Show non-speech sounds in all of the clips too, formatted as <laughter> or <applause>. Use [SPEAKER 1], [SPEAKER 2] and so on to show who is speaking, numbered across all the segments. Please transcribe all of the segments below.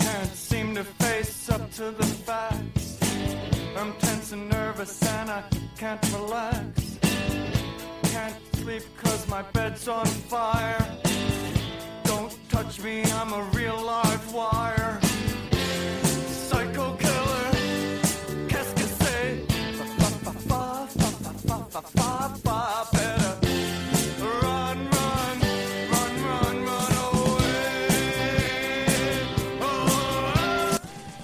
[SPEAKER 1] Can't seem to face up to the facts. I'm tense and nervous and I can't relax. Can't sleep cause my bed's on fire. Don't touch me, I'm a real live wire. Psycho killer, qu'est-ce que c'est? Fa, fa, fa, fa, fa, fa, fa, fa, fa, better. Run, run, run, run, run away.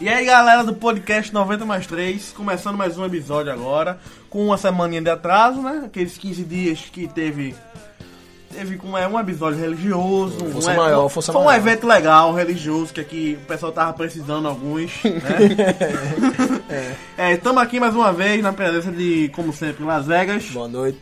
[SPEAKER 2] E aí galera do podcast 90 mais 3, começando mais um episódio agora, com uma semaninha de atraso, né? Aqueles 15 dias que teve. Teve como é um episódio religioso,
[SPEAKER 3] Força
[SPEAKER 2] um,
[SPEAKER 3] maior, força
[SPEAKER 2] foi um
[SPEAKER 3] maior.
[SPEAKER 2] evento legal, religioso, que aqui o pessoal tava precisando alguns,
[SPEAKER 3] <laughs>
[SPEAKER 2] né? é, estamos aqui mais uma vez na presença de, como sempre, Las Vegas,
[SPEAKER 3] Boa noite.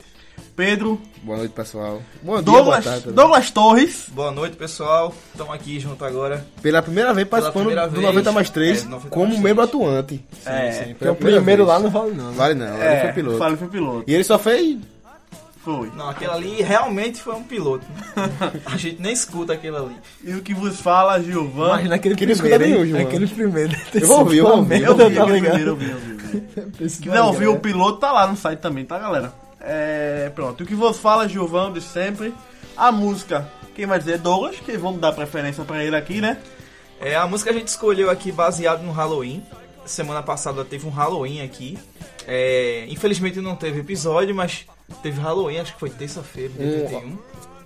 [SPEAKER 2] Pedro,
[SPEAKER 4] Boa noite, pessoal. Bom dia, boa
[SPEAKER 2] Douglas,
[SPEAKER 4] tarde. também.
[SPEAKER 2] Douglas Torres,
[SPEAKER 5] Boa noite, pessoal. Estamos aqui junto agora.
[SPEAKER 4] Pela primeira vez participando
[SPEAKER 5] primeira
[SPEAKER 4] do
[SPEAKER 5] vez,
[SPEAKER 4] 90 mais 3
[SPEAKER 5] é, 90
[SPEAKER 4] como
[SPEAKER 5] mais
[SPEAKER 4] membro
[SPEAKER 5] três.
[SPEAKER 4] atuante.
[SPEAKER 2] é,
[SPEAKER 3] Que é
[SPEAKER 4] Pela
[SPEAKER 3] o
[SPEAKER 4] primeira
[SPEAKER 3] primeiro
[SPEAKER 4] vez.
[SPEAKER 3] lá não vale não.
[SPEAKER 4] Vale não,
[SPEAKER 2] é,
[SPEAKER 4] ele foi piloto.
[SPEAKER 2] Fala, foi piloto,
[SPEAKER 4] E ele só fez.
[SPEAKER 2] foi.
[SPEAKER 5] Não, aquele ali realmente foi um piloto.
[SPEAKER 4] <laughs>
[SPEAKER 5] né? A gente nem escuta aquele ali.
[SPEAKER 2] E o que vos fala, Gilvan?
[SPEAKER 3] Mas né? naquele
[SPEAKER 4] Queria
[SPEAKER 3] primeiro,
[SPEAKER 4] escutar
[SPEAKER 3] hein?
[SPEAKER 4] nenhum, João.
[SPEAKER 3] Naquele primeiro.
[SPEAKER 4] Eu vou ouvir, eu vou
[SPEAKER 3] <laughs>
[SPEAKER 4] ouvir,
[SPEAKER 2] Eu vi,
[SPEAKER 3] tá
[SPEAKER 2] eu
[SPEAKER 3] ligado?
[SPEAKER 2] vi, primeiro, eu vi, eu vi, eu vi.
[SPEAKER 3] Preciso
[SPEAKER 2] Quiser ouvir o
[SPEAKER 3] ligar, né?
[SPEAKER 2] piloto, tá lá no site também, tá, galera? É, pronto. E O que vos fala, Gilvão, de sempre. A música, quem vai dizer é Douglas, que vamos dar preferência pra ele aqui, né?
[SPEAKER 5] É, a música que a gente escolheu aqui baseado no Halloween. Semana passada teve um Halloween aqui. É, infelizmente não teve episódio, mas teve Halloween, acho que foi terça-feira, dia
[SPEAKER 3] é
[SPEAKER 4] Um-
[SPEAKER 5] 31.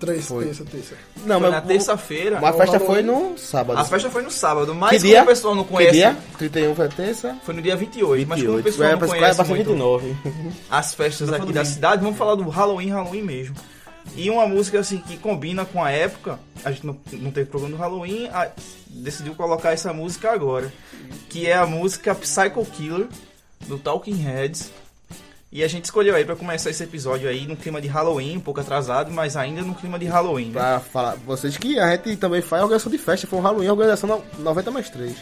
[SPEAKER 3] Três,
[SPEAKER 4] Foi.
[SPEAKER 3] terça, terça.
[SPEAKER 4] Não,
[SPEAKER 5] Foi
[SPEAKER 4] mas. um,
[SPEAKER 5] na terça-feira.
[SPEAKER 4] mas a festa foi no sábado.
[SPEAKER 5] A festa foi no sábado,
[SPEAKER 4] Que
[SPEAKER 5] mas
[SPEAKER 4] dia?
[SPEAKER 5] como o pessoal não
[SPEAKER 4] Que
[SPEAKER 5] conhece.
[SPEAKER 4] dia? 31 foi terça. É,
[SPEAKER 5] Foi no dia 28, mas como o
[SPEAKER 4] 28.
[SPEAKER 5] pessoal
[SPEAKER 4] Vai
[SPEAKER 5] não
[SPEAKER 4] pra- vai
[SPEAKER 5] conhece
[SPEAKER 4] pra
[SPEAKER 5] muito
[SPEAKER 4] 29.
[SPEAKER 5] as festas aqui da cidade, vamos falar do Halloween, Halloween mesmo. E uma música assim que combina com a época, a gente não, não teve programa do Halloween, a- decidiu colocar essa música agora, que é a música Psycho Killer do Talking Heads. E a gente escolheu aí pra começar esse episódio aí num clima de Halloween, um pouco atrasado, mas ainda no clima de Halloween. né?
[SPEAKER 4] <laughs> Pra falar vocês que a gente também faz organização de festa. Foi um Halloween, organização no- 90 mais
[SPEAKER 5] <laughs>
[SPEAKER 4] 3.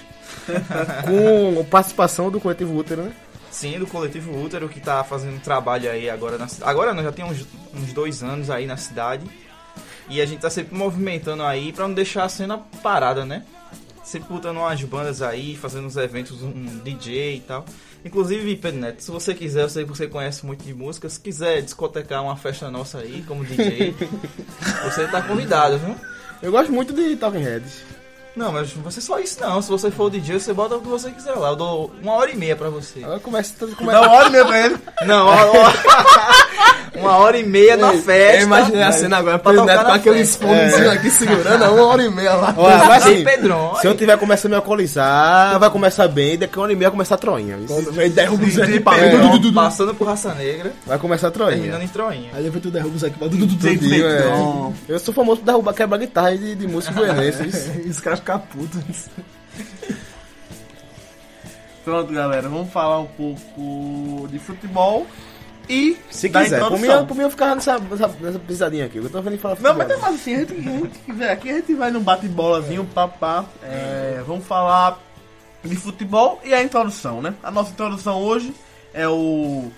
[SPEAKER 4] Com participação do coletivo útero, né?
[SPEAKER 5] Sim, do coletivo Útero que tá fazendo um trabalho aí agora na cidade. Agora não, já tem uns, uns dois anos aí na cidade. E a gente tá sempre movimentando aí pra não deixar a cena parada, né? Sempre botando umas bandas aí, fazendo uns eventos, um DJ e tal. Inclusive, Pedro Neto, se você quiser, eu sei que você conhece muito de música, se quiser discotecar uma festa nossa aí, como DJ, você tá convidado, viu?
[SPEAKER 4] Eu gosto muito de Talking Heads.
[SPEAKER 5] Não, mas você só isso não. Se você for o DJ, você bota o que você quiser lá. Eu dou uma hora e meia pra você.
[SPEAKER 4] Agora começa.
[SPEAKER 2] Dá
[SPEAKER 4] começa...
[SPEAKER 5] é,
[SPEAKER 2] uma hora mesmo pra ele.
[SPEAKER 5] Não, uma hora- <laughs> uma hora e meia na festa.
[SPEAKER 3] Eu imaginei a cena agora,
[SPEAKER 5] Pra
[SPEAKER 3] pra
[SPEAKER 5] tocar
[SPEAKER 3] Neto com
[SPEAKER 5] na
[SPEAKER 3] aqueles
[SPEAKER 5] festa.
[SPEAKER 4] É.
[SPEAKER 3] fonezinhos aqui segurando a uma hora e meia lá.
[SPEAKER 4] Olha, mas
[SPEAKER 5] Ei,
[SPEAKER 4] assim,
[SPEAKER 5] é, Pedrão,
[SPEAKER 4] se eu tiver começando a me alcoolizar, vai começar bem, daqui a uma hora e meia vai começar a troinha. viu?
[SPEAKER 3] Quando vem, derruba o Zé de
[SPEAKER 5] Pedrão,
[SPEAKER 3] papel.
[SPEAKER 5] passando por Raça Negra,
[SPEAKER 4] Vai começar a troinha.
[SPEAKER 5] terminando em Troinha.
[SPEAKER 3] Aí depois tu derruba o Zé de papel.
[SPEAKER 2] Tem
[SPEAKER 4] Tudinho, é.
[SPEAKER 2] peitão.
[SPEAKER 4] Eu sou famoso por derrubar quebrar guitarra de, de músicos goianenses.
[SPEAKER 3] Os caras ficam putos.
[SPEAKER 2] Pronto, galera, vamos falar um pouco de futebol e
[SPEAKER 4] Se
[SPEAKER 2] da
[SPEAKER 4] quiser, por mim,
[SPEAKER 2] introdução.
[SPEAKER 4] por mim eu ficava nessa, nessa, nessa pisadinha aqui. Eu tô vendo ele falar
[SPEAKER 2] Não,
[SPEAKER 4] futebol.
[SPEAKER 2] mas é mais assim, a gente, a gente quiser aqui, a gente vai num bate-bolazinho, papá. É, vamos falar de futebol e a introdução, né? A nossa introdução hoje é o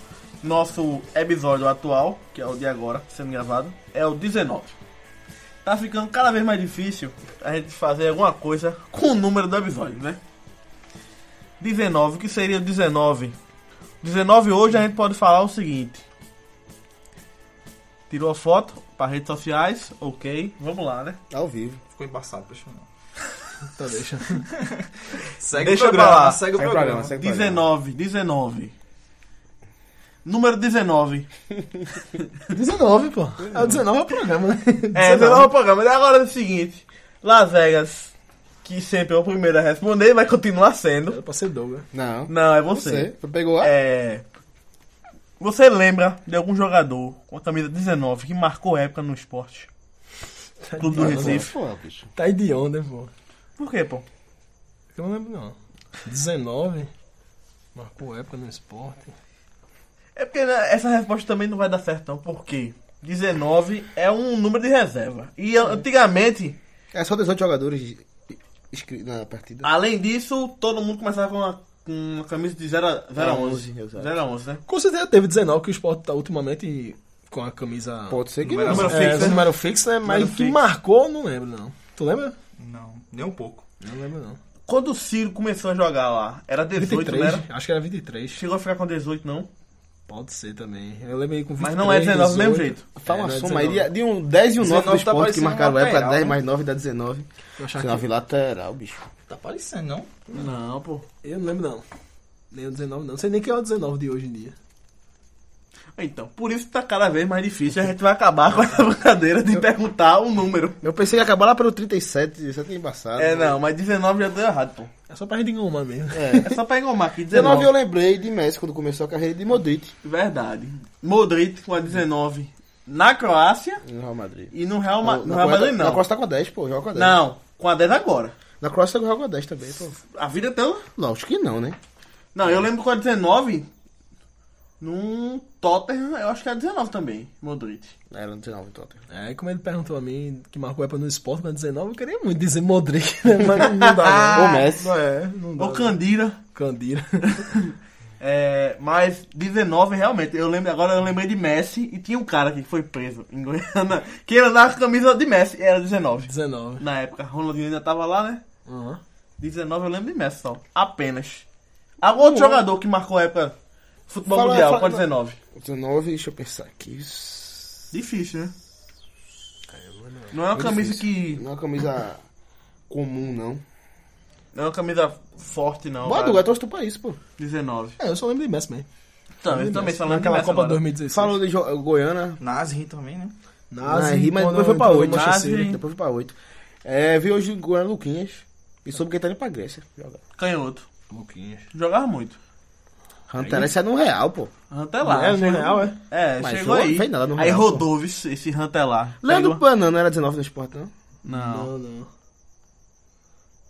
[SPEAKER 2] nosso episódio atual, que é o de agora, sendo gravado, é o 19. Tá ficando cada vez mais difícil a gente fazer alguma coisa com o número do episódio, né? 19, o que seria o 19? 19 hoje a gente pode falar o seguinte. Tirou a foto para redes sociais, ok, vamos lá, né?
[SPEAKER 4] Ao vivo.
[SPEAKER 5] Ficou embaçado, deixa eu não.
[SPEAKER 3] Tá, deixa.
[SPEAKER 5] Segue
[SPEAKER 2] Deixa
[SPEAKER 5] o
[SPEAKER 2] pra
[SPEAKER 5] programa,
[SPEAKER 2] lá.
[SPEAKER 5] segue o
[SPEAKER 4] Segue o
[SPEAKER 5] programa.
[SPEAKER 4] programa, segue o programa.
[SPEAKER 2] 19, 19. Número 19.
[SPEAKER 6] 19, pô. É o 19 é o programa, né?
[SPEAKER 2] É,
[SPEAKER 6] 19.
[SPEAKER 2] não. o programa. E agora é o seguinte: Las Vegas, que sempre é o primeiro a responder, vai continuar sendo.
[SPEAKER 6] Era pra ser Douglas.
[SPEAKER 4] Não.
[SPEAKER 2] Não, é você.
[SPEAKER 4] Você. Tu pegou a?
[SPEAKER 2] É. Você lembra de algum jogador com a camisa 19 que marcou época no esporte? Clube do Recife.
[SPEAKER 4] Pô, bicho.
[SPEAKER 6] Tá idiota, né, pô?
[SPEAKER 2] Por quê, pô?
[SPEAKER 6] Eu não lembro, não. 19. Marcou época no esporte.
[SPEAKER 2] É porque né, essa resposta também não vai dar certo, não. Por quê? 19 é um número de reserva. E antigamente,
[SPEAKER 4] É só 18 jogadores inscritos na partida.
[SPEAKER 2] além disso, todo mundo começava com uma, com uma camisa de 0 a 0 a 11.
[SPEAKER 4] 11, exato.
[SPEAKER 2] 0 a 11, né?
[SPEAKER 6] Com certeza teve 19 que o esporte tá ultimamente com a camisa.
[SPEAKER 4] Pode ser que
[SPEAKER 5] Número-
[SPEAKER 4] não.
[SPEAKER 2] Número
[SPEAKER 6] é,
[SPEAKER 2] fixo, né?
[SPEAKER 6] número fixo, né? Mas
[SPEAKER 2] Número
[SPEAKER 6] que
[SPEAKER 2] fixo.
[SPEAKER 6] marcou, não lembro, não. Tu lembra?
[SPEAKER 5] Não, nem um pouco.
[SPEAKER 6] Não lembro, não.
[SPEAKER 2] Quando o Ciro começou a jogar lá, era 18,
[SPEAKER 6] 23.
[SPEAKER 2] não era?
[SPEAKER 6] Acho que era 23.
[SPEAKER 2] Chegou a ficar com 18, não?
[SPEAKER 6] Pode ser também. Eu lembrei com 23.
[SPEAKER 2] Mas não é 19 do mesmo
[SPEAKER 6] 18.
[SPEAKER 2] jeito.
[SPEAKER 6] É,
[SPEAKER 4] Fala Tá uma
[SPEAKER 6] não é
[SPEAKER 4] soma aí
[SPEAKER 6] 19.
[SPEAKER 4] de, de um 10 e um 9 do
[SPEAKER 5] 19 tá
[SPEAKER 4] esporte que
[SPEAKER 5] parecendo
[SPEAKER 4] marcaram
[SPEAKER 5] uma
[SPEAKER 4] época.
[SPEAKER 5] lateral,
[SPEAKER 4] 10
[SPEAKER 5] né?
[SPEAKER 4] mais 9 dá 19.
[SPEAKER 6] Eu achava
[SPEAKER 4] 19 lateral, bicho.
[SPEAKER 5] Tá parecendo, não?
[SPEAKER 6] que- Não, pô. Eu não lembro, não. Nem o 19, não. Não sei nem quem é o 19 de hoje em dia.
[SPEAKER 2] Então, por isso que tá cada vez mais difícil. A gente vai acabar com essa brincadeira de perguntar o número.
[SPEAKER 4] Eu pensei que ia acabar lá pelo 37, 17 é embaçado.
[SPEAKER 2] É,
[SPEAKER 4] né?
[SPEAKER 2] não, mas 19 já deu errado, pô.
[SPEAKER 6] É só pra gente engomar mesmo.
[SPEAKER 4] <laughs> É.
[SPEAKER 2] É só pra engomar aqui,
[SPEAKER 4] 19
[SPEAKER 2] 19.
[SPEAKER 4] eu lembrei de Messi quando começou a carreira de Modric
[SPEAKER 2] Verdade. Modric com a 19 na Croácia
[SPEAKER 4] no Real Madrid.
[SPEAKER 2] e no Real, Ma...
[SPEAKER 4] Na-
[SPEAKER 2] no
[SPEAKER 4] na
[SPEAKER 2] Real
[SPEAKER 4] Croácia-
[SPEAKER 2] Madrid,
[SPEAKER 4] Na
[SPEAKER 2] não.
[SPEAKER 4] Croácia tá com a 10, pô. Joga com a 10.
[SPEAKER 2] Não, com a 10 agora.
[SPEAKER 4] Na Croácia tá com a 10 também, pô.
[SPEAKER 2] A vida é tem...
[SPEAKER 4] Não, acho que não, né?
[SPEAKER 2] Não, eu lembro com a 19 num Tottenham, eu acho que é a 19 também, Modric.
[SPEAKER 4] Era no 19 então.
[SPEAKER 6] É, como ele perguntou a mim que marcou época no esporte, mas 19, eu queria muito dizer Modric, né? Mas não,
[SPEAKER 2] <laughs>
[SPEAKER 6] não dá, não.
[SPEAKER 4] Ou Messi.
[SPEAKER 6] Não é, não dá.
[SPEAKER 2] Ou Candira.
[SPEAKER 6] <laughs> Candira.
[SPEAKER 2] É, mas 19 realmente, eu lembro, agora eu lembrei de Messi e tinha um cara que foi preso em Goiânia, <laughs> que ele andava com a camisa de Messi, era 19.
[SPEAKER 6] 19.
[SPEAKER 2] Na época, Ronaldinho ainda tava lá, né?
[SPEAKER 6] Aham.
[SPEAKER 2] 19 eu lembro de Messi só, apenas. Há outro jogador que marcou a época futebol
[SPEAKER 4] Fala-
[SPEAKER 2] mundial
[SPEAKER 4] fala-
[SPEAKER 2] com a 19.
[SPEAKER 4] 19, deixa eu pensar aqui.
[SPEAKER 2] Difícil, né? Não é uma camisa que.
[SPEAKER 4] Não é uma camisa comum, não.
[SPEAKER 2] Não é uma camisa forte, não.
[SPEAKER 4] Bora,
[SPEAKER 2] cara.
[SPEAKER 4] Duga, torce tu pra isso, pô.
[SPEAKER 2] 19.
[SPEAKER 6] É, eu só lembro de Messi mesmo.
[SPEAKER 2] Também, Então, eu também falando
[SPEAKER 6] Naquela
[SPEAKER 2] de Messi
[SPEAKER 6] Copa
[SPEAKER 2] agora.
[SPEAKER 6] 2016.
[SPEAKER 4] Falou de Jo- Goiânia,
[SPEAKER 5] Nasri também, né?
[SPEAKER 4] Ah, ri, mas
[SPEAKER 6] quando
[SPEAKER 4] depois foi pra
[SPEAKER 6] entrou
[SPEAKER 4] oito.
[SPEAKER 6] no Manchester
[SPEAKER 2] Nazi,
[SPEAKER 6] City.
[SPEAKER 4] depois foi pra 8. É, vi hoje o Goiânia Luquinhas e soube que ele tá indo pra Grécia. jogar.
[SPEAKER 6] um.
[SPEAKER 2] Canhoto.
[SPEAKER 6] Luquinhas.
[SPEAKER 2] Jogava muito.
[SPEAKER 4] Hunter Esse é no Real, pô.
[SPEAKER 2] Rantelar.
[SPEAKER 6] É, no
[SPEAKER 2] chegou-
[SPEAKER 6] Real, é?
[SPEAKER 2] É,
[SPEAKER 4] Mas
[SPEAKER 2] chegou
[SPEAKER 4] jogou-
[SPEAKER 2] aí.
[SPEAKER 4] fez nada no
[SPEAKER 2] aí
[SPEAKER 4] Real,
[SPEAKER 2] rodou vixe, esse Rantelar.
[SPEAKER 4] Leandro
[SPEAKER 2] Pegou-
[SPEAKER 4] Panano era 19 no esporte, não?
[SPEAKER 2] Não.
[SPEAKER 6] Não, não.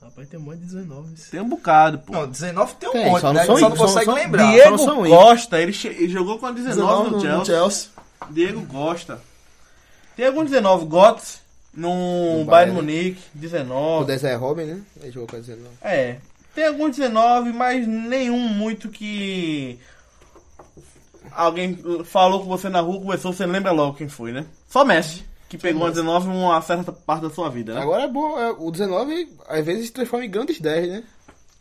[SPEAKER 6] Rapaz, tem mais de 19. isso.
[SPEAKER 2] Tem um bocado, pô.
[SPEAKER 5] Não, 19 tem um
[SPEAKER 4] Tem,
[SPEAKER 5] monte,
[SPEAKER 4] só não
[SPEAKER 5] né?
[SPEAKER 4] são
[SPEAKER 5] Só não
[SPEAKER 4] isso, só não
[SPEAKER 5] consegue
[SPEAKER 4] são-
[SPEAKER 5] lembrar.
[SPEAKER 2] Diego
[SPEAKER 4] Só não são
[SPEAKER 2] Costa, ele, che- ele jogou com a 19,
[SPEAKER 6] 19
[SPEAKER 2] no, Chelsea.
[SPEAKER 6] Chelsea.
[SPEAKER 2] Diego Costa. Tem algum 19 Gotts no,
[SPEAKER 4] No
[SPEAKER 2] Bayern
[SPEAKER 4] Bayern.
[SPEAKER 2] Munique,
[SPEAKER 4] O
[SPEAKER 2] 19.
[SPEAKER 4] 10 é Robin, né? Ele jogou com a 19.
[SPEAKER 2] É. Tem alguns 19, mas nenhum muito que. Alguém falou com você na rua, conversou, você lembra logo quem foi, né? Só Messi, que pegou a 19 em uma certa parte da sua vida, né?
[SPEAKER 4] Agora é bom, é, o 19 às vezes se transforma em grandes 10, né?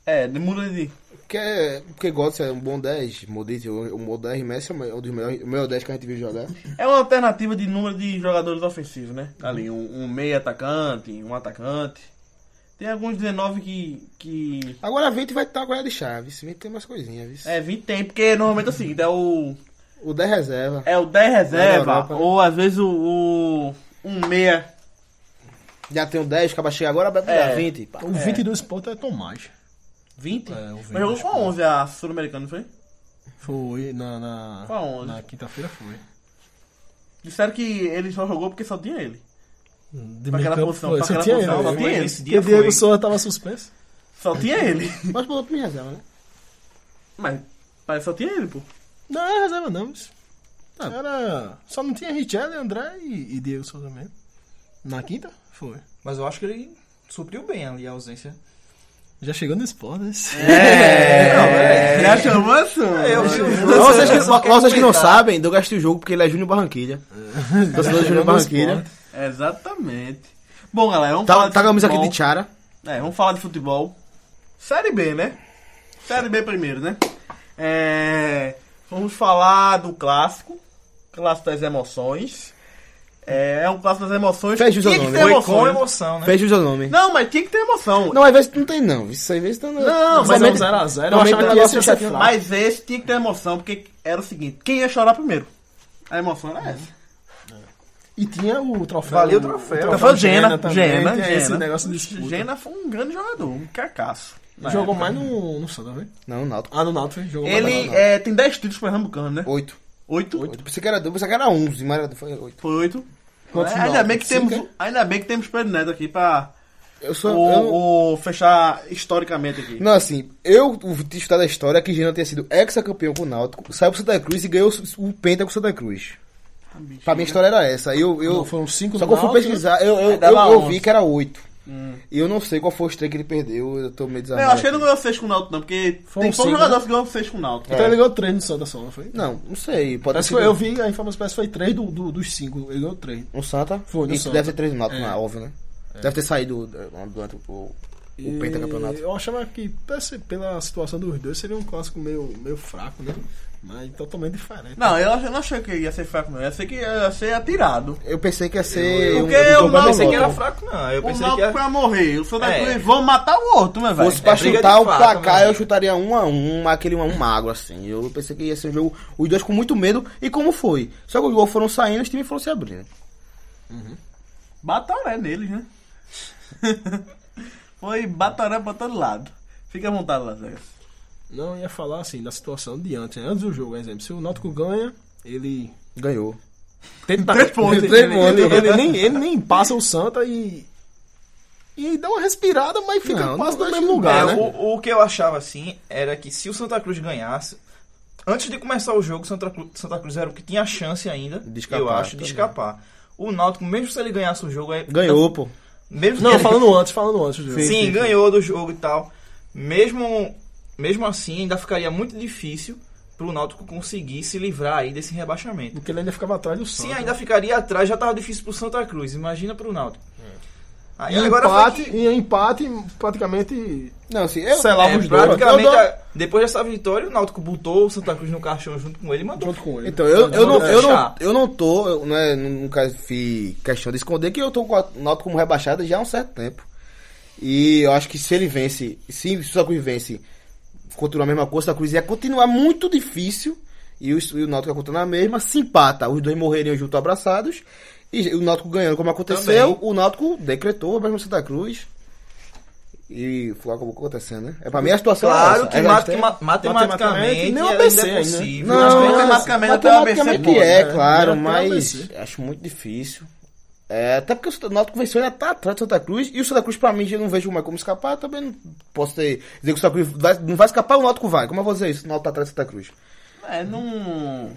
[SPEAKER 2] É, de- muda de.
[SPEAKER 4] Porque, é- porque Götze é um bom 10, Modric, o, o bom 10 Messi é o- é um dos melhores, o melhor 10 que a gente viu jogar.
[SPEAKER 2] É uma alternativa de número de jogadores ofensivos, né? Ali, um, um meio atacante, um atacante. Tem alguns 19 que. que...
[SPEAKER 4] Agora 20 vai estar agora de Chaves, 20 tem umas coisinhas, viu?
[SPEAKER 2] É, 20 tem, porque normalmente é o seguinte, é o.
[SPEAKER 4] O 10 reserva.
[SPEAKER 2] É o 10
[SPEAKER 4] Na
[SPEAKER 2] reserva,
[SPEAKER 4] Europa, né?
[SPEAKER 2] ou às vezes o. o um meia.
[SPEAKER 4] Já tem o 10, acaba cheio agora, vai pegar
[SPEAKER 2] É.
[SPEAKER 4] 20. Pá.
[SPEAKER 6] O 22 pontos é Tomás.
[SPEAKER 2] 20?
[SPEAKER 6] É, o 20,
[SPEAKER 2] Mas jogou
[SPEAKER 6] acho
[SPEAKER 2] com a 11
[SPEAKER 4] é.
[SPEAKER 2] a Sul-Americana, não foi?
[SPEAKER 6] Foi na. na
[SPEAKER 2] Foi aonde?
[SPEAKER 6] Na quinta-feira foi.
[SPEAKER 2] Disseram que ele só jogou porque só tinha ele.
[SPEAKER 6] De é
[SPEAKER 2] Pra aquela
[SPEAKER 6] meio-campo
[SPEAKER 2] posição,
[SPEAKER 6] foi.
[SPEAKER 2] pra
[SPEAKER 6] Só
[SPEAKER 2] aquela
[SPEAKER 6] tinha
[SPEAKER 2] posição,
[SPEAKER 6] ele,
[SPEAKER 2] só
[SPEAKER 6] né?
[SPEAKER 2] tinha ele.
[SPEAKER 5] Esse
[SPEAKER 6] Porque
[SPEAKER 5] dia
[SPEAKER 6] o Diego
[SPEAKER 5] foi.
[SPEAKER 6] Souza tava suspenso.
[SPEAKER 2] Só tinha
[SPEAKER 4] <laughs>
[SPEAKER 2] ele.
[SPEAKER 4] Mas pro outro me reserva, né?
[SPEAKER 2] Mas parece que só tinha ele, pô.
[SPEAKER 6] Não, era reserva não, bicho. Tá. Era... Só não tinha Richelli, André e, e Diego Souza mesmo. Na quinta? Foi.
[SPEAKER 5] Mas eu acho que ele supriu bem ali a ausência.
[SPEAKER 6] Já chegou no esporte. né? <laughs>
[SPEAKER 2] É, já chamou a sua.
[SPEAKER 4] É,
[SPEAKER 5] Eu,
[SPEAKER 4] Pra vocês que, pra vocês que não sabem, eu gastei o jogo porque ele é
[SPEAKER 6] <laughs>
[SPEAKER 4] Júnior Barranquilha. Torcedor de Júnior
[SPEAKER 6] no
[SPEAKER 4] Barranquilha.
[SPEAKER 2] Exatamente. Bom, galera, vamos falar
[SPEAKER 4] Tá,
[SPEAKER 2] de
[SPEAKER 4] tá com a camisa aqui
[SPEAKER 2] futebol.
[SPEAKER 4] de Tiara.
[SPEAKER 6] Né?
[SPEAKER 2] É, vamos falar de futebol. Série B, né? Série B primeiro, né? É, vamos falar do clássico. Clássico das emoções. É, é um clássico das emoções.
[SPEAKER 4] Fez jus ao
[SPEAKER 2] Tinha que
[SPEAKER 4] nome.
[SPEAKER 2] ter
[SPEAKER 5] Foi
[SPEAKER 2] emoção.
[SPEAKER 5] com
[SPEAKER 2] né?
[SPEAKER 5] emoção, né?
[SPEAKER 4] Fez jus ao nome.
[SPEAKER 2] Não, mas tinha que ter emoção.
[SPEAKER 4] Não, às vezes não tem, não. Isso às vezes tá no.
[SPEAKER 2] Não,
[SPEAKER 6] Mas é um
[SPEAKER 4] Normalmente-
[SPEAKER 6] 0x0. Eu achava que o
[SPEAKER 4] normalmente esse
[SPEAKER 6] negócio ia
[SPEAKER 4] já
[SPEAKER 6] ser
[SPEAKER 4] tinha-
[SPEAKER 6] fraco.
[SPEAKER 2] Mas esse tinha que ter emoção, porque era o seguinte: quem ia chorar primeiro? A emoção era essa.
[SPEAKER 6] E tinha o troféu.
[SPEAKER 5] Valeu o troféu.
[SPEAKER 2] Troféu Gena,
[SPEAKER 6] também,
[SPEAKER 2] Gena,
[SPEAKER 6] tinha Esse
[SPEAKER 2] Gena.
[SPEAKER 6] negócio de disputa.
[SPEAKER 2] Gena foi um grande jogador, um carcaço. na
[SPEAKER 6] Jogou
[SPEAKER 2] época.
[SPEAKER 6] mais no, no Santa, né?
[SPEAKER 4] Não, Náutico.
[SPEAKER 6] Ah, no Náutico, jogou mais no
[SPEAKER 2] Ele
[SPEAKER 6] Náutico.
[SPEAKER 2] é, tem 10 títulos pernambucanos, né?
[SPEAKER 4] Oito.
[SPEAKER 2] 8?
[SPEAKER 4] Oito. Pensei que era dois, pensei que era onze, mas era- foi oito.
[SPEAKER 2] Foi 8.
[SPEAKER 6] Quantos
[SPEAKER 2] ainda,
[SPEAKER 6] Náutico?
[SPEAKER 2] bem que temos,
[SPEAKER 4] Cinco,
[SPEAKER 2] ainda bem que temos Pedro Neto aqui pra
[SPEAKER 4] Eu sou. eu-
[SPEAKER 2] o, o fechar historicamente aqui.
[SPEAKER 4] Não, assim, eu te estudar da história que Gina tenha sido ex-campeão com o Náutico, saiu pro Santa Cruz e ganhou o Penta com o Santa Cruz. Pra mim a história era essa. Aí Eu, eu,
[SPEAKER 6] Ah, né? Não, foram cinco
[SPEAKER 4] Só
[SPEAKER 6] no
[SPEAKER 4] que eu fui
[SPEAKER 6] Náutico,
[SPEAKER 4] pesquisar, eu, eu,
[SPEAKER 2] Aí dava
[SPEAKER 4] eu- eu
[SPEAKER 2] onze.
[SPEAKER 4] vi que era oito. E eu não sei qual foi o estreia que ele perdeu, eu tô meio
[SPEAKER 2] É, eu
[SPEAKER 4] desarmado.
[SPEAKER 2] acho que ele não ganhou 6 com o Náutico, não, porque
[SPEAKER 6] Foi
[SPEAKER 2] tem
[SPEAKER 6] um
[SPEAKER 2] poucos
[SPEAKER 6] cinco,
[SPEAKER 2] jogadores que ganham 6 com o Náutico.
[SPEAKER 6] Então ele ganhou três no Santa só, não foi?
[SPEAKER 4] Não, não sei. Pode ter
[SPEAKER 6] Parece que foi-
[SPEAKER 4] sido
[SPEAKER 6] eu vi a informação, parece que foi três do, do- dos cinco. Ele ganhou três.
[SPEAKER 4] no Um Santa.
[SPEAKER 6] Foi no
[SPEAKER 4] Isso
[SPEAKER 6] Santa.
[SPEAKER 4] deve ter três no Náutico,
[SPEAKER 6] É.
[SPEAKER 4] na óbvio, né? Deve ter saído eh, durante o, o,
[SPEAKER 6] E
[SPEAKER 4] o é pentacampeonato.
[SPEAKER 6] Eu achava que, até se- pela situação dos dois, seria um clássico meio, meio fraco, né? Mas totalmente diferente.
[SPEAKER 2] Não, eu, ach- eu não achei que ia ser fraco, não. Eu achei que ia ser atirado.
[SPEAKER 4] Eu pensei que ia ser
[SPEAKER 2] Eu-
[SPEAKER 4] um,
[SPEAKER 2] porque
[SPEAKER 4] um
[SPEAKER 2] eu
[SPEAKER 4] jogo
[SPEAKER 2] não-
[SPEAKER 5] Eu pensei que
[SPEAKER 4] anônimo.
[SPEAKER 5] era fraco, não. Eu
[SPEAKER 2] O
[SPEAKER 5] pensei que
[SPEAKER 2] Náutico
[SPEAKER 5] era.
[SPEAKER 2] pra morrer. O Santa
[SPEAKER 5] É.
[SPEAKER 2] Cruz vão matar o outro, né, velho?
[SPEAKER 4] fosse pra
[SPEAKER 5] É briga
[SPEAKER 4] chutar
[SPEAKER 5] de
[SPEAKER 4] o
[SPEAKER 5] fato,
[SPEAKER 4] placar,
[SPEAKER 5] né?
[SPEAKER 4] eu chutaria um a um, mas aquele um a um magro, assim. Eu pensei que ia ser um jogo, os dois com muito medo, e como foi? Só que os gols foram saindo, os times foram se abrindo.
[SPEAKER 2] Bataré neles, né? <laughs> Foi bataré pra todo lado. Fica à vontade, Lazarus.
[SPEAKER 6] Não, eu ia falar assim, da situação de antes, né? antes do jogo, por exemplo. Se o Náutico ganha, ele
[SPEAKER 4] Ganhou.
[SPEAKER 6] tenta.
[SPEAKER 2] Três pontos,
[SPEAKER 6] ele,
[SPEAKER 4] três
[SPEAKER 6] ele-
[SPEAKER 4] pontos.
[SPEAKER 6] ele- ele nem, ele nem passa o Santa e. E dá uma respirada, mas fica
[SPEAKER 4] Não,
[SPEAKER 6] quase
[SPEAKER 4] não
[SPEAKER 6] no
[SPEAKER 4] acho
[SPEAKER 6] mesmo
[SPEAKER 4] que-
[SPEAKER 6] lugar,
[SPEAKER 5] É,
[SPEAKER 6] né?
[SPEAKER 5] o, o que eu achava assim era que se o Santa Cruz ganhasse, antes de começar o jogo, Santa Cruz, Santa Cruz era o que tinha chance ainda,
[SPEAKER 4] De escapar,
[SPEAKER 5] eu acho, de
[SPEAKER 4] também.
[SPEAKER 5] escapar. O Náutico, mesmo se ele ganhasse o jogo, é-
[SPEAKER 4] Ganhou, pô.
[SPEAKER 5] Mesmo
[SPEAKER 6] Não,
[SPEAKER 5] que ele-
[SPEAKER 6] falando antes, falando antes. do jogo.
[SPEAKER 5] Sim, ganhou do jogo e tal. Mesmo, mesmo assim, ainda ficaria muito difícil pro Náutico conseguir se livrar aí desse rebaixamento.
[SPEAKER 6] Porque ele ainda ficava atrás do Santa.
[SPEAKER 5] Sim, ainda ficaria atrás, já tava difícil pro Santa Cruz, imagina pro Náutico. Aí
[SPEAKER 6] E
[SPEAKER 5] agora
[SPEAKER 6] empate,
[SPEAKER 5] foi que-
[SPEAKER 6] e empate praticamente
[SPEAKER 4] Não, assim, eu...
[SPEAKER 6] selava
[SPEAKER 5] é,
[SPEAKER 6] os dois.
[SPEAKER 5] praticamente,
[SPEAKER 6] Eu dou-
[SPEAKER 5] a- depois dessa vitória, o Náutico botou o Santa Cruz no caixão junto com ele e mandou.
[SPEAKER 6] Junto com ele.
[SPEAKER 4] Então, eu, eu, não, eu, não,
[SPEAKER 5] Fechar.
[SPEAKER 4] eu não tô, eu, né, nunca fiz questão de esconder que eu tô com a Náutico como rebaixada já há um certo tempo. E eu acho que se ele vence, se o Santa Cruz vence, continuar a mesma coisa, o Santa Cruz ia continuar muito difícil. E o, e o Náutico ia continuar a mesma, se empata, os dois morreriam junto abraçados. E o Náutico ganhando como aconteceu, o Náutico decretou a mesma Santa Cruz. E foi acabou acontecendo, né? É pra mim a situação é
[SPEAKER 5] Claro
[SPEAKER 4] essa.
[SPEAKER 5] que
[SPEAKER 4] Ela
[SPEAKER 5] mat-
[SPEAKER 4] tem-
[SPEAKER 5] ma- matematicamente
[SPEAKER 6] nem
[SPEAKER 5] era
[SPEAKER 6] ABC
[SPEAKER 5] ainda é
[SPEAKER 6] ainda.
[SPEAKER 5] possível.
[SPEAKER 2] Não, matematicamente até o ABC
[SPEAKER 4] matematicamente
[SPEAKER 2] pode,
[SPEAKER 4] é,
[SPEAKER 6] né?
[SPEAKER 4] claro,
[SPEAKER 6] Até o
[SPEAKER 4] mas
[SPEAKER 6] ABC.
[SPEAKER 4] acho muito difícil. É, até porque o Santa- o Náutico venceu ainda tá atrás do Santa Cruz. E o Santa Cruz, pra mim, já não vejo mais como escapar. Também não posso ter, dizer que o Santa Cruz vai- não vai escapar, o Náutico vai. Como eu vou dizer isso? O Náutico tá atrás do Santa Cruz.
[SPEAKER 2] É, não.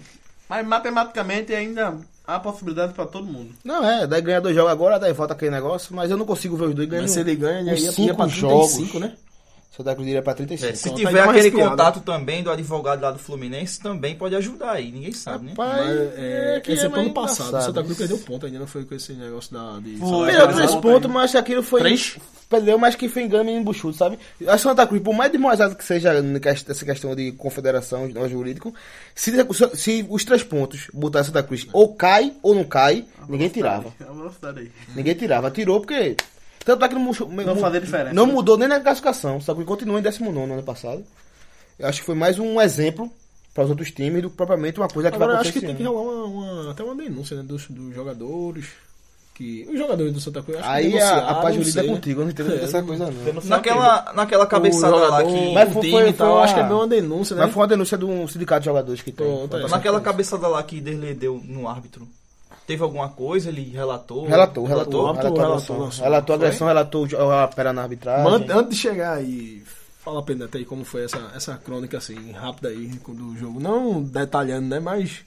[SPEAKER 2] Mas matematicamente ainda há possibilidade pra todo mundo.
[SPEAKER 4] Não, é. Daí ganha dois jogos agora, daí volta aquele negócio. Mas eu não consigo ver os dois ganhando.
[SPEAKER 6] Mas se ele ganha, ele
[SPEAKER 4] uns
[SPEAKER 6] ia, ia
[SPEAKER 4] cinco
[SPEAKER 6] pra
[SPEAKER 4] jogos.
[SPEAKER 6] 35, né?
[SPEAKER 4] O Santa Cruz iria pra 35.
[SPEAKER 5] é, Se
[SPEAKER 6] Então, tá aí
[SPEAKER 5] tiver
[SPEAKER 6] uma
[SPEAKER 5] aquele
[SPEAKER 6] respirada.
[SPEAKER 5] contato também do advogado lá do Fluminense, também pode ajudar aí, ninguém sabe, né?
[SPEAKER 4] Rapaz,
[SPEAKER 6] Mas, é,
[SPEAKER 4] que
[SPEAKER 6] esse é
[SPEAKER 4] mais
[SPEAKER 6] pro ano passado. O
[SPEAKER 4] embaçado.
[SPEAKER 6] Santa Cruz perdeu ponto ainda, não foi com esse negócio da.
[SPEAKER 2] Foi.
[SPEAKER 6] De salário
[SPEAKER 4] Perdeu
[SPEAKER 2] Melhor
[SPEAKER 4] três
[SPEAKER 2] Ontem.
[SPEAKER 4] pontos, mas acho que aquilo foi.
[SPEAKER 6] Três?
[SPEAKER 4] Perdeu, mas que foi engano e embuchudo, sabe? A Santa Cruz, por mais demorado que seja essa questão de confederação, de nós jurídico, se, se os três pontos botar a Santa Cruz ou cai ou não cai, ninguém tirava.
[SPEAKER 2] É uma velocidade aí.
[SPEAKER 4] Ninguém tirava. Tirou porque. Tanto é que não, murchou- mu-
[SPEAKER 2] fazia diferença.
[SPEAKER 4] não mudou nem na classificação. O Santa Cruz continua em 19 no ano passado. Eu acho que foi mais um exemplo para os outros times do que propriamente uma coisa que
[SPEAKER 6] Agora, eu
[SPEAKER 4] vai
[SPEAKER 6] acho
[SPEAKER 4] acontecer.
[SPEAKER 6] que tem que rolar uma, uma- até uma denúncia né, dos, dos jogadores. Que, os jogadores do Santa Cruz. acho que
[SPEAKER 4] Aí a,
[SPEAKER 6] denunciaram,
[SPEAKER 4] a paz
[SPEAKER 6] não
[SPEAKER 4] jurídica é
[SPEAKER 6] sei, né?
[SPEAKER 4] contigo, eu não entendo
[SPEAKER 6] É,
[SPEAKER 4] dessa coisa não.
[SPEAKER 5] Naquela, naquela
[SPEAKER 6] O
[SPEAKER 5] cabeçada
[SPEAKER 6] jogador,
[SPEAKER 5] lá que.
[SPEAKER 4] Mas
[SPEAKER 6] o
[SPEAKER 4] foi-
[SPEAKER 6] time
[SPEAKER 4] foi-
[SPEAKER 6] e tal,
[SPEAKER 4] foi
[SPEAKER 6] acho que é
[SPEAKER 4] uma-
[SPEAKER 6] bem uma denúncia, né?
[SPEAKER 4] Mas foi uma denúncia de um sindicato de jogadores que tem.
[SPEAKER 6] Pronto, é.
[SPEAKER 5] Naquela cabeçada lá que derledeu no árbitro. Teve alguma coisa, ele relatou?
[SPEAKER 4] Relatou, relatou,
[SPEAKER 6] Relatou,
[SPEAKER 4] relatou,
[SPEAKER 6] relatou, relatou.
[SPEAKER 4] relatou, relatou, relatou a agressão, relatou a pera na arbitragem.
[SPEAKER 6] Manda- antes de chegar aí, fala Pedro até aí como foi essa, essa crônica assim, rápida aí do jogo. Não detalhando, né? Mas.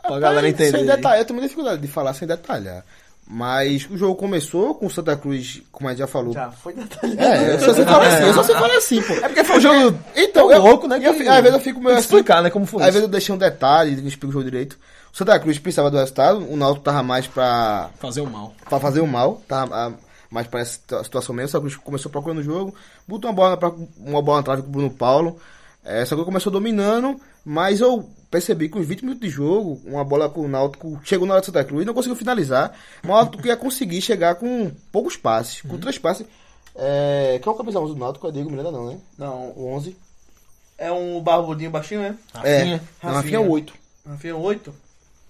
[SPEAKER 6] Pra galera entender.
[SPEAKER 4] Sem detalhar, eu tenho muita dificuldade de falar sem detalhar. Mas o jogo começou com o Santa Cruz, como a gente já falou.
[SPEAKER 2] Já foi detalhado.
[SPEAKER 4] É, eu só sei falar assim, eu só sei falar assim, pô.
[SPEAKER 6] É porque foi um jogo
[SPEAKER 4] Então,
[SPEAKER 6] tão
[SPEAKER 4] eu,
[SPEAKER 6] louco, né?
[SPEAKER 4] e eu
[SPEAKER 6] que-
[SPEAKER 4] fi- às vezes eu fico meio
[SPEAKER 6] Tem que
[SPEAKER 4] assim,
[SPEAKER 6] explicar, né? Como foi
[SPEAKER 4] Às
[SPEAKER 6] isso.
[SPEAKER 4] vezes eu deixei um detalhe, não explico o jogo direito. O Santa Cruz precisava do resultado, o Náutico tava mais pra
[SPEAKER 6] Fazer o mal.
[SPEAKER 4] pra fazer o mal, tá? Ah, Mas para essa situação mesmo, o Santa Cruz começou procurando o jogo, botou uma bola, na pra, uma bola na trave com o Bruno Paulo. É, o Santa Cruz começou dominando, mas eu percebi que os 20 minutos de jogo, uma bola com o Náutico chegou na hora de Santa Cruz, não conseguiu finalizar. Mas o Náutico ia conseguir chegar com poucos passes,
[SPEAKER 3] Uhum.
[SPEAKER 4] com três passes. É, quem é o camisa 11 do Náutico? É Diego Miranda, não, né?
[SPEAKER 2] Não,
[SPEAKER 4] O 11.
[SPEAKER 2] é um barbudinho baixinho, né? um
[SPEAKER 4] É,
[SPEAKER 3] Rafinha.
[SPEAKER 4] não, Rafinha é o 8.
[SPEAKER 2] Rafinha 8.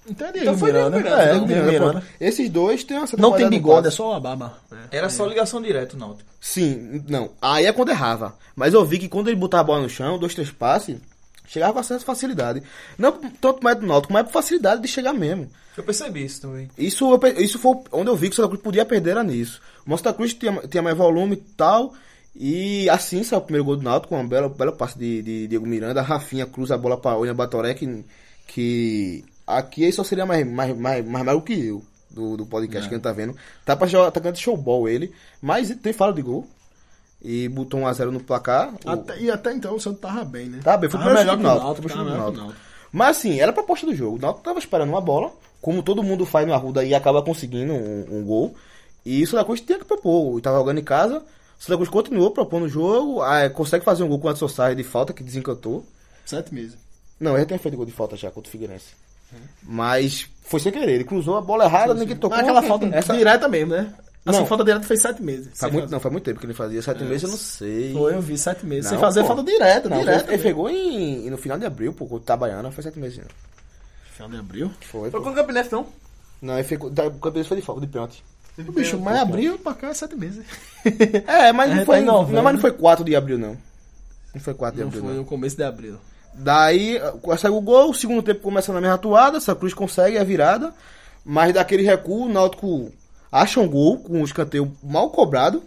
[SPEAKER 3] Então é
[SPEAKER 2] Então
[SPEAKER 3] Diego
[SPEAKER 2] foi
[SPEAKER 3] Miranda.
[SPEAKER 2] Diego Miranda,
[SPEAKER 3] É,
[SPEAKER 4] É,
[SPEAKER 3] Diego
[SPEAKER 4] Miranda,
[SPEAKER 3] Miranda.
[SPEAKER 4] pronto. Esses dois têm uma certa
[SPEAKER 3] Não tem
[SPEAKER 4] qualidade no
[SPEAKER 3] bigode, é
[SPEAKER 4] passe.
[SPEAKER 3] só a barba.
[SPEAKER 5] É, Era só ligação direta, Náutico.
[SPEAKER 4] Sim, não. Aí é quando errava. Mas eu vi que quando ele botava a bola no chão, dois, três passes, chegava com certa facilidade. Não tanto mais do Náutico, mas por facilidade de chegar mesmo.
[SPEAKER 5] Eu percebi isso também.
[SPEAKER 4] Isso, eu pe- isso foi onde eu vi que o Santa Cruz podia perder era nisso. O Santa Cruz tinha, tinha mais volume e tal. E assim saiu o primeiro gol do Náutico, com uma bela, bela passe de, de Diego Miranda. Rafinha cruza a bola para Olha Batoré, que, que aqui aí só seria mais, mais, mais, mais mago que eu do, do podcast que a gente tá vendo. Tá pra jogar, tá cantando showball ele, mas tem fala de gol. E botou 1x0 no placar. O-
[SPEAKER 3] Até- e até então o Santos tava bem, né?
[SPEAKER 4] Tá bem, foi o
[SPEAKER 3] tava
[SPEAKER 4] primeiro
[SPEAKER 3] melhor
[SPEAKER 4] jogo
[SPEAKER 3] que
[SPEAKER 4] do
[SPEAKER 3] o
[SPEAKER 4] Náutico.
[SPEAKER 3] Náutico.
[SPEAKER 4] foi o
[SPEAKER 3] Tava
[SPEAKER 4] primeiro
[SPEAKER 3] melhor que o
[SPEAKER 4] jogo do
[SPEAKER 3] Náutico.
[SPEAKER 4] Náutico. Mas assim, era a proposta do jogo. O Náutico tava esperando uma bola, como todo mundo faz no Arruda e acaba conseguindo um, um gol. E o Santa Cruz tinha que propor. E tava jogando em casa. O Santa Cruz continuou propondo o jogo. ah, consegue fazer um gol com o Adson Sarri de falta, que desencantou.
[SPEAKER 3] Sete meses.
[SPEAKER 4] Não, ele já tinha feito gol de falta já contra o Figueirense.
[SPEAKER 3] Hum.
[SPEAKER 4] Mas foi sem querer. Ele cruzou a bola errada, ninguém tocou.
[SPEAKER 3] Mas aquela falta
[SPEAKER 4] Essa-
[SPEAKER 3] direta mesmo, né? Assim,
[SPEAKER 4] Não.
[SPEAKER 3] falta direta fez sete meses.
[SPEAKER 4] Faz
[SPEAKER 3] Sem
[SPEAKER 4] muito,
[SPEAKER 3] fazer.
[SPEAKER 4] não, faz muito tempo que ele fazia. Sete meses, eu não sei.
[SPEAKER 3] É. Foi, eu vi sete meses. Tá Sem
[SPEAKER 4] Não,
[SPEAKER 3] fazer
[SPEAKER 4] pô.
[SPEAKER 3] falta direta,
[SPEAKER 4] Não,
[SPEAKER 3] direta.
[SPEAKER 4] Ele pegou em, no final de abril, pô, contra o Itabaiana. Foi sete meses. né?
[SPEAKER 3] Final de abril.
[SPEAKER 4] Foi, pô.
[SPEAKER 2] Foi com o Campinense, não?
[SPEAKER 4] Não, ele ficou. da- O campeonato foi de falta, de pênalti.
[SPEAKER 3] O bicho, mas abril pra cá é sete meses.
[SPEAKER 4] <laughs> É, mas não
[SPEAKER 3] É,
[SPEAKER 4] foi.
[SPEAKER 3] tá em
[SPEAKER 4] Não,
[SPEAKER 3] novembro.
[SPEAKER 4] mas não foi 4 de abril, não. Não foi 4 de
[SPEAKER 3] Não
[SPEAKER 4] abril,
[SPEAKER 3] foi
[SPEAKER 4] não.
[SPEAKER 3] no começo de né? abril.
[SPEAKER 4] Daí, eh, sai o gol, o segundo tempo começa na mesma atuada, essa Cruz consegue a virada. Mas daquele recuo, o Náutico acha um gol com um escanteio mal cobrado.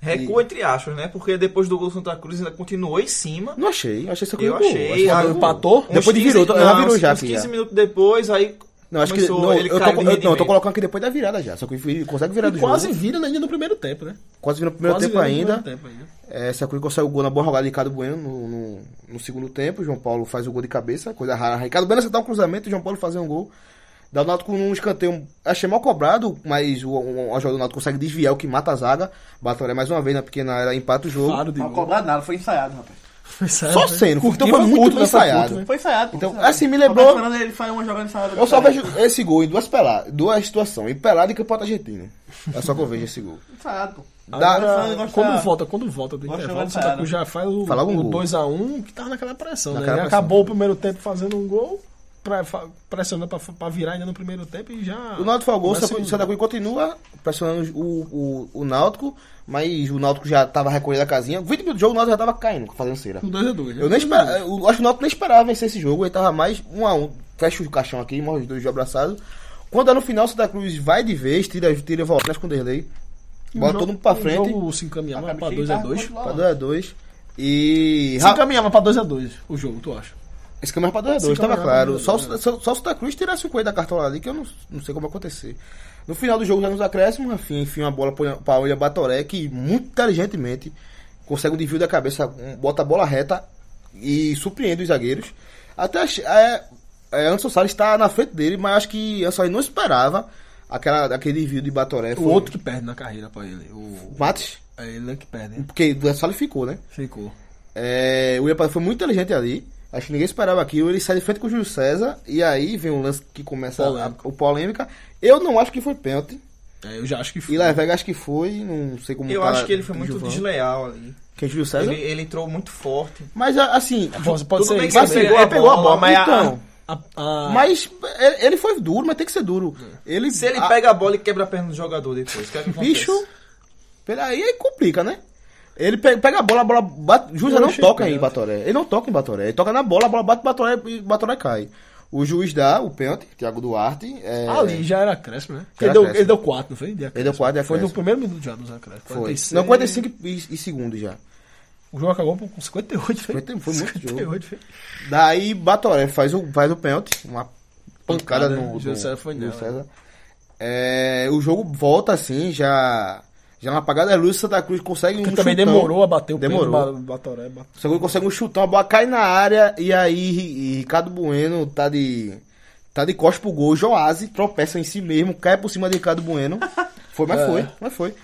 [SPEAKER 5] Recua entre aspas, né? Porque depois do gol do Santa Cruz ainda continuou em cima.
[SPEAKER 4] Não achei, achei essa Cruz
[SPEAKER 5] Eu
[SPEAKER 4] gol.
[SPEAKER 5] achei,
[SPEAKER 4] acho que
[SPEAKER 5] ah,
[SPEAKER 3] Tá
[SPEAKER 4] foi um gol.
[SPEAKER 3] empatou?
[SPEAKER 5] Uns
[SPEAKER 4] Depois de virou, tá-
[SPEAKER 3] é,
[SPEAKER 4] já virou já
[SPEAKER 5] uns
[SPEAKER 4] aqui.
[SPEAKER 5] 15
[SPEAKER 4] já.
[SPEAKER 5] minutos depois, aí.
[SPEAKER 4] Não, acho que.
[SPEAKER 5] começou,
[SPEAKER 4] Não,
[SPEAKER 5] ele
[SPEAKER 4] eu tô,
[SPEAKER 5] caiu de
[SPEAKER 4] eu, não, eu tô
[SPEAKER 5] rendimento.
[SPEAKER 4] colocando aqui depois da virada já. Só que ele consegue virar do
[SPEAKER 3] E quase
[SPEAKER 4] jogo.
[SPEAKER 3] vira ainda no primeiro tempo, né?
[SPEAKER 4] Quase vira no primeiro
[SPEAKER 3] Quase
[SPEAKER 4] tempo
[SPEAKER 3] vira no
[SPEAKER 4] ainda.
[SPEAKER 3] primeiro tempo ainda.
[SPEAKER 4] É, Sacuri consegue o gol na boa jogada de Ricardo Bueno no, no, no segundo tempo. João Paulo faz o gol de cabeça, coisa rara. Ricardo Bueno acertar um cruzamento e João Paulo fazer um gol. Dá o Náutico num escanteio, achei mal cobrado, mas o, o, o jogador do Náutico consegue desviar o que mata a zaga. Batoré mais uma vez né, na pequena área, empata o jogo.
[SPEAKER 3] Claro de
[SPEAKER 2] Não
[SPEAKER 3] gol.
[SPEAKER 2] cobrado nada, foi ensaiado, rapaz.
[SPEAKER 3] Foi sério,
[SPEAKER 4] Só
[SPEAKER 3] né?
[SPEAKER 4] sendo, foi- então
[SPEAKER 3] Curtiu,
[SPEAKER 4] foi
[SPEAKER 3] curto, né?
[SPEAKER 4] muito bem
[SPEAKER 3] Foi curto,
[SPEAKER 4] ensaiado.
[SPEAKER 3] né?
[SPEAKER 2] Foi ensaiado. foi
[SPEAKER 4] Então,
[SPEAKER 2] ensaiado.
[SPEAKER 4] assim, me lembrou-
[SPEAKER 2] Roberto Fernandes, ele faz uma jogada ensaiada.
[SPEAKER 4] Eu só vejo esse gol em duas peladas, duas situações, em pelada e campeonato argentino. É só que eu vejo esse gol.
[SPEAKER 2] Ensaiado, pô.
[SPEAKER 4] Dá,
[SPEAKER 2] eu
[SPEAKER 3] Agora,
[SPEAKER 2] gosto da-
[SPEAKER 3] quando volta, quando volta do
[SPEAKER 2] Gosto
[SPEAKER 3] intervalo, o
[SPEAKER 2] de
[SPEAKER 3] Santa
[SPEAKER 2] jogar
[SPEAKER 3] Cruz já faz o,
[SPEAKER 4] Fala algum
[SPEAKER 3] o
[SPEAKER 4] gol.
[SPEAKER 3] 2x1, que tava naquela pressão, né?
[SPEAKER 4] Naquela
[SPEAKER 3] Ele
[SPEAKER 4] pressão.
[SPEAKER 3] Acabou o primeiro tempo fazendo um gol, pra, fa- pressionando pra, pra virar ainda no primeiro tempo e já...
[SPEAKER 4] O Náutico falou, o
[SPEAKER 3] Começa
[SPEAKER 4] Santa Cruz
[SPEAKER 3] em-
[SPEAKER 4] Santa Cruz continua pressionando o, o, o Náutico, mas o Náutico já tava recolhendo a casinha. 20 minutos do jogo o Náutico já tava caindo, fazendo cera.
[SPEAKER 3] Com 2x2.
[SPEAKER 4] Eu nem esperava, eu acho que o Náutico nem esperava vencer esse jogo, ele tava mais um a um. Fecha o caixão aqui, morre os dois de abraçado. Quando é no final, o Santa Cruz vai de vez, tira, tira volta com o Derlei, bota todo mundo pra frente,
[SPEAKER 3] O Um jogo se encaminhava pra
[SPEAKER 2] Acabei de chegar,
[SPEAKER 3] 2x2.
[SPEAKER 2] continuar.
[SPEAKER 4] pra 2x2. E.
[SPEAKER 3] Se encaminhava pra 2x2 o jogo, tu acha?
[SPEAKER 4] Esse é câmera pra 2 a 2
[SPEAKER 3] Esse é
[SPEAKER 4] tava
[SPEAKER 3] câmera
[SPEAKER 4] claro.
[SPEAKER 3] pra
[SPEAKER 4] Só,
[SPEAKER 3] 2 a 2.
[SPEAKER 4] só, só o Santa Cruz tirasse o coelho da cartola ali, que eu não, não sei como vai acontecer. No final do jogo, já nos acréscimos, enfim, enfim, uma bola pra- pra Olha Batoré, que muito inteligentemente consegue um desvio da cabeça, um- bota a bola reta e surpreende os zagueiros. Até ach- é, é, Anderson Salles está na frente dele, mas acho que Anderson Salles não esperava aquela, aquele desvio de Batoré.
[SPEAKER 3] O outro que perde na carreira pra ele. O...
[SPEAKER 4] Matos,
[SPEAKER 3] É ele né, que perde, né?
[SPEAKER 4] porque o Salles ficou, né?
[SPEAKER 3] Ficou.
[SPEAKER 4] É, o Iapata foi muito inteligente ali. Acho que ninguém esperava aquilo. Ele sai de frente com o Júlio César. E aí vem um lance que começa a,
[SPEAKER 3] Polêmica.
[SPEAKER 4] o polêmica. Eu não acho que foi pênalti.
[SPEAKER 3] É, eu já acho que foi.
[SPEAKER 4] E Las Vegas acho que foi. Não sei como
[SPEAKER 5] Eu
[SPEAKER 4] tá
[SPEAKER 5] acho que ele foi muito
[SPEAKER 4] Gilvan.
[SPEAKER 5] desleal ali.
[SPEAKER 4] Quem é Júlio César?
[SPEAKER 5] Ele, ele entrou muito forte.
[SPEAKER 4] Mas a- assim.
[SPEAKER 3] Pode- Pode
[SPEAKER 5] Tudo
[SPEAKER 3] ser
[SPEAKER 5] bem
[SPEAKER 3] isso.
[SPEAKER 5] que
[SPEAKER 4] Mas,
[SPEAKER 5] ele
[SPEAKER 4] assim,
[SPEAKER 5] pegou a
[SPEAKER 4] ele pegou a bola,
[SPEAKER 5] bola, mas a- Ah.
[SPEAKER 4] então,
[SPEAKER 3] A- a-
[SPEAKER 4] mas ele- ele foi duro, mas tem que ser duro. Ele,
[SPEAKER 5] Se ele
[SPEAKER 4] a-
[SPEAKER 5] pega a bola e quebra a perna do jogador depois, o que é que acontece?
[SPEAKER 4] Ah. Bicho, peraí, aí complica, né? Ele pe- pega a bola, a bola bate. Júlio
[SPEAKER 3] Eu
[SPEAKER 4] não
[SPEAKER 3] achei
[SPEAKER 4] toca em
[SPEAKER 3] pênalti.
[SPEAKER 4] Batoré. Ele não toca em Batoré. Ele toca na bola, a bola bate Batoré e Batoré cai. O juiz dá o pênalti, Thiago Duarte. é-
[SPEAKER 3] Ali já era acréscimo, né?
[SPEAKER 4] Era
[SPEAKER 3] Ele deu,
[SPEAKER 4] acréscimo.
[SPEAKER 3] ele deu 4, não foi? De acréscimo.
[SPEAKER 4] Ele deu
[SPEAKER 6] É,
[SPEAKER 4] quatro de
[SPEAKER 3] Foi no
[SPEAKER 4] acréscimo.
[SPEAKER 3] primeiro minuto já dos acréscimos.
[SPEAKER 4] Foi.
[SPEAKER 3] 46.
[SPEAKER 4] Não, 45 e, e segundo já.
[SPEAKER 3] O jogo acabou com 58, foi?
[SPEAKER 4] 50, um, foi muito jogo.
[SPEAKER 3] 58, foi.
[SPEAKER 4] Daí Batoré faz o, faz o pênalti, uma pancada
[SPEAKER 3] Pancada,
[SPEAKER 4] no.
[SPEAKER 3] o Júlio César foi
[SPEAKER 4] Júlio
[SPEAKER 3] nela.
[SPEAKER 4] César. É, o jogo volta assim, já. Já na apagada da luz, Santa Cruz consegue um
[SPEAKER 3] Que também
[SPEAKER 4] chutão.
[SPEAKER 3] demorou a bater o
[SPEAKER 4] Demorou.
[SPEAKER 3] pênalti, ba- Batoré bateu.
[SPEAKER 4] O Santa Cruz consegue um chutão, a bola cai na área e aí Ri- e Ricardo Bueno tá de. tá de costas pro gol. Joase tropeça em si mesmo, cai por cima de Ricardo Bueno. Foi, mas
[SPEAKER 3] É.
[SPEAKER 4] foi, mas foi.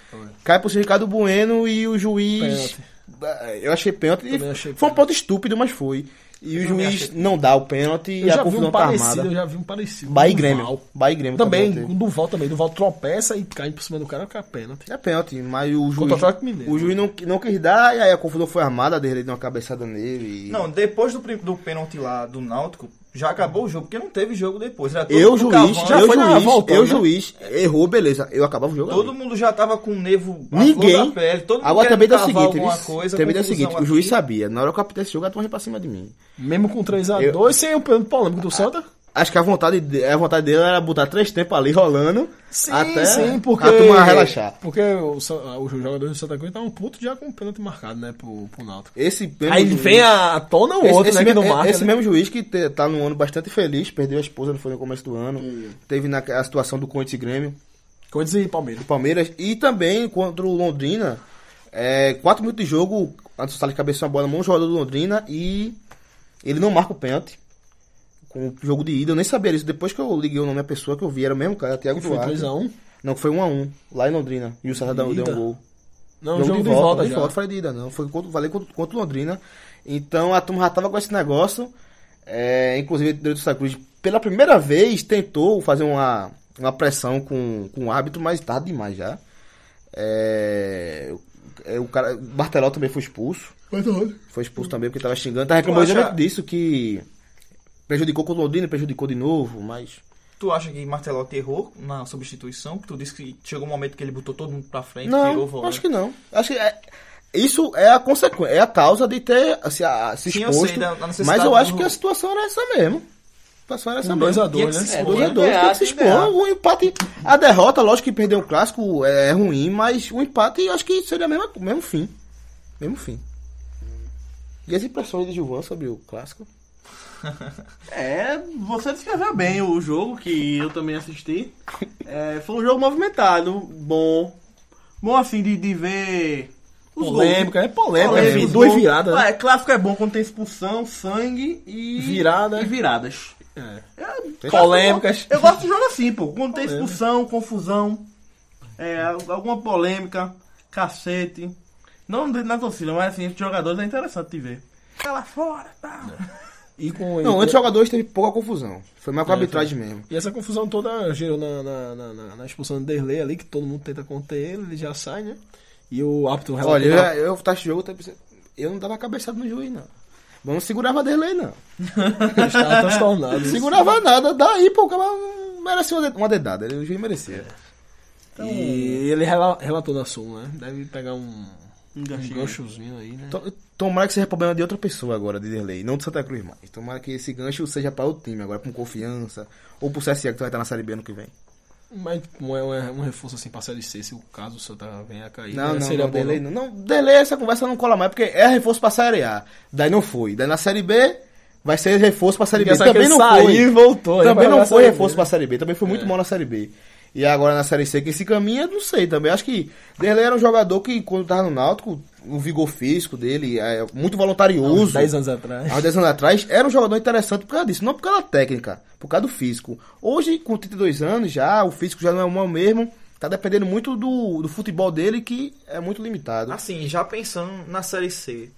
[SPEAKER 4] Cai por cima de Ricardo Bueno e o juiz.
[SPEAKER 3] Pênalti.
[SPEAKER 4] Eu achei pênalti.
[SPEAKER 3] Também
[SPEAKER 4] E
[SPEAKER 3] achei
[SPEAKER 4] foi um
[SPEAKER 3] pênalti.
[SPEAKER 4] ponto estúpido, mas foi. E o
[SPEAKER 5] Não me
[SPEAKER 4] juiz
[SPEAKER 5] achei.
[SPEAKER 4] não dá o pênalti e
[SPEAKER 6] eu já
[SPEAKER 4] a
[SPEAKER 6] vi um
[SPEAKER 4] confusão tá
[SPEAKER 6] parecido, eu
[SPEAKER 4] armada.
[SPEAKER 6] já vi um parecido.
[SPEAKER 4] Bahia e
[SPEAKER 6] Duval.
[SPEAKER 4] Grêmio. tá né? Bahia e Grêmio
[SPEAKER 6] Também,
[SPEAKER 4] teve.
[SPEAKER 6] o Duval também. Duval tropeça e cai por cima do cara com a pênalti.
[SPEAKER 4] É pênalti, mas o
[SPEAKER 6] Contra o
[SPEAKER 4] juiz,
[SPEAKER 6] Atlético Mineiro.
[SPEAKER 4] o juiz não, não quis dar, e aí a confusão foi armada, a dele deu uma cabeçada nele. e-
[SPEAKER 5] Não, depois do, prim- do pênalti lá do Náutico, já acabou o jogo, porque não teve jogo depois. Era todo
[SPEAKER 4] Eu,
[SPEAKER 5] mundo
[SPEAKER 4] juiz,
[SPEAKER 5] cavando,
[SPEAKER 4] eu,
[SPEAKER 6] foi na
[SPEAKER 4] juiz,
[SPEAKER 6] volta,
[SPEAKER 4] eu,
[SPEAKER 6] né?
[SPEAKER 4] juiz, errou, beleza. Eu acabava o jogo.
[SPEAKER 5] Todo
[SPEAKER 4] ali.
[SPEAKER 5] mundo já tava com o nevo à flor
[SPEAKER 4] Ninguém.
[SPEAKER 5] da pele, todo mundo
[SPEAKER 4] Agora também
[SPEAKER 5] querendo
[SPEAKER 4] dá o
[SPEAKER 5] cavar
[SPEAKER 4] seguinte,
[SPEAKER 5] alguma
[SPEAKER 4] eles-
[SPEAKER 5] coisa,
[SPEAKER 4] também dá o
[SPEAKER 5] confusão
[SPEAKER 4] seguinte, o
[SPEAKER 5] aqui.
[SPEAKER 4] juiz sabia. Na hora que eu apitei esse jogo, a turma ia pra cima de mim.
[SPEAKER 6] Mesmo com 3x2, sem o pênalti polêmico
[SPEAKER 4] Ah,
[SPEAKER 6] do Santa.
[SPEAKER 4] Acho que a vontade, de- a vontade dele era botar três tempos ali rolando.
[SPEAKER 6] Sim,
[SPEAKER 4] até
[SPEAKER 6] sim, porque.
[SPEAKER 4] A turma relaxar.
[SPEAKER 6] Porque o, Sa- os jogadores do Santa Cruz estavam putos já com o pênalti marcado, né, pro, pro Náutico.
[SPEAKER 4] Esse mesmo
[SPEAKER 6] Aí
[SPEAKER 4] juiz-
[SPEAKER 6] vem a à tona o
[SPEAKER 4] esse,
[SPEAKER 6] outro,
[SPEAKER 4] esse
[SPEAKER 6] né, que
[SPEAKER 4] mesmo,
[SPEAKER 6] não
[SPEAKER 4] é-
[SPEAKER 6] marca.
[SPEAKER 4] esse
[SPEAKER 6] né?
[SPEAKER 4] mesmo juiz que te- tá num ano bastante feliz, perdeu a esposa, não foi no começo do ano.
[SPEAKER 5] Hum.
[SPEAKER 4] Teve na, a situação do Conte e Grêmio.
[SPEAKER 6] Corinthians e Palmeiras.
[SPEAKER 4] do Palmeiras e também contra o Londrina. É, quatro minutos de jogo, Anderson Salles cabeça é uma bola na mão do jogador do Londrina e ele não marca o pênalti. Com o jogo de ida, eu nem sabia disso. Depois que eu liguei o nome da pessoa que eu vi, era o mesmo cara, Thiago
[SPEAKER 6] Que foi
[SPEAKER 4] Duarte.
[SPEAKER 6] 3x1.
[SPEAKER 4] Não, que foi 1x1, lá em Londrina. E o Sardão deu
[SPEAKER 6] Ida.
[SPEAKER 4] um gol.
[SPEAKER 6] Não, jogo, de volta, tá
[SPEAKER 4] de
[SPEAKER 6] já.
[SPEAKER 4] volta, foi de ida, não. Foi contra, valeu contra, contra o Londrina. Então a turma já tava com esse negócio. É, inclusive, o direito do Santa Cruz, pela primeira vez, tentou fazer uma, uma pressão com, com o árbitro, mas tarde demais já. É, é, o cara, o Barteló também foi expulso. Foi expulso também porque tava xingando. Tá reclamando
[SPEAKER 5] acha-
[SPEAKER 4] exatamente disso, que prejudicou com o Londrina, prejudicou de novo, mas.
[SPEAKER 5] Tu acha que Martelotti errou na substituição? Que tu disse que chegou um momento que ele botou todo mundo pra frente, tirou o
[SPEAKER 4] Não,
[SPEAKER 5] volante.
[SPEAKER 4] acho que não. Acho que é- isso é a consequência, é a causa de ter se, a, se
[SPEAKER 5] Sim, eu
[SPEAKER 4] exposto.
[SPEAKER 5] sei da- da necessidade
[SPEAKER 4] mas eu
[SPEAKER 5] do
[SPEAKER 4] acho
[SPEAKER 5] jogo.
[SPEAKER 4] que a situação era essa mesmo. A situação era essa
[SPEAKER 6] Um
[SPEAKER 4] mesmo.
[SPEAKER 6] 2x2,
[SPEAKER 5] Tinha que
[SPEAKER 6] né?
[SPEAKER 5] se-
[SPEAKER 6] É,
[SPEAKER 4] Dois a
[SPEAKER 7] Tem
[SPEAKER 4] dois,
[SPEAKER 7] que
[SPEAKER 4] tem que se
[SPEAKER 7] ganhar, tem que
[SPEAKER 4] expor. O empate, a derrota, lógico que perder um clássico é ruim, mas o empate eu acho que seria o mesmo, mesmo fim. Mesmo fim. E as impressões de Gilvan sobre o clássico?
[SPEAKER 2] É, você descreveu bem o jogo, que eu também assisti. É, foi um jogo movimentado, bom. Bom assim de, de ver. os gols.
[SPEAKER 6] Polêmica, é polêmica.
[SPEAKER 2] Polêmica,
[SPEAKER 6] Polêmica,
[SPEAKER 2] os
[SPEAKER 6] duas
[SPEAKER 2] gols.
[SPEAKER 6] viradas. né?
[SPEAKER 2] É, clássico é bom quando tem expulsão, sangue e.
[SPEAKER 6] Virada.
[SPEAKER 2] E viradas.
[SPEAKER 6] É.
[SPEAKER 2] Eu
[SPEAKER 6] Polêmicas.
[SPEAKER 2] gosto de- Eu gosto de jogo assim, pô. Quando tem
[SPEAKER 6] Polêmica.
[SPEAKER 2] expulsão, confusão, é, alguma polêmica, cacete. Não de- na torcida, mas assim, entre jogadores é interessante de ver. Tá lá fora, tá.
[SPEAKER 6] E com
[SPEAKER 4] Não,
[SPEAKER 6] e-
[SPEAKER 4] entre os jogadores teve pouca confusão. Foi mais com
[SPEAKER 6] É,
[SPEAKER 4] a arbitragem mesmo.
[SPEAKER 6] E essa confusão toda gerou na, na, na- na- na expulsão do Derley ali, que todo mundo tenta conter ele, ele já sai, né? E o árbitro
[SPEAKER 4] Olha, eu,
[SPEAKER 6] relatou-
[SPEAKER 4] eu, eu tava esse jogo, eu tava pensando, eu não dava cabeçada no juiz, não. Mas não segurava dele aí, não.
[SPEAKER 6] estava tá <laughs> transtornado.
[SPEAKER 4] Segurava nada, daí, pô, o cara não merecia uma de- uma dedada, ele o juiz merecia.
[SPEAKER 6] E ele rela- relatou na súmula, né? Deve pegar um,
[SPEAKER 2] Um
[SPEAKER 6] um
[SPEAKER 2] ganchinho.
[SPEAKER 6] ganchozinho aí, né?
[SPEAKER 4] To- Tomara que seja problema de outra pessoa agora, de Derlei, não do Santa Cruz mais. Tomara que esse gancho seja para o time agora, com confiança, ou pro CSE que vai estar na Série B ano que vem.
[SPEAKER 6] Mas como é um, é um reforço assim pra Série C, se o caso do Santa venha a cair,
[SPEAKER 4] Não,
[SPEAKER 6] né?
[SPEAKER 4] não,
[SPEAKER 6] seria
[SPEAKER 4] não,
[SPEAKER 6] bom.
[SPEAKER 4] Derlei não. Não, Derlei, essa conversa não cola mais, porque é reforço pra Série A. Daí não foi. Daí na Série B, vai ser reforço pra Série B.
[SPEAKER 6] Ninguém sabe
[SPEAKER 4] Também
[SPEAKER 6] quem
[SPEAKER 4] não
[SPEAKER 6] saiu
[SPEAKER 4] foi.
[SPEAKER 6] e voltou, né,
[SPEAKER 4] Também
[SPEAKER 6] pra jogar
[SPEAKER 4] não
[SPEAKER 6] a
[SPEAKER 4] foi
[SPEAKER 6] Série B,
[SPEAKER 4] reforço
[SPEAKER 6] né?
[SPEAKER 4] pra Série B, também foi muito mal na Série B. E agora na Série C, quem se caminha, não sei também. Acho que Derlei era um jogador que, quando tava no Náutico, o vigor físico dele é muito voluntarioso.
[SPEAKER 6] 10 anos atrás.
[SPEAKER 4] Há uns 10 anos atrás, era um jogador interessante por causa disso, não por causa da técnica, por causa do físico. Hoje, com 32 anos já, o físico já não é o mesmo, tá dependendo muito do, do futebol dele, que é muito limitado.
[SPEAKER 6] Ah,
[SPEAKER 5] Assim, já pensando na Série C,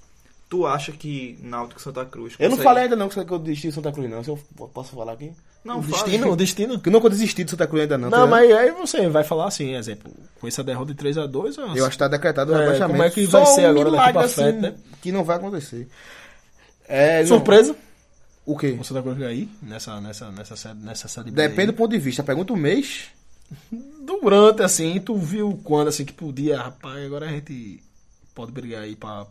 [SPEAKER 5] tu acha que Náutico e Santa Cruz
[SPEAKER 4] eu não
[SPEAKER 5] consegue-
[SPEAKER 4] falei ainda não que eu desisti do Santa Cruz não, se eu posso falar aqui?
[SPEAKER 5] Não,
[SPEAKER 6] o
[SPEAKER 5] fala.
[SPEAKER 6] destino, o destino. né?
[SPEAKER 4] Que eu nunca desisti do Santa Cruz ainda não. tá
[SPEAKER 6] Não,
[SPEAKER 4] ligado?
[SPEAKER 6] mas aí você vai falar assim, exemplo, com essa derrota de 3x2,
[SPEAKER 4] Eu acho que tá decretado o
[SPEAKER 6] É,
[SPEAKER 4] rebaixamento. um
[SPEAKER 6] como é que vai ser agora daqui
[SPEAKER 4] milagre, assim,
[SPEAKER 6] pra frente, né?
[SPEAKER 4] Que não vai acontecer. É, não-
[SPEAKER 6] surpresa.
[SPEAKER 4] O quê?
[SPEAKER 6] O Santa Cruz cair tá nessa, nessa, nessa, série- nessa série B.
[SPEAKER 4] Depende do ponto de vista. Pergunta o mês,
[SPEAKER 6] Durante, assim, tu viu quando, assim, que podia, rapaz, agora a gente pode brigar aí pra,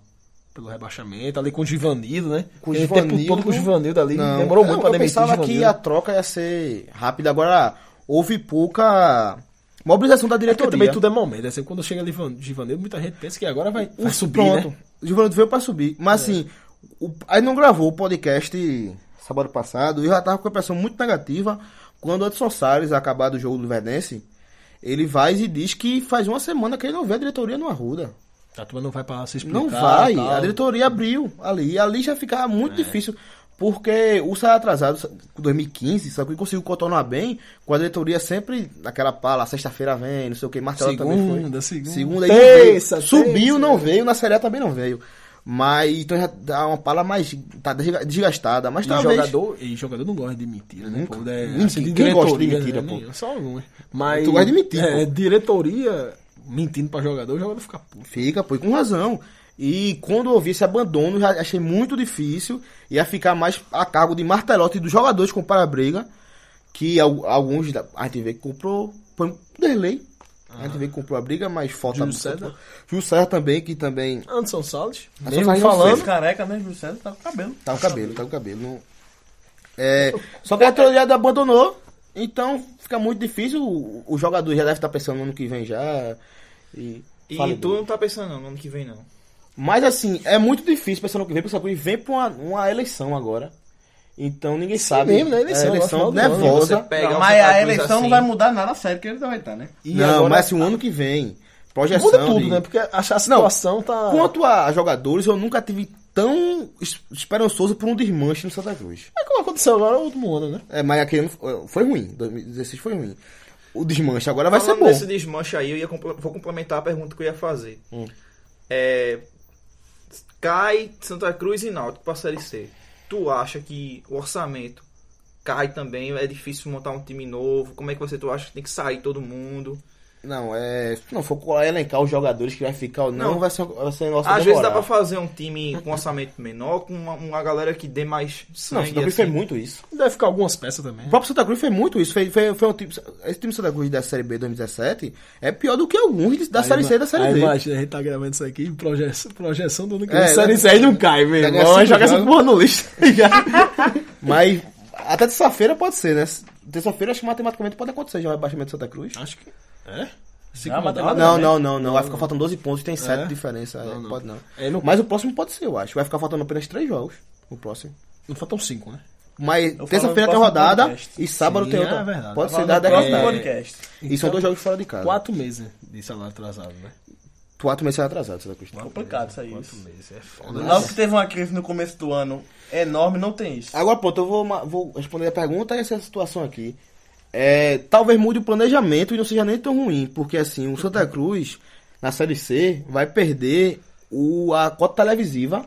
[SPEAKER 6] pelo rebaixamento, ali com o Givanildo, né?
[SPEAKER 4] Com o
[SPEAKER 6] Aquele
[SPEAKER 4] Givanildo.
[SPEAKER 6] tempo todo com o Givanildo ali,
[SPEAKER 4] Não,
[SPEAKER 6] demorou
[SPEAKER 4] eu-
[SPEAKER 6] muito pra
[SPEAKER 4] Eu
[SPEAKER 6] demitir o
[SPEAKER 4] pensava que
[SPEAKER 6] Givanildo.
[SPEAKER 4] a troca ia ser rápida. Agora, houve pouca mobilização da
[SPEAKER 6] É porque
[SPEAKER 4] diretoria.
[SPEAKER 6] também tudo é momento, assim, quando chega ali Van- Givanildo, muita gente pensa que agora vai, vai subir, né? É.
[SPEAKER 4] O Givanildo veio pra subir. Mas assim, o- aí não gravou o podcast sábado passado. E eu já tava com a impressão muito negativa. Quando o Edson Salles, acabado o jogo do Verdense, ele vai e diz que faz uma semana que ele não vê a diretoria no Arruda.
[SPEAKER 6] A turma não vai pra se explicar.
[SPEAKER 4] Não vai.
[SPEAKER 6] tal. É.
[SPEAKER 4] A diretoria abriu ali. E ali já ficava muito difícil. Porque o salário atrasado, sa- 2015, só que conseguiu contornar bem, com a diretoria sempre naquela pala, sexta-feira vem, não sei o que, Marcelo também foi.
[SPEAKER 6] Segunda, segunda.
[SPEAKER 4] Segunda aí não veio.
[SPEAKER 6] Terça,
[SPEAKER 4] Subiu,
[SPEAKER 6] terça.
[SPEAKER 4] não veio, na Série A também não veio. Mas então já dá uma pala mais. Tá desga- desgastada. Mas
[SPEAKER 6] E
[SPEAKER 4] talvez.
[SPEAKER 6] jogador, e jogador não gosta de mentira, né?
[SPEAKER 4] Nunca.
[SPEAKER 6] Pô, é,
[SPEAKER 4] Ninguém-
[SPEAKER 6] de
[SPEAKER 4] quem gosta de
[SPEAKER 6] diretoria,
[SPEAKER 4] mentira,
[SPEAKER 6] né?
[SPEAKER 4] pô? um,
[SPEAKER 6] Nem- Só alguns. Mas.
[SPEAKER 4] Tu gosta de mentir,
[SPEAKER 6] É,
[SPEAKER 4] pô.
[SPEAKER 6] diretoria mentindo pra jogador, o jogador fica puto.
[SPEAKER 4] Fica, pô, e com razão. E quando eu ouvi esse abandono, já achei muito difícil. Ia ficar mais a cargo de martelote dos jogadores com para a briga. Que al- alguns da a gente vê que comprou. Foi um Derlei. A gente vê que comprou a briga, mas falta.
[SPEAKER 6] Júlio César.
[SPEAKER 4] Júlio César também, que também. Ah,
[SPEAKER 6] Anderson Salles.
[SPEAKER 4] Anderson
[SPEAKER 6] mesmo
[SPEAKER 4] Salles
[SPEAKER 6] falando.
[SPEAKER 2] Fez careca, né? Júlio César tá com cabelo.
[SPEAKER 4] um Tá o cabelo, tá o cabelo. Não... É, só que a torneada abandonou, então fica muito difícil. O, o jogador já deve estar pensando no ano que vem já. E,
[SPEAKER 5] E
[SPEAKER 4] Fala,
[SPEAKER 5] tu não tá pensando não, no ano que vem não.
[SPEAKER 4] Mas assim, é muito difícil pensar no que vem, porque o Sapuí vem pra uma, uma eleição agora. Então ninguém sabe.
[SPEAKER 6] mesmo, né? Eleição,
[SPEAKER 4] é eleição
[SPEAKER 6] agora, final do ano,
[SPEAKER 4] nervosa.
[SPEAKER 5] Pega
[SPEAKER 2] Não, mas
[SPEAKER 5] outra
[SPEAKER 2] a
[SPEAKER 5] coisa
[SPEAKER 2] eleição
[SPEAKER 5] assim.
[SPEAKER 2] não vai mudar nada sério, que ele ainda vai estar, né?
[SPEAKER 6] E
[SPEAKER 4] não,
[SPEAKER 6] agora-
[SPEAKER 4] mas assim, o ano que vem. Projeção.
[SPEAKER 6] Muda tudo,
[SPEAKER 4] de-
[SPEAKER 6] né? Porque a, a situação tá.
[SPEAKER 4] Quanto a jogadores, eu nunca tive tão es- esperançoso por um desmanche no Santa Cruz.
[SPEAKER 6] É como aconteceu agora no último ano, né?
[SPEAKER 4] É, mas aquele ano foi- foi ruim. 2016 foi ruim. O desmanche agora vai
[SPEAKER 5] Falando
[SPEAKER 4] ser
[SPEAKER 5] desse
[SPEAKER 4] bom.
[SPEAKER 5] desmanche aí, eu ia compl- vou complementar a pergunta que eu ia fazer.
[SPEAKER 4] Hum.
[SPEAKER 5] É, cai Santa Cruz e Náutico pra Série C. Tu acha que o orçamento cai também? É difícil montar um time novo? Como é que você tu acha que tem que sair todo mundo?
[SPEAKER 4] Não, é. Se não for colar- elencar os jogadores que vai ficar ou não,
[SPEAKER 5] Não.
[SPEAKER 4] vai ser, um, vai ser nossa
[SPEAKER 5] Às vezes dá pra
[SPEAKER 4] demorada.
[SPEAKER 5] fazer um time com orçamento menor, com uma, uma galera que dê mais
[SPEAKER 4] Não, o
[SPEAKER 5] sangue.
[SPEAKER 4] Santa Cruz
[SPEAKER 5] assim.
[SPEAKER 4] fez muito isso.
[SPEAKER 6] Deve ficar algumas peças também.
[SPEAKER 4] O próprio Santa Cruz foi muito isso. Foi, foi, foi um time, esse time do Santa Cruz da Série B 2017 é pior do que alguns de- da
[SPEAKER 6] Aí,
[SPEAKER 4] Série C e da
[SPEAKER 6] aí,
[SPEAKER 4] Série D.
[SPEAKER 6] Imagina, a gente tá gravando isso aqui, projeção, projeção do ano que vem.
[SPEAKER 4] É,
[SPEAKER 6] série
[SPEAKER 4] né?
[SPEAKER 6] C aí não cai, meu
[SPEAKER 4] Pega
[SPEAKER 6] irmão.
[SPEAKER 4] cinco
[SPEAKER 6] Joga essa
[SPEAKER 4] jogos.
[SPEAKER 6] porra no
[SPEAKER 4] <laughs>
[SPEAKER 6] lixo.
[SPEAKER 4] Mas até terça-feira pode ser, né? Terça-feira acho que matematicamente pode acontecer já o rebaixamento do Santa Cruz.
[SPEAKER 6] Acho que. É?
[SPEAKER 2] Já, mas
[SPEAKER 4] Não,
[SPEAKER 2] nada,
[SPEAKER 4] não,
[SPEAKER 2] né?
[SPEAKER 4] não, não, Vai ficar faltando 12 pontos, tem 7
[SPEAKER 6] É?
[SPEAKER 4] de diferença. é,
[SPEAKER 6] não.
[SPEAKER 4] Pode não.
[SPEAKER 6] É, não,
[SPEAKER 4] Mas o próximo pode ser, eu acho. Vai ficar faltando apenas 3 jogos o próximo.
[SPEAKER 6] não faltam cinco, né?
[SPEAKER 4] Mas
[SPEAKER 2] falo
[SPEAKER 4] terça-feira
[SPEAKER 2] no
[SPEAKER 4] tem
[SPEAKER 2] próximo
[SPEAKER 4] rodada
[SPEAKER 2] podcast.
[SPEAKER 4] e sábado
[SPEAKER 6] Sim,
[SPEAKER 4] tem
[SPEAKER 6] é
[SPEAKER 4] outra.
[SPEAKER 6] verdade.
[SPEAKER 4] Pode ser
[SPEAKER 2] Fala
[SPEAKER 4] da
[SPEAKER 2] no próximo
[SPEAKER 4] década.
[SPEAKER 2] né? podcast.
[SPEAKER 4] E são dois jogos fora de casa.
[SPEAKER 6] Então, Quatro meses de salário atrasado, né?
[SPEAKER 4] Quatro meses atrasados, Santa Cruz.
[SPEAKER 2] Complicado isso aí.
[SPEAKER 6] Quatro
[SPEAKER 2] isso.
[SPEAKER 6] meses, é
[SPEAKER 2] O
[SPEAKER 6] foda.
[SPEAKER 2] Náutico teve uma crise no começo do ano enorme, não tem isso.
[SPEAKER 4] Agora, pronto, eu vou, ma- vou responder a pergunta e essa situação aqui. É, talvez mude o planejamento e não seja nem tão ruim, porque assim, o Santa Cruz, na Série C, vai perder o, a cota televisiva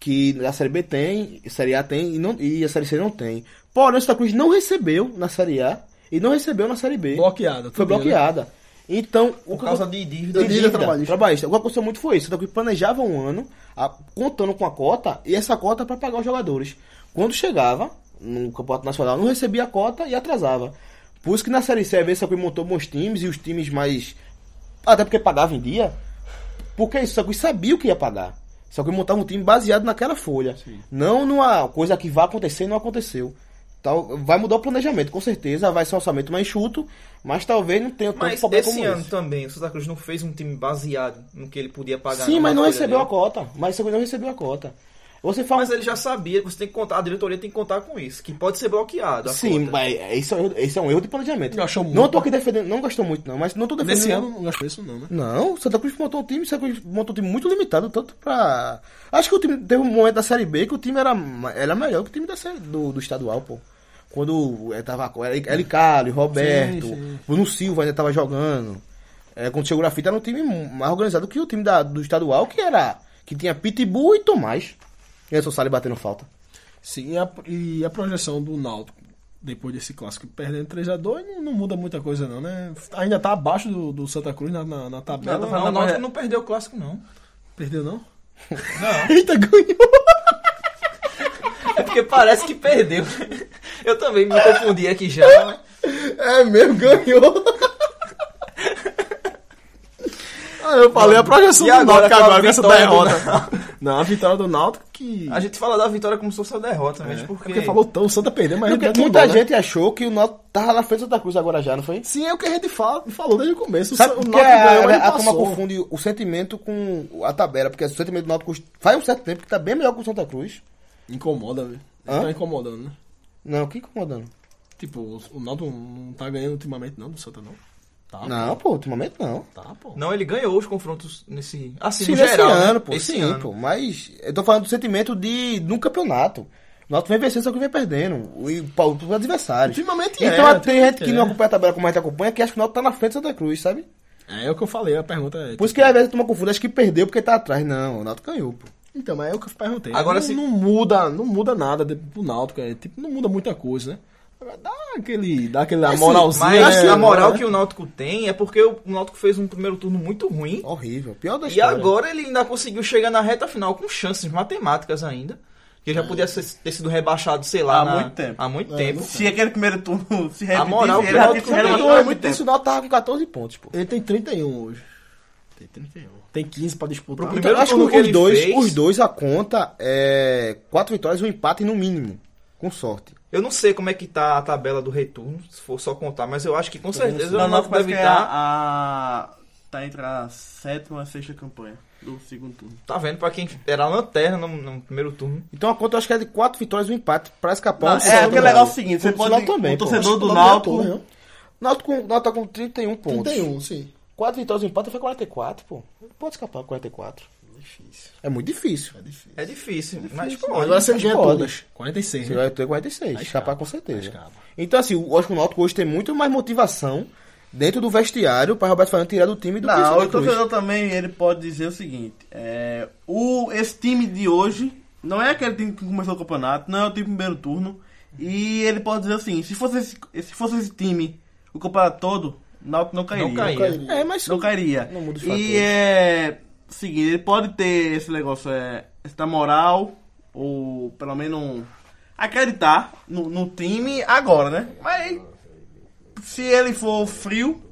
[SPEAKER 4] que a Série B tem, a Série A tem e, não, e a Série C não tem. Porém, o Santa Cruz não recebeu na Série A e não recebeu na Série B.
[SPEAKER 6] Bloqueada.
[SPEAKER 4] Foi
[SPEAKER 6] tudo, né?
[SPEAKER 4] bloqueada. Então, o
[SPEAKER 5] Por
[SPEAKER 4] que
[SPEAKER 5] causa de dívida.
[SPEAKER 4] de dívida
[SPEAKER 6] trabalhista.
[SPEAKER 4] trabalhista. O que aconteceu muito foi isso. Então, que planejava um ano, a- contando com a cota, e essa cota para pagar os jogadores. Quando chegava no Campeonato Nacional, não recebia a cota e atrasava. Por isso que na Série C, a vez Sacui montou bons times e os times mais. Até porque pagava em dia. Porque isso, Sacui sabia o que ia pagar. Sacui montava um time baseado naquela folha. Não numa coisa que vai acontecer e não aconteceu. Tal, vai mudar o planejamento, com certeza. Vai ser um orçamento mais enxuto, mas talvez não tenha tanto
[SPEAKER 5] Mas
[SPEAKER 4] problema
[SPEAKER 5] esse
[SPEAKER 4] como
[SPEAKER 5] ano
[SPEAKER 4] esse.
[SPEAKER 5] também, o Santa Cruz não fez um time baseado no que ele podia pagar.
[SPEAKER 4] Sim,
[SPEAKER 5] numa
[SPEAKER 4] mas não
[SPEAKER 5] folha
[SPEAKER 4] recebeu a
[SPEAKER 5] dele.
[SPEAKER 4] cota. Mas você não recebeu a cota. Você fala.
[SPEAKER 5] Mas é ele já sabia, você tem que contar, a diretoria tem que contar com isso, que pode ser bloqueado. a
[SPEAKER 4] um- Sim,
[SPEAKER 5] cota.
[SPEAKER 4] mas esse é, um erro, esse é um erro de planejamento.
[SPEAKER 6] Gastou muito.
[SPEAKER 4] Não tô aqui defendendo, não gastou muito, não, mas não tô defendendo.
[SPEAKER 6] Nesse ano não gastou isso, não, né?
[SPEAKER 4] Não, o Santa Cruz montou um time, o Santa Cruz montou um time muito limitado, tanto pra. Acho que o time teve um momento da Série B que o time era, ma- era melhor que o time da série, do, do estadual, pô. Quando é, tava com Eli- Eli Carlos, Roberto,
[SPEAKER 6] Sim, sim.
[SPEAKER 4] Bruno Silva ainda tava jogando. É, quando chegou na fita era um time mais organizado que o time da- do estadual, que era. Que tinha Pitbull e Tomás. E Anderson Salles batendo falta.
[SPEAKER 6] Sim, e a, e a projeção do Náutico depois desse clássico perdendo 3x2 não, não muda muita coisa, não, né? Ainda tá abaixo do, do Santa Cruz na, na, na tabela.
[SPEAKER 2] Não,
[SPEAKER 5] Não, não,
[SPEAKER 2] tá falando
[SPEAKER 5] o Náutico
[SPEAKER 2] da-
[SPEAKER 5] não perdeu o clássico,
[SPEAKER 4] <laughs>
[SPEAKER 5] não.
[SPEAKER 6] Perdeu, não? <laughs>
[SPEAKER 4] Eita, ganhou!
[SPEAKER 5] É porque parece que perdeu. <laughs> Eu também me confundi aqui já. né?
[SPEAKER 4] É mesmo, ganhou!
[SPEAKER 5] <laughs>
[SPEAKER 6] Ah, eu falei a projeção
[SPEAKER 5] E
[SPEAKER 6] do
[SPEAKER 5] agora
[SPEAKER 6] Náutico
[SPEAKER 5] com a
[SPEAKER 6] agora com essa
[SPEAKER 5] vitória do
[SPEAKER 6] derrota. <laughs> Não, a vitória do Náutico que.
[SPEAKER 5] A gente fala da vitória como se fosse a derrota,
[SPEAKER 6] É,
[SPEAKER 5] mas
[SPEAKER 6] é
[SPEAKER 5] porque...
[SPEAKER 6] porque falou tão, o Santa perdeu, mas a
[SPEAKER 4] Porque
[SPEAKER 6] gente
[SPEAKER 4] muita
[SPEAKER 6] mudou, né?
[SPEAKER 4] gente achou que o Náutico tava na frente do Santa Cruz agora já, não foi?
[SPEAKER 6] Sim, é o que a gente fala, falou desde o começo. O
[SPEAKER 4] Sabe
[SPEAKER 6] Sa- o
[SPEAKER 4] porque
[SPEAKER 5] é
[SPEAKER 6] Náutico ganhou, mas
[SPEAKER 4] a,
[SPEAKER 6] não
[SPEAKER 4] a, a turma
[SPEAKER 6] passou.
[SPEAKER 4] confunde o sentimento com a tabela, porque o sentimento do Náutico faz um certo tempo que tá bem melhor que o Santa Cruz.
[SPEAKER 6] Incomoda, velho.
[SPEAKER 4] Hã?
[SPEAKER 6] Tá incomodando, né?
[SPEAKER 4] Não, o que incomodando?
[SPEAKER 6] Tipo, o Náutico não tá ganhando ultimamente, não, do Santa, não. Tá,
[SPEAKER 5] Ah,
[SPEAKER 4] Não, pô, ultimamente não.
[SPEAKER 6] tá, pô.
[SPEAKER 5] Não, ele ganhou os confrontos nesse... Assim,
[SPEAKER 4] Sim,
[SPEAKER 5] no
[SPEAKER 4] nesse
[SPEAKER 5] geral, né?
[SPEAKER 4] ano, pô.
[SPEAKER 5] Esse
[SPEAKER 4] sim,
[SPEAKER 5] ano.
[SPEAKER 4] pô. Mas eu tô falando do sentimento de no campeonato. O Náutico vem vencendo, só que vem perdendo. E pá, os adversários.
[SPEAKER 6] Ultimamente
[SPEAKER 4] então
[SPEAKER 6] é,
[SPEAKER 4] tem gente que
[SPEAKER 6] é.
[SPEAKER 5] né?
[SPEAKER 4] não acompanha a tabela como a gente acompanha, que acha que o Náutico tá na frente do Santa Cruz, sabe?
[SPEAKER 6] É, é o que eu falei, a pergunta é.
[SPEAKER 4] Por isso que às vezes a turma confunde, acho que perdeu porque tá atrás. Não, o Náutico ganhou, pô.
[SPEAKER 6] Então, mas é o que eu perguntei.
[SPEAKER 5] Agora
[SPEAKER 6] não,
[SPEAKER 5] se-
[SPEAKER 6] não muda, não muda nada de- pro Náutico, é, tipo, não muda muita coisa, né? Agora Dá aquele, dá aquele
[SPEAKER 4] Assim,
[SPEAKER 6] moralzinha.
[SPEAKER 5] Mas
[SPEAKER 6] né?
[SPEAKER 5] a moral
[SPEAKER 6] né?
[SPEAKER 5] que o Náutico tem é porque o Náutico fez um primeiro turno muito ruim.
[SPEAKER 4] Horrível. Pior da
[SPEAKER 5] E
[SPEAKER 4] história.
[SPEAKER 5] agora ele ainda conseguiu chegar na reta final com chances matemáticas ainda. Que já podia ser- ter sido rebaixado, sei lá,
[SPEAKER 2] Há
[SPEAKER 5] na-
[SPEAKER 2] muito tempo.
[SPEAKER 5] Há muito
[SPEAKER 6] É,
[SPEAKER 5] tempo.
[SPEAKER 2] Se aquele primeiro turno <laughs> se
[SPEAKER 5] A
[SPEAKER 2] repetisse,
[SPEAKER 5] moral que
[SPEAKER 2] ele
[SPEAKER 5] o
[SPEAKER 2] já
[SPEAKER 5] Náutico
[SPEAKER 2] tinha
[SPEAKER 5] tem
[SPEAKER 2] sido
[SPEAKER 4] Então, é
[SPEAKER 5] Faz
[SPEAKER 4] muito
[SPEAKER 2] tempo.
[SPEAKER 4] isso, o Náutico tava com 14 pontos, pô.
[SPEAKER 6] Ele tem 31 hoje. Tem 31. Tem 15 pra disputar.
[SPEAKER 5] Pro
[SPEAKER 4] Então,
[SPEAKER 5] Primeiro
[SPEAKER 4] eu acho que
[SPEAKER 5] turno que
[SPEAKER 4] os
[SPEAKER 5] ele
[SPEAKER 4] dois,
[SPEAKER 5] fez-
[SPEAKER 4] os dois, a conta é quatro vitórias, um empate no mínimo. Com sorte.
[SPEAKER 5] Eu não sei como é que tá a tabela do retorno, se for só contar, mas eu acho que com certeza
[SPEAKER 2] Não,
[SPEAKER 5] o Náutico
[SPEAKER 2] parece
[SPEAKER 5] deve tá,
[SPEAKER 2] que é
[SPEAKER 5] estar.
[SPEAKER 2] a, a- Tá entre a sétima e a sexta campanha do segundo turno.
[SPEAKER 5] Tá vendo? Pra quem era a lanterna no, no primeiro turno.
[SPEAKER 4] Então a conta eu acho que é de quatro vitórias, um empate pra escapar.
[SPEAKER 2] Não,
[SPEAKER 4] um
[SPEAKER 2] é,
[SPEAKER 4] saldo,
[SPEAKER 2] aquele
[SPEAKER 4] né?
[SPEAKER 2] negócio seguinte, você
[SPEAKER 4] Um
[SPEAKER 2] pode-
[SPEAKER 4] saldo
[SPEAKER 2] o torcedor
[SPEAKER 4] pô.
[SPEAKER 2] do
[SPEAKER 4] Acho que
[SPEAKER 2] Náutico-
[SPEAKER 4] o Náutico- né? Náutico com- Náutico tá com 31 pontos.
[SPEAKER 6] 31, sim.
[SPEAKER 4] Quatro vitórias, um empate foi 44, pô. Não pode escapar com 44.
[SPEAKER 6] Difícil.
[SPEAKER 4] É muito difícil.
[SPEAKER 6] É difícil.
[SPEAKER 5] É difícil, mas pode.
[SPEAKER 6] Agora você ganha
[SPEAKER 4] pode.
[SPEAKER 6] todas. 46,
[SPEAKER 4] Você
[SPEAKER 6] né?
[SPEAKER 4] vai ter 46, escapar com certeza.
[SPEAKER 6] Escapa.
[SPEAKER 4] Então, assim, eu acho que o Náutico hoje tem muito mais motivação dentro do vestiário pra Roberto Fernandes tirar do time do que
[SPEAKER 2] Não,
[SPEAKER 4] Santa
[SPEAKER 2] o
[SPEAKER 4] Cruz.
[SPEAKER 2] torcedor também ele pode dizer o seguinte: é, o, esse time de hoje não é aquele time que começou o campeonato, não é o time do primeiro turno. E ele pode dizer o seguinte: se fosse esse, se fosse esse time, o campeonato todo, o Náutico não cairia.
[SPEAKER 5] Não caía.
[SPEAKER 4] É, mas
[SPEAKER 2] Não cairia.
[SPEAKER 4] Não muda os fatores.
[SPEAKER 2] E é. Seguinte, ele pode ter esse negócio, é, essa moral, ou pelo menos acreditar no, no time agora, né? Mas se ele for frio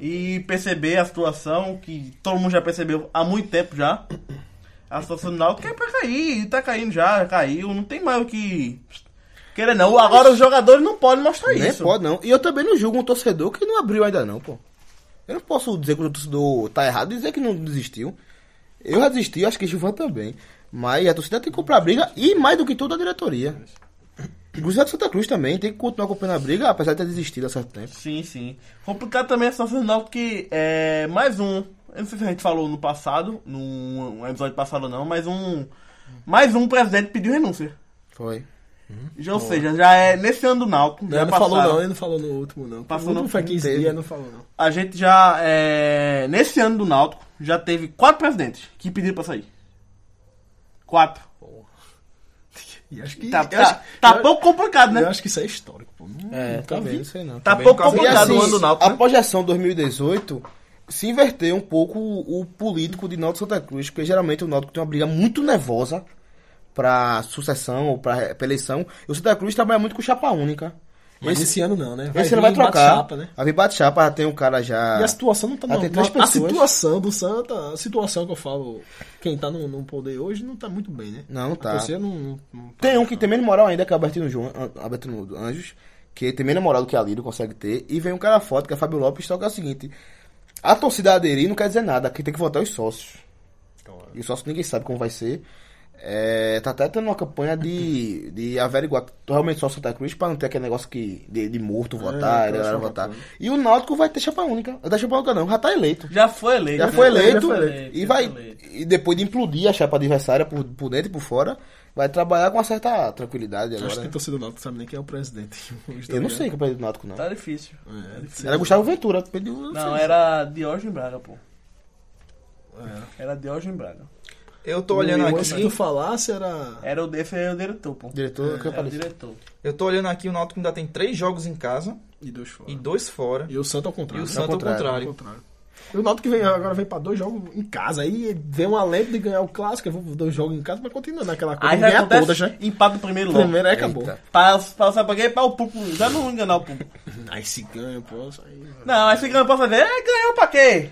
[SPEAKER 2] e perceber a situação, que todo mundo já percebeu há muito tempo já, a situação do Náutico é pra cair, e tá caindo já, caiu, não tem mais o que querer não. Agora os jogadores não podem mostrar
[SPEAKER 4] Nem
[SPEAKER 2] isso.
[SPEAKER 4] pode, não. E eu também não julgo um torcedor que não abriu ainda, não, pô. Eu não posso dizer que o torcedor tá errado e dizer que não desistiu. Eu já desisti, eu acho que o Gilvan também. Mas a torcida tem que comprar a briga e mais do que tudo a diretoria. Inclusive a de Santa Cruz também tem que continuar acompanhando a briga, apesar de ter desistido há certo tempo.
[SPEAKER 2] Sim, sim. Complicado também essa final que é mais um. Eu não sei se a gente falou no passado, num um episódio passado ou não, mas um. Mais um presidente pediu renúncia.
[SPEAKER 4] Foi.
[SPEAKER 2] Já, ou seja, já é nesse ano do Náutico.
[SPEAKER 6] Não,
[SPEAKER 2] já
[SPEAKER 6] ele não falou
[SPEAKER 2] passaram.
[SPEAKER 6] não, ele não falou no último não.
[SPEAKER 2] Passou
[SPEAKER 6] o último
[SPEAKER 2] não,
[SPEAKER 6] foi
[SPEAKER 2] não
[SPEAKER 6] 15
[SPEAKER 4] teve.
[SPEAKER 6] dias, não falou não.
[SPEAKER 2] A gente já. É, nesse ano do Náutico, já teve quatro presidentes que pediram pra sair. Quatro.
[SPEAKER 6] E acho que...
[SPEAKER 2] Tá,
[SPEAKER 6] eu
[SPEAKER 2] tá,
[SPEAKER 6] acho-
[SPEAKER 2] tá
[SPEAKER 6] eu-
[SPEAKER 2] pouco complicado,
[SPEAKER 6] Eu
[SPEAKER 2] né?
[SPEAKER 6] acho que isso é histórico, pô. Não-
[SPEAKER 4] tá
[SPEAKER 6] nunca
[SPEAKER 4] vendo,
[SPEAKER 6] vi.
[SPEAKER 4] não sei não.
[SPEAKER 2] Tá
[SPEAKER 5] também
[SPEAKER 2] pouco
[SPEAKER 5] por causa-
[SPEAKER 4] E
[SPEAKER 2] complicado
[SPEAKER 4] assim,
[SPEAKER 2] o ano do Náutico.
[SPEAKER 4] a
[SPEAKER 2] né?
[SPEAKER 4] projeção 2018 se inverteu um pouco o político de Náutico Santa Cruz, porque geralmente o Náutico tem uma briga muito nervosa pra sucessão ou pra pra eleição. E o Santa Cruz trabalha muito com chapa única.
[SPEAKER 6] Mas esse ano não,
[SPEAKER 2] É,
[SPEAKER 6] né?
[SPEAKER 4] Esse ano
[SPEAKER 6] vir
[SPEAKER 4] vai trocar.
[SPEAKER 6] bate-chapa, né?
[SPEAKER 4] A Vibat Chapa tem um cara já.
[SPEAKER 2] assim,
[SPEAKER 6] E a situação não tá
[SPEAKER 4] Ah,
[SPEAKER 6] normal.
[SPEAKER 4] tem três
[SPEAKER 6] A
[SPEAKER 4] pessoas.
[SPEAKER 6] situação do Santa, a situação que eu falo, quem tá no, no poder hoje não tá muito bem, né?
[SPEAKER 4] Não, não tá.
[SPEAKER 6] A torcida não, não- não-
[SPEAKER 4] Tem um que tem menos moral ainda que é o Albertino, Ju... Albertino Anjos, que tem menos moral do que a Lírio consegue ter. E vem um cara forte, que é Fábio Lopes, só que é o seguinte: a torcida aderir não quer dizer nada, quem tem que votar é os sócios. E os sócios ninguém sabe como vai ser. É, tá até tendo uma campanha de, de averiguar que tu realmente só Santa Cruz pra não ter aquele negócio que, de, de morto votar,
[SPEAKER 6] aquela
[SPEAKER 4] e galera
[SPEAKER 6] chapa
[SPEAKER 4] votar.
[SPEAKER 6] única.
[SPEAKER 4] E o Náutico vai ter chapa única. Não dá chapa única não, já tá eleito.
[SPEAKER 2] Já foi eleito.
[SPEAKER 4] Já foi eleito,
[SPEAKER 2] Já foi
[SPEAKER 4] e
[SPEAKER 2] já
[SPEAKER 4] vai
[SPEAKER 2] foi eleito.
[SPEAKER 4] e depois de implodir a chapa adversária por, por dentro e por fora, vai trabalhar com uma certa tranquilidade
[SPEAKER 6] Acho que
[SPEAKER 4] agora.
[SPEAKER 6] tem
[SPEAKER 4] né?
[SPEAKER 6] torcedor do Náutico sabe nem quem é o presidente. <laughs> hoje, tá
[SPEAKER 4] Eu não
[SPEAKER 6] ligado?
[SPEAKER 4] sei que é o presidente do Náutico não.
[SPEAKER 2] Tá difícil.
[SPEAKER 6] É,
[SPEAKER 4] Era Gustavo Ventura, pediu, eu
[SPEAKER 2] Não,
[SPEAKER 4] sei.
[SPEAKER 2] era Diógenes Braga, pô.
[SPEAKER 6] É.
[SPEAKER 2] Era Diógenes Braga.
[SPEAKER 5] Eu tô olhando
[SPEAKER 6] o antes que tu
[SPEAKER 5] aqui.
[SPEAKER 6] falasse era...
[SPEAKER 2] Era o, esse é o diretor, pô.
[SPEAKER 4] diretor que
[SPEAKER 2] Era o
[SPEAKER 4] apareceu.
[SPEAKER 2] diretor.
[SPEAKER 5] Eu tô olhando aqui, o Náutico ainda tem três jogos em casa
[SPEAKER 6] E dois fora.
[SPEAKER 5] e dois fora.
[SPEAKER 6] E o Santa ao
[SPEAKER 5] E
[SPEAKER 6] contrário.
[SPEAKER 5] o Santa ao
[SPEAKER 4] contrário,
[SPEAKER 6] Ao
[SPEAKER 5] contrário.
[SPEAKER 6] contrário. E o Náutico que vem, agora vem pra dois jogos em casa. Aí vem um alento de ganhar o clássico. eu vou dois jogos em casa, mas continua naquela coisa.
[SPEAKER 2] Aí
[SPEAKER 6] Ganha
[SPEAKER 2] já acontece
[SPEAKER 6] todas, né?
[SPEAKER 2] empate o primeiro logo.
[SPEAKER 6] Primeiro aí acabou.
[SPEAKER 4] Eita.
[SPEAKER 2] Pra, pra, sabe pra é quê? Pra o público. Já não enganar o público.
[SPEAKER 6] Aí se ganha, pô. isso Aí...
[SPEAKER 2] Não, aí você ganha pra fazer. É, ganhou pra quê?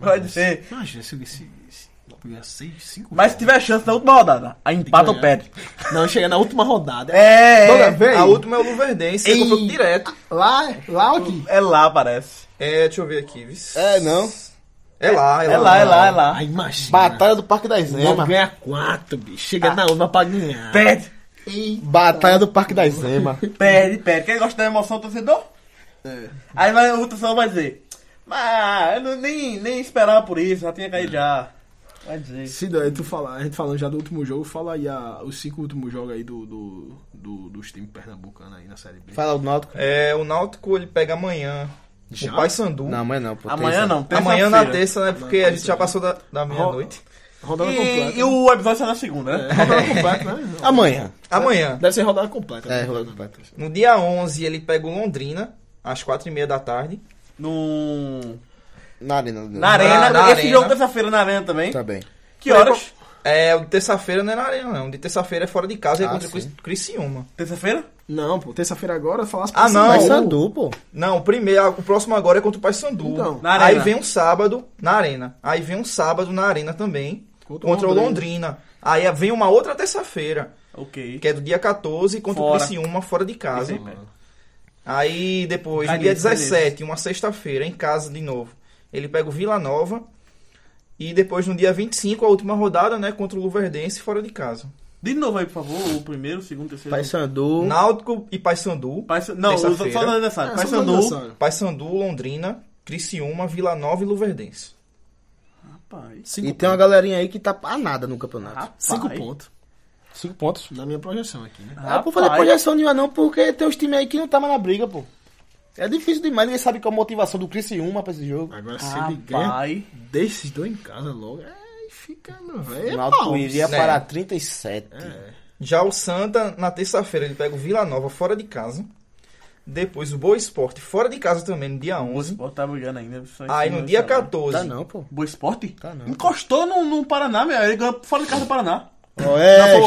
[SPEAKER 2] Pode ser.
[SPEAKER 6] Imagina se esse... esse... Náutico ganha seis, cinco
[SPEAKER 2] Mas se
[SPEAKER 6] jogos.
[SPEAKER 2] tiver chance na última rodada, aí empata ou
[SPEAKER 6] ganhar.
[SPEAKER 2] perde.
[SPEAKER 6] Não, chega na última rodada.
[SPEAKER 2] É.
[SPEAKER 6] Toda vez.
[SPEAKER 5] A última é o Luverdense, que é confronto direto.
[SPEAKER 6] Lá, lá ou aqui?
[SPEAKER 2] É lá, parece.
[SPEAKER 5] É, deixa eu ver aqui. viu?
[SPEAKER 4] É, não.
[SPEAKER 5] É lá, é lá.
[SPEAKER 2] É lá, é lá, é lá.
[SPEAKER 6] Ah, imagina.
[SPEAKER 4] Batalha do Parque das
[SPEAKER 6] O Náutico
[SPEAKER 4] Emas.
[SPEAKER 6] ganha quatro, bicho. Chega na última pra ganhar.
[SPEAKER 2] Perde,
[SPEAKER 6] Ei,
[SPEAKER 4] Batalha do Parque das Emas.
[SPEAKER 2] perde, perde. Quem gosta da emoção do torcedor? Aí vai, o torcedor vai dizer. Mas eu não- nem, nem esperava por isso, já tinha caído já. Vai dizer.
[SPEAKER 6] Se daí tu falar, a gente falando já do último jogo, fala aí a- os cinco últimos jogos aí do, do, do- dos times pernambucanos aí na Série B.
[SPEAKER 4] Fala do Náutico.
[SPEAKER 5] É, o Náutico ele pega amanhã O Pai Sandu.
[SPEAKER 4] Não, amanhã não, pô.
[SPEAKER 2] Amanhã
[SPEAKER 4] terça.
[SPEAKER 2] não,
[SPEAKER 5] Amanhã na
[SPEAKER 2] terça-feira.
[SPEAKER 5] terça, né? Porque a gente já passou da, da meia-noite.
[SPEAKER 6] Rodada
[SPEAKER 2] E,
[SPEAKER 6] completa.
[SPEAKER 2] e o episódio sai na segunda, né?
[SPEAKER 6] Rodada completa, né?
[SPEAKER 4] Amanhã.
[SPEAKER 5] Amanhã,
[SPEAKER 6] Deve ser rodada completa.
[SPEAKER 4] É,
[SPEAKER 6] né?
[SPEAKER 4] rolando completa.
[SPEAKER 5] no dia 11, ele pega o Londrina, às 4h30 da tarde.
[SPEAKER 2] No...
[SPEAKER 4] Na arena. do-
[SPEAKER 2] Na Arena.
[SPEAKER 5] na
[SPEAKER 2] Esse
[SPEAKER 5] Arena.
[SPEAKER 2] jogo terça-feira na Arena também.
[SPEAKER 4] Tá bem.
[SPEAKER 2] Que horas?
[SPEAKER 5] É, o de terça-feira não é na arena, não. O De terça-feira é fora de casa e é
[SPEAKER 4] Ah,
[SPEAKER 5] contra o
[SPEAKER 4] sim.
[SPEAKER 5] Cris- Criciúma.
[SPEAKER 2] Terça-feira?
[SPEAKER 6] Não, pô, terça-feira agora falasse
[SPEAKER 5] Ah, não.
[SPEAKER 4] Mas Sandu, pô.
[SPEAKER 5] Não, o primeiro, o próximo agora é contra o Paysandu.
[SPEAKER 6] Então,
[SPEAKER 2] na
[SPEAKER 5] Aí
[SPEAKER 2] Arena.
[SPEAKER 5] vem um sábado na arena. Aí vem um sábado na arena também. Contra,
[SPEAKER 6] Contra o
[SPEAKER 5] o
[SPEAKER 6] Londrina.
[SPEAKER 5] Londrina. Aí vem uma outra terça-feira,
[SPEAKER 2] Ok.
[SPEAKER 5] que é do dia 14, contra o
[SPEAKER 2] Fora.
[SPEAKER 5] Criciúma, fora de casa.
[SPEAKER 2] Esse aí, pé.
[SPEAKER 5] Aí depois,
[SPEAKER 2] Vai
[SPEAKER 5] no dia
[SPEAKER 2] nesse, vai
[SPEAKER 5] 17, uma sexta-feira, em casa de novo. Ele pega o Vila Nova. E depois, no dia 25, a última rodada, né? Contra o Luverdense, fora de casa.
[SPEAKER 2] De novo aí, por favor, o primeiro, o segundo, o terceiro.
[SPEAKER 4] Pai Sandu.
[SPEAKER 5] Náutico e Paysandu.
[SPEAKER 2] Pai San- Não, usa só
[SPEAKER 5] Terça-feira.
[SPEAKER 2] no
[SPEAKER 6] Ah,
[SPEAKER 2] aniversário. Pai
[SPEAKER 6] só no
[SPEAKER 2] Sandu.
[SPEAKER 6] aniversário.
[SPEAKER 5] Paysandu, Londrina, Criciúma, Vila Nova e Luverdense.
[SPEAKER 2] Rapaz.
[SPEAKER 6] Cinco
[SPEAKER 4] E tem uma galerinha aí que tá a nada no campeonato.
[SPEAKER 2] Rapaz.
[SPEAKER 6] Cinco pontos.
[SPEAKER 4] Cinco pontos.
[SPEAKER 6] Na minha projeção aqui, né?
[SPEAKER 4] Ah, por fazer projeção nenhuma não, porque tem uns times aí que não tá mais na briga, pô. É difícil demais, ninguém sabe qual a motivação do Criciúma pra esse jogo.
[SPEAKER 6] Agora se ele ganha
[SPEAKER 2] Rapaz.
[SPEAKER 6] desses dois em casa logo, é, fica, meu velho.
[SPEAKER 4] O
[SPEAKER 6] é
[SPEAKER 4] Náutico
[SPEAKER 6] pau.
[SPEAKER 4] iria
[SPEAKER 5] né?
[SPEAKER 4] para 37.
[SPEAKER 5] Já o Santa, na terça-feira, ele pega o Vila Nova fora de casa. Depois o Boa Esporte fora de casa também, no dia
[SPEAKER 2] O
[SPEAKER 5] 11.
[SPEAKER 2] esporte tá brigando ainda. só em
[SPEAKER 5] Aí
[SPEAKER 2] cima
[SPEAKER 5] no
[SPEAKER 2] do
[SPEAKER 5] dia
[SPEAKER 2] Ceará.
[SPEAKER 5] 14.
[SPEAKER 4] Tá não, pô.
[SPEAKER 2] Boa Esporte?
[SPEAKER 4] Tá não.
[SPEAKER 2] Encostou no, no Paraná, meu. Ele ganhou fora de casa do Paraná.
[SPEAKER 4] Oeste.
[SPEAKER 6] Pô,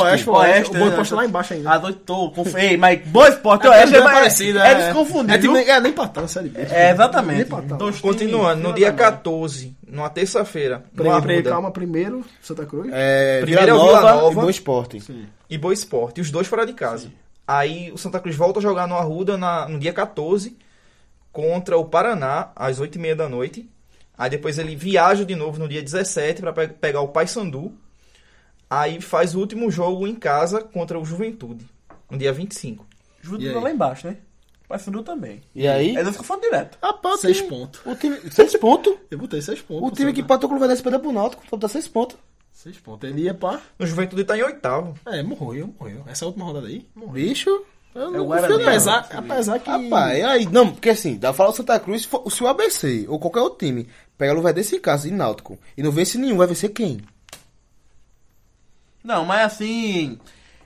[SPEAKER 6] Oeste, pô, Oeste,
[SPEAKER 2] Oeste,
[SPEAKER 6] o boi
[SPEAKER 2] né?
[SPEAKER 6] posto lá embaixo ainda.
[SPEAKER 2] Ah, tô, tô conf... Ei, mas Boa Esporte, eu
[SPEAKER 6] bem
[SPEAKER 2] acho
[SPEAKER 6] É parecido,
[SPEAKER 2] é, é desconfundível.
[SPEAKER 6] É, time- tá. é nem empatado, série B.
[SPEAKER 2] É, exatamente.
[SPEAKER 6] Nem empatado.
[SPEAKER 2] Dois times, tá.
[SPEAKER 5] Continuando, no dia
[SPEAKER 2] exatamente.
[SPEAKER 5] 14, numa terça-feira, no
[SPEAKER 6] Peraí, peraí,
[SPEAKER 5] Arruda
[SPEAKER 6] calma, primeiro, Santa Cruz.
[SPEAKER 4] É, Vila
[SPEAKER 5] Primeiro é o Vila
[SPEAKER 4] Nova,
[SPEAKER 5] Nova.
[SPEAKER 4] e Boa Esporte.
[SPEAKER 5] e Boa Esporte, os dois fora de casa. Aí o Santa Cruz volta a jogar no Arruda na- no dia 14 contra o Paraná, às 8h30 da noite. Aí depois ele viaja de novo no dia 17 para pegar o Paysandu. Aí faz o último jogo em casa contra o Juventude, no dia 25.
[SPEAKER 6] E
[SPEAKER 2] Juventude
[SPEAKER 6] aí?
[SPEAKER 2] tá lá embaixo, né? Paysandu também.
[SPEAKER 4] E aí?
[SPEAKER 2] É desconfundo direto.
[SPEAKER 4] Ah, pô,
[SPEAKER 6] Seis
[SPEAKER 4] time-
[SPEAKER 6] pontos.
[SPEAKER 4] O time, seis pontos. né?
[SPEAKER 6] Eu botei seis pontos.
[SPEAKER 4] O
[SPEAKER 6] pro
[SPEAKER 4] time
[SPEAKER 6] Santa.
[SPEAKER 4] que um empatou com o Luverdense perdeu pro Náutico, então tá seis pontos.
[SPEAKER 6] Seis pontos. Ele ia pra...
[SPEAKER 5] O Juventude tá em oitavo.
[SPEAKER 6] É, morreu, morreu. Essa última rodada aí, morreu.
[SPEAKER 4] Bicho, eu não
[SPEAKER 2] Guarani,
[SPEAKER 4] confio não.
[SPEAKER 2] Apesar-
[SPEAKER 6] apesar que...
[SPEAKER 4] Rapaz, aí, não, porque assim, dá pra falar o Santa Cruz, se, for- se o ABC ou qualquer outro time pegar o Luverdense em casa e Náutico e não vence nenhum, vai vencer quem?
[SPEAKER 2] Não, mas assim.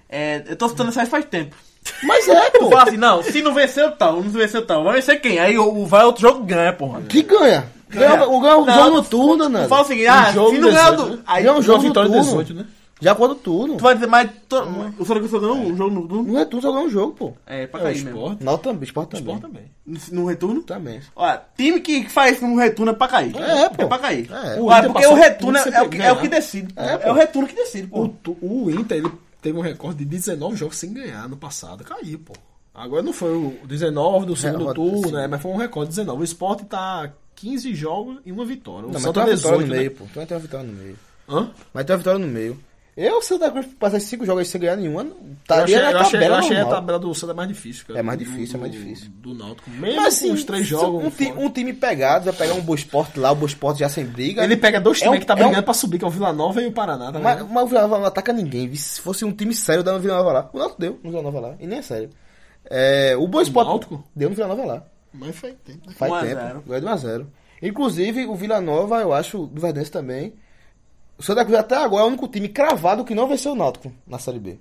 [SPEAKER 2] é, eu tô citando isso aí faz tempo.
[SPEAKER 4] Mas é,
[SPEAKER 2] Tu
[SPEAKER 4] pô.
[SPEAKER 2] fala assim, não, se não venceu tal, não venceu tal, vai vencer quem? Aí o, o vai outro jogo ganha, porra.
[SPEAKER 4] Que ganha? Ganha, o ganha o
[SPEAKER 2] Não,
[SPEAKER 4] jogo
[SPEAKER 2] tu-
[SPEAKER 4] no turno, né?
[SPEAKER 2] Tu fala o seguinte, ah, se não ganhar do. Aí
[SPEAKER 4] Aí é um jogo
[SPEAKER 6] Não, vitória
[SPEAKER 4] no turno.
[SPEAKER 6] 18, né?
[SPEAKER 4] Já quando turno.
[SPEAKER 2] tu vai dizer, mas to-
[SPEAKER 4] é.
[SPEAKER 2] o Santa Cruz só ganhou um jogo no turno?
[SPEAKER 4] Não é turno, só ganha um jogo, pô.
[SPEAKER 2] É, pra
[SPEAKER 6] É, o
[SPEAKER 2] cair mesmo.
[SPEAKER 6] Sport.
[SPEAKER 4] Náutico também, Sport
[SPEAKER 6] O
[SPEAKER 4] também.
[SPEAKER 6] Sport também.
[SPEAKER 2] No retorno?
[SPEAKER 4] Também.
[SPEAKER 2] Ó, time que faz um retorno é pra cair.
[SPEAKER 4] É, pô.
[SPEAKER 2] É pra cair.
[SPEAKER 4] É.
[SPEAKER 2] Ó, porque o
[SPEAKER 6] Inter
[SPEAKER 2] retorno
[SPEAKER 6] passou
[SPEAKER 2] é, é o que, é o que
[SPEAKER 6] ganhar.
[SPEAKER 2] decide.
[SPEAKER 4] É,
[SPEAKER 2] É,
[SPEAKER 4] pô.
[SPEAKER 2] o retorno que decide,
[SPEAKER 6] O,
[SPEAKER 2] pô.
[SPEAKER 6] tu- o Inter, ele teve um recorde de 19 jogos sem ganhar no passado. Caiu, pô. Agora não foi o 19 do segundo
[SPEAKER 4] roda-
[SPEAKER 6] turno,
[SPEAKER 4] sim.
[SPEAKER 6] né? Mas foi um recorde 19. O Sport tá 15 jogos e uma vitória. O
[SPEAKER 4] Não, mas tem
[SPEAKER 6] Santa
[SPEAKER 4] uma vitória
[SPEAKER 6] 18,
[SPEAKER 4] no
[SPEAKER 6] né?
[SPEAKER 4] meio, pô. Tu vai ter uma vitória no meio.
[SPEAKER 6] Hã?
[SPEAKER 4] Mas tem uma vitória no meio. Eu, se o Santa Cruz passar cinco jogos aí sem ganhar nenhuma,
[SPEAKER 6] Eu achei,
[SPEAKER 4] estaria
[SPEAKER 6] eu
[SPEAKER 4] Tá na
[SPEAKER 6] achei- eu
[SPEAKER 4] tabela
[SPEAKER 6] achei a
[SPEAKER 4] normal.
[SPEAKER 6] tabela do Santa mais difícil, cara.
[SPEAKER 4] É mais
[SPEAKER 6] Do-
[SPEAKER 4] difícil, é mais
[SPEAKER 6] do-
[SPEAKER 4] difícil.
[SPEAKER 6] Do Náutico. Mesmo
[SPEAKER 4] Mas assim,
[SPEAKER 6] com os três
[SPEAKER 4] se
[SPEAKER 6] jogos.
[SPEAKER 4] Um, ti-
[SPEAKER 6] fora.
[SPEAKER 4] um time pegado, vai pegar um Boa Esporte lá, o Boa Esporte já sem briga.
[SPEAKER 6] Ele pega dois
[SPEAKER 4] É
[SPEAKER 6] times
[SPEAKER 4] um-
[SPEAKER 6] que tá
[SPEAKER 4] é um-
[SPEAKER 6] brigando pra subir, que é o Vila Nova e o Paraná, tá
[SPEAKER 4] Mas,
[SPEAKER 6] ligado?
[SPEAKER 4] mas o Vila Nova não ataca ninguém. viu? Se fosse um time sério, dava no Vila Nova lá. O Náutico deu no Vila Nova lá. E nem é sério. É, o Boa Esporte
[SPEAKER 6] Náutico?
[SPEAKER 4] deu no Vila Nova lá.
[SPEAKER 6] Mas foi tempo, né?
[SPEAKER 4] Faz
[SPEAKER 2] 1 a
[SPEAKER 4] tempo.
[SPEAKER 2] 0.
[SPEAKER 4] Ganhou de 1x0. Inclusive, o Vila Nova, eu acho, do Verdense também. O Santa Cruz até agora é o único time cravado que não venceu o Náutico na Série B.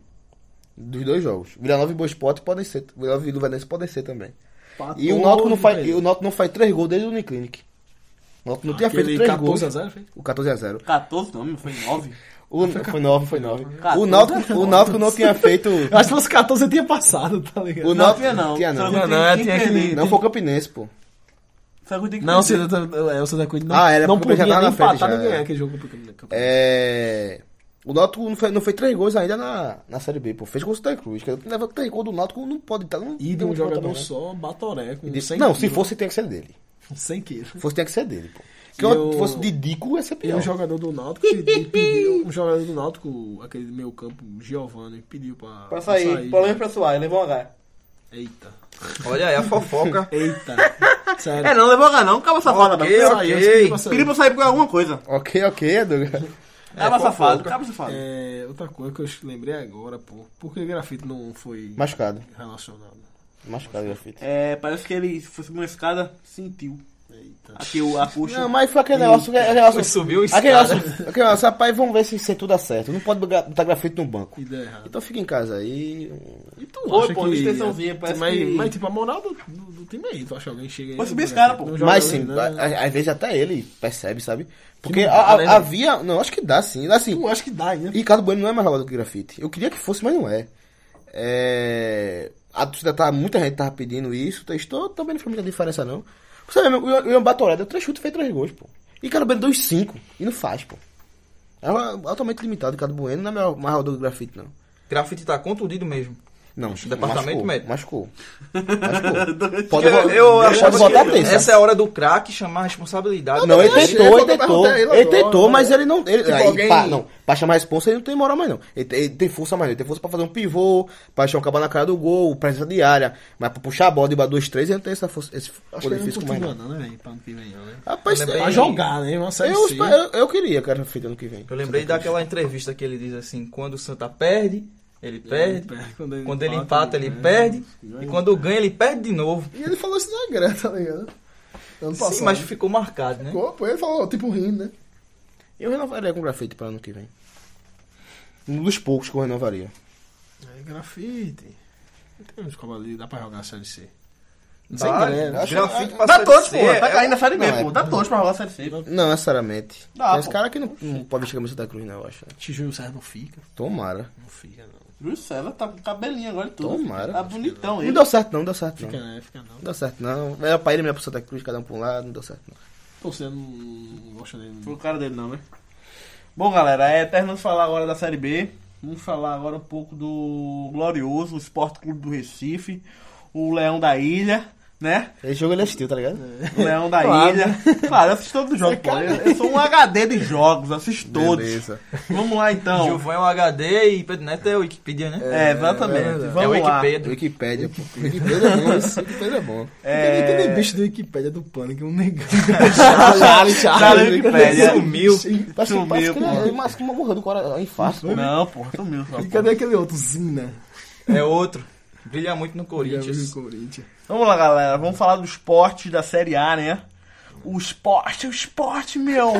[SPEAKER 4] Dos dois jogos. Vila Nova e Boa Esporte podem ser. Vila Nova e Luverdense podem ser também. E o Náutico não faz, e o Náutico não faz três gols desde o Uniclinic. O Náutico não tinha feito
[SPEAKER 6] Aquele
[SPEAKER 4] três
[SPEAKER 6] 14 a
[SPEAKER 4] gols.
[SPEAKER 6] 0 fez?
[SPEAKER 4] O 14 a 0.
[SPEAKER 2] 14 não, meu, foi 9.
[SPEAKER 4] O, foi 9, foi 9.
[SPEAKER 2] 14.
[SPEAKER 4] O Náutico, o Náutico não tinha feito.
[SPEAKER 6] Eu acho que fosse 14 eu tinha passado, tá ligado?
[SPEAKER 4] O
[SPEAKER 2] Não,
[SPEAKER 4] Náutico
[SPEAKER 2] tinha não. é
[SPEAKER 4] Tinha não.
[SPEAKER 2] Santa Cruz
[SPEAKER 6] Não,
[SPEAKER 2] tem
[SPEAKER 6] não,
[SPEAKER 2] que
[SPEAKER 6] tinha
[SPEAKER 2] perder.
[SPEAKER 6] aquele-
[SPEAKER 4] Não foi o Campinense, pô.
[SPEAKER 2] Santa Cruz tem que
[SPEAKER 6] Não, o
[SPEAKER 2] perder.
[SPEAKER 6] Santa, é, o Santa Cruz não,
[SPEAKER 4] Ah, era
[SPEAKER 6] não
[SPEAKER 4] porque já
[SPEAKER 6] podia
[SPEAKER 4] tava
[SPEAKER 6] nem
[SPEAKER 4] na frente,
[SPEAKER 6] empatar
[SPEAKER 4] já,
[SPEAKER 6] nem ganhar
[SPEAKER 4] é.
[SPEAKER 6] aquele jogo. pro Campeonato.
[SPEAKER 4] É. O Náutico não fez, não fez três gols ainda na, na Série B, pô. Fez gol do Santa Cruz. Que leva três gols do Náutico, não pode estar. Não,
[SPEAKER 6] E de
[SPEAKER 4] tem
[SPEAKER 6] um
[SPEAKER 4] muito
[SPEAKER 6] jogador
[SPEAKER 4] problema, né?
[SPEAKER 6] só, Batoré, com
[SPEAKER 4] E de-
[SPEAKER 6] 100
[SPEAKER 4] Não, se
[SPEAKER 6] quilos.
[SPEAKER 4] fosse, tem que ser dele.
[SPEAKER 6] 100 quilos.
[SPEAKER 4] Se fosse, tem que ser dele, pô. Se
[SPEAKER 6] E
[SPEAKER 4] eu
[SPEAKER 6] o-
[SPEAKER 4] fosse Didico, ia ser
[SPEAKER 6] E
[SPEAKER 4] pior.
[SPEAKER 6] um jogador do Náutico que ele pediu, um jogador do Náutico, aquele meio campo, Giovanni, pediu pra,
[SPEAKER 2] Pra sair, problema pessoal, levou um H.
[SPEAKER 6] Eita,
[SPEAKER 5] Olha aí a <laughs> fofoca.
[SPEAKER 2] <laughs>
[SPEAKER 6] eita. Sério.
[SPEAKER 2] É, não levou H não, acaba safada, não.
[SPEAKER 5] Ok,
[SPEAKER 6] saiu, esse pediu pra
[SPEAKER 5] ok.
[SPEAKER 6] sair.
[SPEAKER 2] Pediu pra sair por alguma coisa. É,
[SPEAKER 4] Ok, ok, Edu.
[SPEAKER 2] Acaba
[SPEAKER 5] fofoca.
[SPEAKER 2] safado, acaba safado.
[SPEAKER 6] É, outra coisa que eu lembrei agora, pô. Por que o grafite não foi
[SPEAKER 4] <laughs> Machucado.
[SPEAKER 6] relacionado?
[SPEAKER 4] Machucado, grafite.
[SPEAKER 2] É, parece que ele foi subir uma escada, sentiu.
[SPEAKER 6] Eita.
[SPEAKER 2] Aqui o a coxa.
[SPEAKER 4] Não, mas foi aquele negócio. Aquele negócio,
[SPEAKER 5] Foi subir o
[SPEAKER 4] aquele
[SPEAKER 5] escada.
[SPEAKER 4] negócio, aquele negócio, rapaz, vamos ver se isso tudo dá certo. Não pode gra- botar grafite no banco.
[SPEAKER 6] Que ideia errada.
[SPEAKER 4] Então fica em casa aí.
[SPEAKER 6] E tu
[SPEAKER 2] Pô,
[SPEAKER 6] acha
[SPEAKER 2] pô,
[SPEAKER 6] que... é,
[SPEAKER 2] extensãozinha, parece
[SPEAKER 6] mas,
[SPEAKER 2] que-
[SPEAKER 6] mas, tipo, a moral do, do, do time é aí, tu acha que alguém chega aí...
[SPEAKER 2] Pode subir
[SPEAKER 6] não
[SPEAKER 2] esse cara, pô.
[SPEAKER 6] joga,
[SPEAKER 4] Mas sim,
[SPEAKER 6] né?
[SPEAKER 4] a- a- às vezes até ele percebe, sabe? Porque
[SPEAKER 6] não
[SPEAKER 4] a-
[SPEAKER 6] dá,
[SPEAKER 4] a-
[SPEAKER 6] né,
[SPEAKER 4] havia. Não, acho que dá sim. Assim,
[SPEAKER 6] Eu acho que dá, né?
[SPEAKER 4] Ricardo Bueno não é mais jogador que grafite. Eu queria que fosse, mas não é. É, A torcida tá. Muita gente tava pedindo isso. tá, Testou, também não fez muita diferença, não. Você vê, o Ian- o Ian Batoré deu três chutes e fez três gols, pô. E Ricardo Bueno deu os cinco. E não faz, pô. É um- altamente limitado. Ricardo Bueno não é maior- mais jogador que grafite, não.
[SPEAKER 5] Grafite tá contundido mesmo.
[SPEAKER 4] Não, machucou,
[SPEAKER 5] departamento médico.
[SPEAKER 4] Machucou.
[SPEAKER 5] <laughs>
[SPEAKER 4] Machucou. Pode,
[SPEAKER 5] eu,
[SPEAKER 4] vo-
[SPEAKER 5] eu
[SPEAKER 4] pode
[SPEAKER 5] achava
[SPEAKER 4] botar
[SPEAKER 5] que
[SPEAKER 4] a terça.
[SPEAKER 5] essa é a hora do craque chamar a
[SPEAKER 2] Ah,
[SPEAKER 5] responsabilidade.
[SPEAKER 4] Não, ele
[SPEAKER 5] é
[SPEAKER 2] achei,
[SPEAKER 4] tentou,
[SPEAKER 2] eu
[SPEAKER 4] ele
[SPEAKER 2] vou
[SPEAKER 4] tentou.
[SPEAKER 2] perguntar a
[SPEAKER 4] Ele,
[SPEAKER 2] ele agora,
[SPEAKER 4] tentou, mas ele não. Ele, aí,
[SPEAKER 2] alguém-
[SPEAKER 4] pá, não, pra chamar a responsa, ele não tem moral mais, não. Ele, tem- ele tem força mais, não. Ele tem força pra fazer um pivô, pra achar um cabo na cara do gol, presença de área. Mas pra puxar a bola de 2, 3, ele não tem essa força, esse
[SPEAKER 6] Acho que
[SPEAKER 4] poder
[SPEAKER 6] ele não
[SPEAKER 4] físico
[SPEAKER 6] curtiu
[SPEAKER 4] mais, não.
[SPEAKER 6] nada, né, velho? Pra ano que vem, não, né?
[SPEAKER 4] Rapaz,
[SPEAKER 5] Eu
[SPEAKER 4] eu,
[SPEAKER 5] lembrei-
[SPEAKER 6] Pra jogar, né? Uma série
[SPEAKER 4] eu,
[SPEAKER 6] C.
[SPEAKER 4] eu, eu queria, cara, feito ano que vem.
[SPEAKER 5] Eu lembrei daquela entrevista que ele diz assim, quando o Santa perde, ele perde.
[SPEAKER 6] perde,
[SPEAKER 5] Quando ele, empata, ele perde. E quando ganha, ele perde de novo.
[SPEAKER 8] E ele falou isso na greve, tá ligado? Ano passado.
[SPEAKER 5] Sim, mas ficou marcado, né?
[SPEAKER 8] Pô, pô, ele falou, tipo, rindo, né?
[SPEAKER 4] Eu renovaria com grafite pra ano que vem. Um dos poucos que eu renovaria.
[SPEAKER 6] É grafite. Tem uns cabos ali, dá pra jogar a série C.
[SPEAKER 5] Sem
[SPEAKER 4] grana, acho-
[SPEAKER 8] é-
[SPEAKER 5] grafite pra
[SPEAKER 2] Dá
[SPEAKER 5] Série
[SPEAKER 2] todos,
[SPEAKER 5] C
[SPEAKER 2] pô. Tá
[SPEAKER 5] é-
[SPEAKER 2] caindo a série B,
[SPEAKER 4] Não, é-
[SPEAKER 2] pô. Dá todos pra rolar a série C. pô.
[SPEAKER 4] Não, necessariamente.
[SPEAKER 2] Dá,
[SPEAKER 4] Tem esse
[SPEAKER 2] pô.
[SPEAKER 4] cara que não, não pode vestir a camisa da Cruz, não, eu acho.
[SPEAKER 6] Tijunho Serra não fica.
[SPEAKER 4] Tomara.
[SPEAKER 6] Não fica, não.
[SPEAKER 2] Júlio César tá com cabelinho agora e tudo.
[SPEAKER 4] Tomara.
[SPEAKER 2] Tá bonitão
[SPEAKER 4] Não
[SPEAKER 2] ele.
[SPEAKER 4] deu certo, não, não deu certo,
[SPEAKER 6] Fica,
[SPEAKER 4] não.
[SPEAKER 6] né? Fica, não.
[SPEAKER 4] Não deu certo, não. Era pra ele melhor pro Santa Cruz, cada um pra um lado, não deu certo, não.
[SPEAKER 6] Torcida não- não gosta dele.
[SPEAKER 2] Foi o cara dele não, né? Bom, galera, é terminando de falar agora da Série B. Vamos falar agora um pouco do glorioso Esporte Clube do Recife, o Leão da Ilha, né?
[SPEAKER 4] Esse jogo ele assistiu, tá ligado?
[SPEAKER 2] O Leão da Ilha. Claro, eu assisto todos os jogos, pô. Eu, eu sou um HD de jogos, assisto todos.
[SPEAKER 4] Beleza.
[SPEAKER 2] Vamos lá então.
[SPEAKER 5] Gilvão é um HD e Pedro Neto é o Wikipedia, né?
[SPEAKER 2] É, exatamente.
[SPEAKER 4] É,
[SPEAKER 5] é o
[SPEAKER 2] Vamos lá.
[SPEAKER 5] Wikipedia.
[SPEAKER 4] Wikipedia, pô. Wikipedia é bom, isso. Wikipedia é bom.
[SPEAKER 2] É,
[SPEAKER 8] Aquele bicho do Wikipédia do Pânico, um negão.
[SPEAKER 4] <laughs> Charlie,
[SPEAKER 2] Charlie
[SPEAKER 6] É
[SPEAKER 2] Wikipedia.
[SPEAKER 5] Sumiu.
[SPEAKER 4] Parece que
[SPEAKER 2] Sumiu,
[SPEAKER 4] parece que ele
[SPEAKER 2] pô.
[SPEAKER 4] é- mas que uma morra do coração, é um infarto. pô.
[SPEAKER 2] Não, porra, sumiu. só,
[SPEAKER 8] E
[SPEAKER 2] pô.
[SPEAKER 8] cadê aquele outro? Zina.
[SPEAKER 5] É outro. Brilha muito no
[SPEAKER 8] Corinthians.
[SPEAKER 5] Corinthians.
[SPEAKER 8] Corinthians.
[SPEAKER 2] Vamos lá, galera. Vamos falar do esporte da Série A, né? O esporte, o esporte, meu.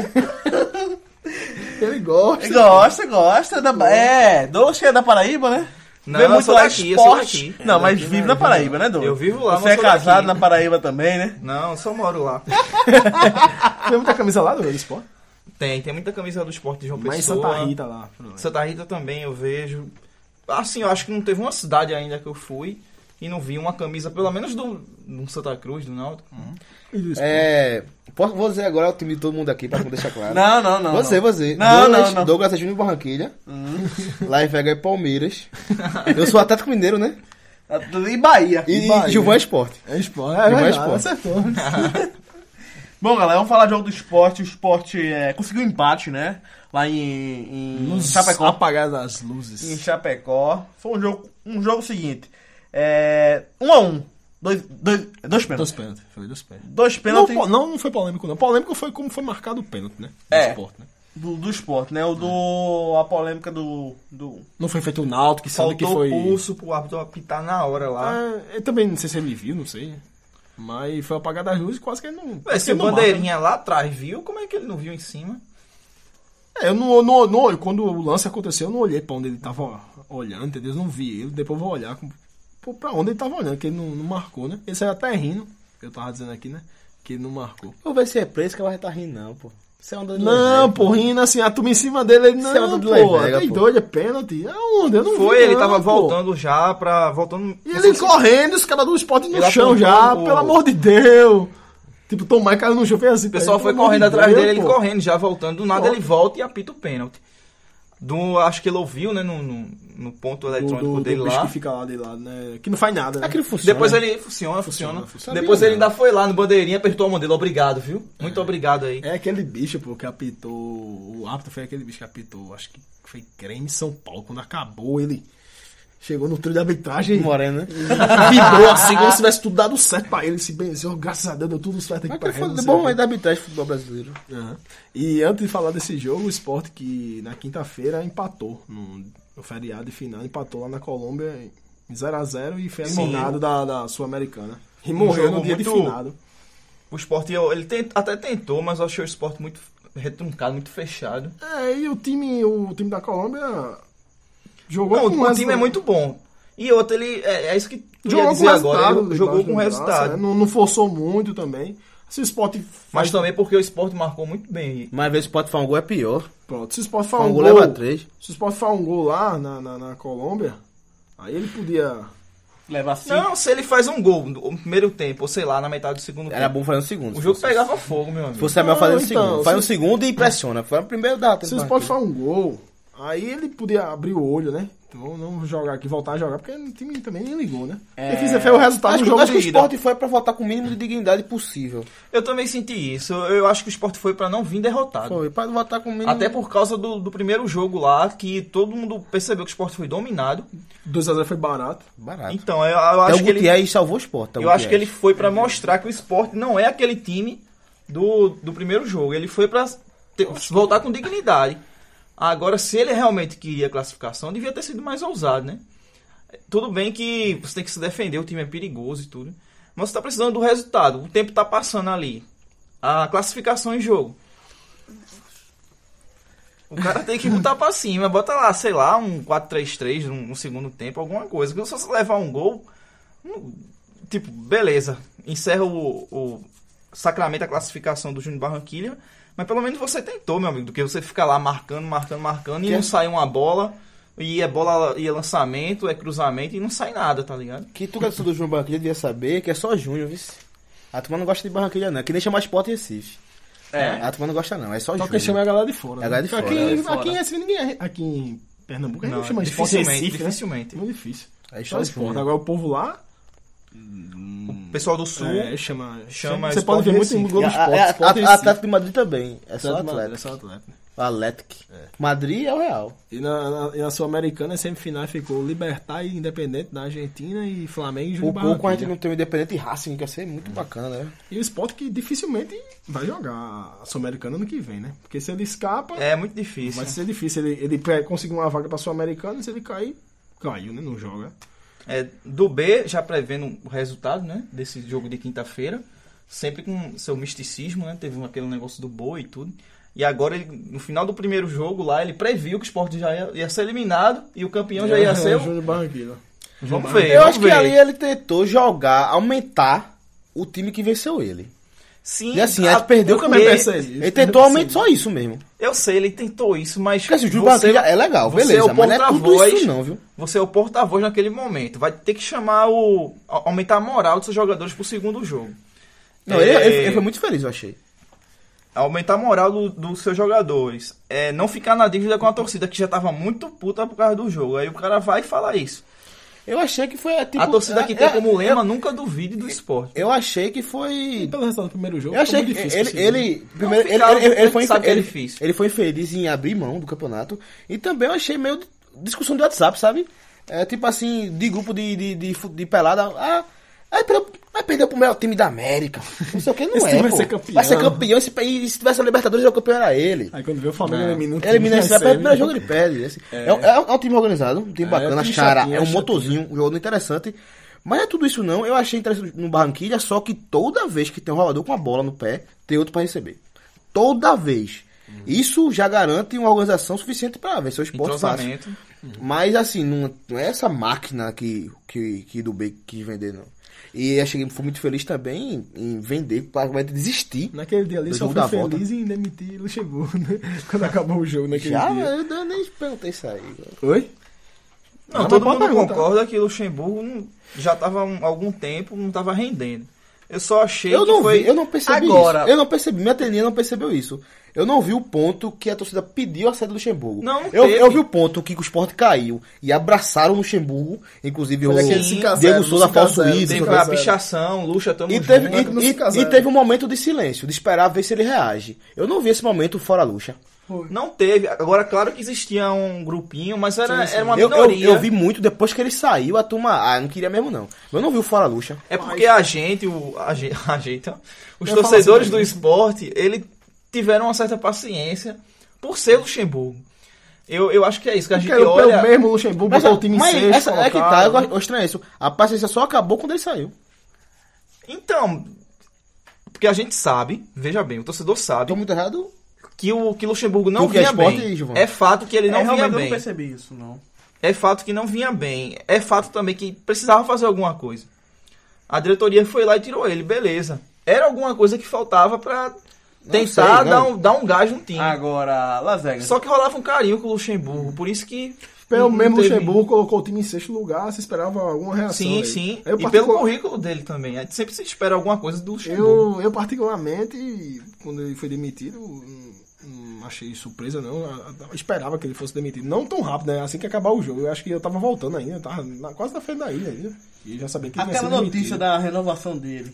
[SPEAKER 8] Ele gosta.
[SPEAKER 2] Gosta, gosta. Da... É, Douglas que é da Paraíba, né?
[SPEAKER 5] Não,
[SPEAKER 2] Vê
[SPEAKER 5] eu
[SPEAKER 2] muito
[SPEAKER 5] sou
[SPEAKER 2] lá
[SPEAKER 5] daqui, eu sou
[SPEAKER 2] esporte.
[SPEAKER 5] daqui.
[SPEAKER 2] Não, mas vive na Paraíba, né, Douglas?
[SPEAKER 5] Eu vivo lá,
[SPEAKER 2] Você
[SPEAKER 5] mas
[SPEAKER 2] é
[SPEAKER 5] sou
[SPEAKER 2] casado
[SPEAKER 5] daqui.
[SPEAKER 2] na Paraíba também, né?
[SPEAKER 5] Não, só moro lá.
[SPEAKER 8] Tem muita camisa lá do Sport.
[SPEAKER 5] Tem, tem muita camisa do esporte de João Pessoa.
[SPEAKER 8] Mas Santa Rita lá. pronto.
[SPEAKER 5] Santa Rita também eu vejo. Assim, eu acho que não teve uma cidade ainda que eu fui e não vi uma camisa, pelo menos do, do Santa Cruz, do Náutico.
[SPEAKER 6] Hum,
[SPEAKER 8] E do Sport.
[SPEAKER 4] É. Posso, vou dizer agora o time de todo mundo aqui, pra deixar claro.
[SPEAKER 2] Não, não, não.
[SPEAKER 4] Você,
[SPEAKER 2] não.
[SPEAKER 4] você.
[SPEAKER 2] Não,
[SPEAKER 4] Douglas,
[SPEAKER 2] não, não.
[SPEAKER 4] Douglas é Júnior Barranquilha. Lá em Vega é Palmeiras. Eu sou Atlético Mineiro, né?
[SPEAKER 2] E Bahia.
[SPEAKER 4] E,
[SPEAKER 8] E Bahia.
[SPEAKER 4] e Gilvão é Esporte.
[SPEAKER 8] É Sport. É,
[SPEAKER 4] Não é
[SPEAKER 8] verdade,
[SPEAKER 4] Sport.
[SPEAKER 8] acertou.
[SPEAKER 2] <laughs> Bom, galera, vamos falar do jogo do esporte. O esporte é, conseguiu um empate, né? Lá em, em Chapecó.
[SPEAKER 6] apagar das
[SPEAKER 2] em
[SPEAKER 6] luzes.
[SPEAKER 2] Chapecó. Foi um jogo, um jogo seguinte. É, um a um. Dois, dois, dois
[SPEAKER 6] Dos
[SPEAKER 2] pênaltis.
[SPEAKER 6] pênaltis. Foi dos pênaltis.
[SPEAKER 2] Dois
[SPEAKER 6] Não,
[SPEAKER 2] pênaltis
[SPEAKER 6] po- não, não foi polêmico, não. Polêmico foi como foi marcado o pênalti, né? Do
[SPEAKER 2] É.
[SPEAKER 6] Sport, né?
[SPEAKER 2] do, do esporte, né? O do. A polêmica do. do
[SPEAKER 6] Não foi feito o Náutico, que sabe que
[SPEAKER 5] Faltou
[SPEAKER 6] foi...
[SPEAKER 5] pulso pro árbitro apitar na hora lá.
[SPEAKER 6] Ah, eu também não sei se ele viu, não sei. Mas foi apagar das luzes e quase que ele
[SPEAKER 2] É,
[SPEAKER 6] não...
[SPEAKER 5] Ué, se
[SPEAKER 6] ele
[SPEAKER 5] o
[SPEAKER 6] não marca, né?
[SPEAKER 5] bandeirinha lá atrás viu, como é que ele não viu em cima?
[SPEAKER 6] É, eu não, não, não olho. Quando o lance aconteceu, eu não olhei pra onde ele tava olhando, entendeu? Eu não vi ele. Depois eu vou olhar com- pô, pra onde ele tava olhando, que ele não, não marcou, né? Ele saiu até rindo, eu tava dizendo aqui, né? Que ele não marcou.
[SPEAKER 4] Vou ver se é preço que ela vai estar rindo, não, pô. Você é um doido.
[SPEAKER 6] Não, pô, rindo assim, a turma em cima dele, ele
[SPEAKER 4] Isso é uma
[SPEAKER 6] não,
[SPEAKER 4] do
[SPEAKER 6] pô,
[SPEAKER 4] Leivenga,
[SPEAKER 6] tem
[SPEAKER 4] pô.
[SPEAKER 6] doido, é pênalti. Aonde? Eu não
[SPEAKER 5] né, Foi,
[SPEAKER 6] vi,
[SPEAKER 5] ele
[SPEAKER 6] não,
[SPEAKER 5] tava
[SPEAKER 6] pô.
[SPEAKER 5] voltando já pra. voltando.
[SPEAKER 6] E ele correndo, os caras do esporte no
[SPEAKER 5] Ele
[SPEAKER 6] chão
[SPEAKER 5] apontou
[SPEAKER 6] já,
[SPEAKER 5] o-
[SPEAKER 6] pelo amor de Deus. Tipo, tomar cara no chão, fez assim.
[SPEAKER 5] O pessoal foi correndo atrás dele, ele correndo, já voltando. Do nada ele volta e apita o pênalti. Do, acho que ele ouviu, né, no, no, no
[SPEAKER 6] Do,
[SPEAKER 5] ponto eletrônico
[SPEAKER 6] do, do
[SPEAKER 5] dele
[SPEAKER 6] bicho
[SPEAKER 5] lá.
[SPEAKER 6] que fica lá de lado, né? Que não faz nada, né?
[SPEAKER 4] Aquilo funciona.
[SPEAKER 5] Depois ele funciona, funciona.
[SPEAKER 6] funciona.
[SPEAKER 5] Depois
[SPEAKER 4] Sabia,
[SPEAKER 5] ele ainda foi lá no bandeirinha, apertou a mão dele. Obrigado, viu? Muito obrigado aí.
[SPEAKER 6] É aquele bicho, pô, que apitou. O árbitro foi aquele bicho que apitou, acho que foi Grêmio e São Paulo. Quando acabou, ele chegou no trio da arbitragem e
[SPEAKER 4] Moreno, né?
[SPEAKER 6] virou assim, como se tivesse tudo dado certo pra ele. Se benzeu, graças a Deus, deu tudo certo aqui
[SPEAKER 4] Mas
[SPEAKER 6] pra
[SPEAKER 4] que
[SPEAKER 6] ele. não
[SPEAKER 4] foi
[SPEAKER 6] sei
[SPEAKER 4] bom
[SPEAKER 6] o
[SPEAKER 4] aí
[SPEAKER 6] quê.
[SPEAKER 4] da arbitragem do futebol brasileiro.
[SPEAKER 6] Aham. E antes de falar desse jogo, o esporte que na quinta-feira empatou no, no feriado e final, empatou lá na Colômbia 0x0 e foi
[SPEAKER 5] Sim.
[SPEAKER 6] eliminado da, da Sul-Americana.
[SPEAKER 5] E
[SPEAKER 6] Morreu no dia de
[SPEAKER 5] muito,
[SPEAKER 6] finado.
[SPEAKER 5] O esporte, ele tent- até tentou, mas eu achei o esporte muito retruncado, muito fechado.
[SPEAKER 6] É, e o time, o time da Colômbia jogou
[SPEAKER 5] Não,
[SPEAKER 6] com
[SPEAKER 5] o
[SPEAKER 6] mais-
[SPEAKER 5] time é muito bom. E outro, ele. É, é isso que tu ia
[SPEAKER 6] Jogou com
[SPEAKER 5] dizer agora.
[SPEAKER 6] resultado.
[SPEAKER 5] Ele jogou
[SPEAKER 6] debaixo
[SPEAKER 5] com
[SPEAKER 6] do braço,
[SPEAKER 5] resultado.
[SPEAKER 6] né? Não, não forçou muito também. Se o Sport
[SPEAKER 5] Mas também porque o esporte marcou muito bem.
[SPEAKER 4] Mas às vezes pode falar um gol é pior.
[SPEAKER 6] Pronto, se o Sport
[SPEAKER 4] Fala
[SPEAKER 6] faz
[SPEAKER 4] um
[SPEAKER 6] um
[SPEAKER 4] gol
[SPEAKER 6] gol,
[SPEAKER 4] leva três.
[SPEAKER 6] se o Sport faz um gol lá na, na, na Colômbia, aí ele podia.
[SPEAKER 2] Levar cinco.
[SPEAKER 5] Não, se ele faz um gol no primeiro tempo, ou sei lá, na metade do segundo
[SPEAKER 4] Era
[SPEAKER 5] tempo.
[SPEAKER 4] bom fazer um segundo.
[SPEAKER 5] O jogo pegava fogo, meu amigo.
[SPEAKER 4] Você é melhor fazer um
[SPEAKER 6] Não, então,
[SPEAKER 4] segundo. Faz
[SPEAKER 6] se-
[SPEAKER 4] um segundo e pressiona. Faz o primeiro dá.
[SPEAKER 6] Se o Sport faz um gol, aí ele podia abrir o olho, né? Então não jogar aqui, voltar a jogar, porque o time também nem ligou, né? É... Porque fez o resultado
[SPEAKER 4] Acho,
[SPEAKER 6] do
[SPEAKER 4] que-
[SPEAKER 6] jogo
[SPEAKER 4] acho que
[SPEAKER 6] de
[SPEAKER 4] o
[SPEAKER 6] ida.
[SPEAKER 4] esporte foi pra voltar com o mínimo de dignidade possível.
[SPEAKER 5] Eu também senti isso. Eu eu acho que o esporte foi pra não vir derrotado.
[SPEAKER 4] Foi, pra voltar com o mínimo.
[SPEAKER 5] Até por causa do, do primeiro jogo lá, que todo mundo percebeu que o esporte foi dominado.
[SPEAKER 6] 2x0 foi barato.
[SPEAKER 4] Barato.
[SPEAKER 5] Então, eu, eu
[SPEAKER 4] Até
[SPEAKER 5] acho
[SPEAKER 4] o
[SPEAKER 5] que ele.
[SPEAKER 4] Gutierrez salvou o tá, esporte.
[SPEAKER 5] Eu acho que ele foi pra mostrar que o esporte não é aquele time do, do primeiro jogo. Ele foi pra ter- voltar com dignidade. Agora, se ele realmente queria classificação, devia ter sido mais ousado, né? Tudo bem que você tem que se defender, o time é perigoso e tudo. Mas você tá precisando do resultado. O tempo tá passando ali. A classificação em jogo. O cara tem que botar pra cima. Bota lá, sei lá, um 4-3-3 no um, segundo tempo, alguma coisa. Porque se você levar um gol, não- tipo, beleza. Encerra o, o sacramento a classificação do Júnior Barranquilha. Mas pelo menos você tentou, meu amigo, do que você ficar lá marcando, marcando, marcando e não sai uma bola. E é bola, e é lançamento, é cruzamento e não sai nada, tá ligado?
[SPEAKER 4] Que tu que é do Júnior Barranquilla devia saber que é só Júnior, viu? A turma não gosta de Barranquilla, não. É que nem chamar Sport Recife.
[SPEAKER 2] É.
[SPEAKER 4] A turma não gosta, não. É só
[SPEAKER 6] Só quem chama é
[SPEAKER 4] Júnior.
[SPEAKER 6] a galera de fora.
[SPEAKER 4] É a galera de
[SPEAKER 6] Porque
[SPEAKER 4] fora, é a
[SPEAKER 6] Aqui,
[SPEAKER 5] galera
[SPEAKER 6] aqui
[SPEAKER 5] de
[SPEAKER 6] em
[SPEAKER 5] fora.
[SPEAKER 6] Recife ninguém. Aqui em Pernambuco, não, a
[SPEAKER 5] Não,
[SPEAKER 6] gente chama Sport
[SPEAKER 5] dificilmente,
[SPEAKER 6] É, Recife, né?
[SPEAKER 5] dificilmente.
[SPEAKER 6] Muito difícil.
[SPEAKER 4] É
[SPEAKER 6] Só
[SPEAKER 4] só
[SPEAKER 6] Sport.
[SPEAKER 4] Júnior.
[SPEAKER 6] Agora o povo lá
[SPEAKER 5] O pessoal do Sul.
[SPEAKER 6] é, chama,
[SPEAKER 5] Chama
[SPEAKER 6] Você
[SPEAKER 5] Sport
[SPEAKER 6] pode ver muito em
[SPEAKER 5] Recife.
[SPEAKER 6] Globo
[SPEAKER 4] E a-
[SPEAKER 6] Esporte.
[SPEAKER 4] a-
[SPEAKER 6] Sport
[SPEAKER 4] a- a-
[SPEAKER 6] Recife.
[SPEAKER 4] Atlético de Madrid também. É só
[SPEAKER 6] Atlético de Madrid, é
[SPEAKER 4] Atlético.
[SPEAKER 6] só Atlético.
[SPEAKER 4] Atlético. Madrid é o Real.
[SPEAKER 6] E na, na- e na Sul-Americana, as semifinais ficou Libertar e Independente da Argentina e Flamengo e
[SPEAKER 4] O
[SPEAKER 6] Júnior
[SPEAKER 4] pouco a gente
[SPEAKER 6] Barranquilla.
[SPEAKER 4] não tem o Independente e Racing, que ia ser muito bacana, né?
[SPEAKER 6] E o Sport que dificilmente vai jogar a Sul-Americana ano que vem, né? Porque se ele escapa,
[SPEAKER 5] É muito difícil.
[SPEAKER 6] vai ser difícil. Ele, ele pe- conseguir uma vaga pra Sul-Americana e se ele cair, caiu, né? Não joga.
[SPEAKER 5] É, do B, já prevendo o resultado né, desse jogo de quinta-feira, sempre com seu misticismo, né, teve aquele negócio do boi e tudo. E agora, ele, no final do primeiro jogo lá, ele previu que o Sport já ia, ia ser eliminado e o campeão já
[SPEAKER 4] <laughs>
[SPEAKER 5] ia ser.
[SPEAKER 6] o
[SPEAKER 5] o-
[SPEAKER 6] É, Júnior Barranquilla.
[SPEAKER 5] Vamos ver.
[SPEAKER 4] É, Eu
[SPEAKER 5] vamos
[SPEAKER 4] acho que
[SPEAKER 5] ver.
[SPEAKER 4] ali é ele tentou jogar, aumentar o time que venceu ele.
[SPEAKER 5] Sim,
[SPEAKER 4] E assim,
[SPEAKER 5] a-
[SPEAKER 4] a gente perdeu
[SPEAKER 5] Ah, eu
[SPEAKER 4] com
[SPEAKER 5] também
[SPEAKER 4] ele.
[SPEAKER 5] pensei
[SPEAKER 6] nisso,
[SPEAKER 4] Ele tentou
[SPEAKER 6] eu
[SPEAKER 4] aumentar só isso mesmo.
[SPEAKER 5] Eu sei, ele tentou isso, mas.
[SPEAKER 4] Porque assim, o Júlio
[SPEAKER 5] você-
[SPEAKER 4] Barranquilla é legal,
[SPEAKER 5] você
[SPEAKER 4] beleza,
[SPEAKER 5] é o
[SPEAKER 4] mas não é tudo
[SPEAKER 5] porta-voz.
[SPEAKER 4] isso não, viu?
[SPEAKER 5] Você é o porta-voz naquele momento. Vai ter que chamar o. a- aumentar a moral dos seus jogadores pro segundo jogo.
[SPEAKER 4] Não,
[SPEAKER 5] É,
[SPEAKER 4] ele, ele- ele foi muito feliz, eu achei.
[SPEAKER 5] aumentar a moral do- dos seus jogadores. É, não ficar na dívida com a torcida, que já tava muito puta por causa do jogo. Aí o cara vai e fala isso.
[SPEAKER 4] Eu achei que foi tipo,
[SPEAKER 5] a torcida que
[SPEAKER 4] é-
[SPEAKER 5] tem
[SPEAKER 4] é-
[SPEAKER 5] como Então, lema nunca duvide do esporte.
[SPEAKER 4] Eu achei que foi.
[SPEAKER 6] Pelo resultado do primeiro jogo,
[SPEAKER 4] Eu achei que
[SPEAKER 6] ficou difícil assim, né?
[SPEAKER 4] ele,
[SPEAKER 6] pro segundo.
[SPEAKER 4] ele, primeiro, ele,
[SPEAKER 5] ficaram,
[SPEAKER 4] ele, ele,
[SPEAKER 5] a gente
[SPEAKER 4] foi
[SPEAKER 5] sabe que é
[SPEAKER 4] ele-
[SPEAKER 5] difícil.
[SPEAKER 4] ele foi infeliz em abrir mão do campeonato. E também eu achei meio discussão de WhatsApp, sabe? É, tipo assim, de grupo de, de, de, fu- de pelada. Ah, aí perdeu, aí perdeu pro melhor time da América. Não sei o que, não
[SPEAKER 6] Esse
[SPEAKER 4] é.
[SPEAKER 6] time vai
[SPEAKER 4] pô.
[SPEAKER 6] ser campeão.
[SPEAKER 4] Vai ser campeão. E se, e se tivesse a Libertadores, o campeão era ele.
[SPEAKER 6] Aí quando vê o Flamengo eliminando
[SPEAKER 4] Ele é me nesse primeiro jogo ele perde. Assim. É. um- é um- é um time organizado, um time
[SPEAKER 6] É,
[SPEAKER 4] bacana,
[SPEAKER 6] time
[SPEAKER 4] chará,
[SPEAKER 6] chatinho,
[SPEAKER 4] é um
[SPEAKER 6] chatinho.
[SPEAKER 4] motorzinho, um jogo interessante. Mas não é tudo isso não. Eu achei interessante no Barranquilha, só que toda vez que tem um rolador com a bola no pé, tem outro pra receber. Toda vez.
[SPEAKER 6] Uhum.
[SPEAKER 4] Isso já garante uma organização suficiente pra vencer
[SPEAKER 6] Um
[SPEAKER 4] o esporte fácil.
[SPEAKER 5] Entrosamento.
[SPEAKER 4] Mas assim, não, não é essa máquina que, que, que do B quis vender, não. E achei que fui muito feliz também em, em vender, praticamente desistir.
[SPEAKER 6] Naquele dia ali
[SPEAKER 4] Do
[SPEAKER 6] só
[SPEAKER 4] jogo
[SPEAKER 6] fui
[SPEAKER 4] da
[SPEAKER 6] feliz
[SPEAKER 4] volta.
[SPEAKER 6] em demitir Luxemburgo, <laughs> né? Quando acabou o jogo naquele
[SPEAKER 4] Já, né?
[SPEAKER 6] dia.
[SPEAKER 4] eu, eu nem perguntei isso aí.
[SPEAKER 6] Oi?
[SPEAKER 5] Não,
[SPEAKER 6] Não,
[SPEAKER 5] todo
[SPEAKER 6] mas
[SPEAKER 5] mundo
[SPEAKER 6] boa pergunta.
[SPEAKER 5] concorda que o Luxemburgo não- já tava há um- algum tempo, não tava rendendo. Eu só achei
[SPEAKER 4] Eu
[SPEAKER 5] que
[SPEAKER 4] não
[SPEAKER 5] foi.
[SPEAKER 4] vi, eu não percebi
[SPEAKER 2] Agora-
[SPEAKER 4] isso. Eu não percebi, minha telinha não percebeu isso. Eu não vi o ponto que a torcida pediu a saída do Luxemburgo.
[SPEAKER 5] Não
[SPEAKER 4] eu,
[SPEAKER 5] teve.
[SPEAKER 4] eu vi o ponto que o Sport caiu e abraçaram o Luxemburgo, inclusive o
[SPEAKER 2] Foi aquele 5 a 0,
[SPEAKER 4] Diego Souza
[SPEAKER 2] 5 a 0,
[SPEAKER 4] falso ídolo.
[SPEAKER 5] Teve
[SPEAKER 2] Isso, tá
[SPEAKER 5] a
[SPEAKER 2] certo.
[SPEAKER 5] pichação, Luxa, tamo
[SPEAKER 4] E teve,
[SPEAKER 5] junto.
[SPEAKER 4] e, e- e teve um momento de silêncio, de esperar ver se ele reage. Eu não vi esse momento fora Luxa.
[SPEAKER 5] Não teve. Agora, claro que existia um grupinho, mas era, era uma
[SPEAKER 4] Eu, eu,
[SPEAKER 5] minoria.
[SPEAKER 4] eu vi muito depois que ele saiu, a turma. Ah, não queria mesmo não. Eu não vi o fora Luxa.
[SPEAKER 5] É porque a gente, o, a gente, <laughs> a gente ó, os torcedores do esporte, ele tiveram uma certa paciência por ser Luxemburgo. Eu, eu acho que é isso, que a gente
[SPEAKER 6] Porque o
[SPEAKER 5] olha.
[SPEAKER 6] mesmo Luxemburgo
[SPEAKER 4] Mas,
[SPEAKER 6] botou o time em
[SPEAKER 4] mas
[SPEAKER 6] sexto.
[SPEAKER 4] essa, é que tá, eu, eu estranho isso. A paciência só acabou quando ele saiu.
[SPEAKER 5] Então, porque a gente sabe, veja bem, o torcedor sabe
[SPEAKER 4] Tô muito Tá errado?
[SPEAKER 5] que o que Luxemburgo não
[SPEAKER 4] Tu que é
[SPEAKER 5] vinha
[SPEAKER 4] esporte,
[SPEAKER 5] bem.
[SPEAKER 4] Giovanni?
[SPEAKER 5] É fato que ele não
[SPEAKER 2] é, realmente
[SPEAKER 5] vinha
[SPEAKER 2] eu não
[SPEAKER 5] bem.
[SPEAKER 2] percebi isso, não.
[SPEAKER 5] É fato que não vinha bem. É fato também que precisava fazer alguma coisa. A diretoria foi lá e tirou ele, beleza. Era alguma coisa que faltava pra tentar
[SPEAKER 4] sei,
[SPEAKER 5] dar,
[SPEAKER 4] não.
[SPEAKER 5] um, dar um gás no time.
[SPEAKER 2] Ah, Agora, Las Vegas.
[SPEAKER 5] Só que rolava um carinho com o Luxemburgo, por isso que.
[SPEAKER 6] Pelo
[SPEAKER 5] não
[SPEAKER 6] mesmo
[SPEAKER 5] teve-
[SPEAKER 6] Luxemburgo colocou o time em sexto lugar, se esperava alguma reação.
[SPEAKER 5] Sim,
[SPEAKER 6] aí.
[SPEAKER 5] sim.
[SPEAKER 6] Eu,
[SPEAKER 5] e pelo
[SPEAKER 6] particular-
[SPEAKER 5] currículo dele também. A gente sempre se espera alguma coisa do Luxemburgo.
[SPEAKER 6] eu, eu particularmente, quando ele foi demitido, não- não achei surpresa não. Eu- eu esperava que ele fosse demitido. Não tão rápido, né? Assim que acabar o jogo. Eu acho que eu tava voltando ainda, eu tava na- quase na frente da ilha ainda. E já sabia que ele
[SPEAKER 2] Aquela
[SPEAKER 6] ia ser
[SPEAKER 2] notícia
[SPEAKER 6] demitido.
[SPEAKER 2] da renovação dele.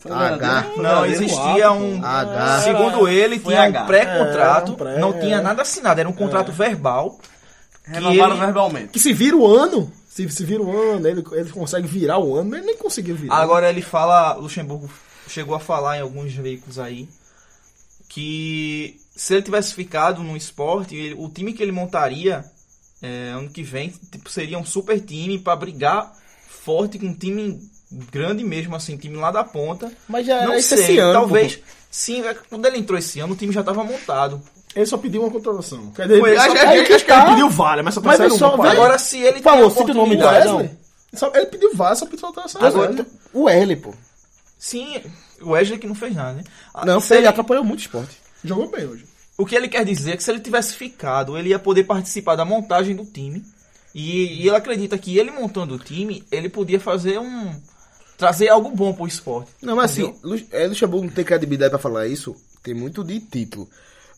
[SPEAKER 2] Foi
[SPEAKER 4] Ah,
[SPEAKER 2] verdadeira?
[SPEAKER 4] H.
[SPEAKER 2] Foi
[SPEAKER 5] Não,
[SPEAKER 2] verdadeira?
[SPEAKER 5] existia um.
[SPEAKER 4] Ah, dá.
[SPEAKER 5] Segundo ele,
[SPEAKER 2] Foi
[SPEAKER 5] tinha
[SPEAKER 2] H.
[SPEAKER 5] um pré-contrato.
[SPEAKER 6] É, um pré,
[SPEAKER 5] não tinha
[SPEAKER 6] é.
[SPEAKER 5] nada assinado, era um contrato verbal.
[SPEAKER 2] Renovaram
[SPEAKER 5] ele-
[SPEAKER 2] verbalmente.
[SPEAKER 6] Que se vira o ano, se, se vira o ano, ele, ele consegue virar o ano, ele nem conseguiu virar.
[SPEAKER 5] Agora ele fala, Luxemburgo chegou a falar em alguns veículos aí que se ele tivesse ficado no esporte, ele- o time que ele montaria é, ano que vem tipo, seria um super time pra brigar forte com um time grande mesmo, assim, time lá da ponta.
[SPEAKER 4] Mas já
[SPEAKER 5] Não
[SPEAKER 4] era isso
[SPEAKER 5] sei,
[SPEAKER 4] É, esse ano.
[SPEAKER 5] talvez. Sim, é que quando ele entrou esse ano, o time já tava montado.
[SPEAKER 6] Ele só pediu uma contratação. Quer dizer,
[SPEAKER 5] Foi,
[SPEAKER 6] ele,
[SPEAKER 5] acho-
[SPEAKER 4] É
[SPEAKER 6] só-
[SPEAKER 5] acho
[SPEAKER 6] ele-
[SPEAKER 5] que
[SPEAKER 6] acho que
[SPEAKER 4] tá,
[SPEAKER 6] ele pediu vale, mas só
[SPEAKER 4] Mas,
[SPEAKER 6] trouxeram um
[SPEAKER 4] pessoal,
[SPEAKER 6] pro Paraná.
[SPEAKER 4] velho,
[SPEAKER 5] Agora, se ele
[SPEAKER 4] Por favor,
[SPEAKER 5] tem a
[SPEAKER 4] cita o nome
[SPEAKER 6] O
[SPEAKER 4] dele.
[SPEAKER 5] oportunidade-
[SPEAKER 6] Wesley? Só- ele pediu vale, só pediu contratação.
[SPEAKER 4] Agora, o L, pô.
[SPEAKER 5] Sim, o Wesley que não fez nada, né? Ah,
[SPEAKER 4] Não,
[SPEAKER 5] se
[SPEAKER 4] ele atrapalhou muito o esporte.
[SPEAKER 6] Jogou bem hoje.
[SPEAKER 5] O que ele quer dizer é que se ele tivesse ficado, ele ia poder participar da montagem do time. E, e ele acredita que ele montando o time, ele podia fazer um. trazer algo bom pro esporte.
[SPEAKER 4] Não, mas assim,
[SPEAKER 5] Entendeu?
[SPEAKER 4] Lu- é, Luxemburgo não tem credibilidade pra falar isso. Tem muito de título.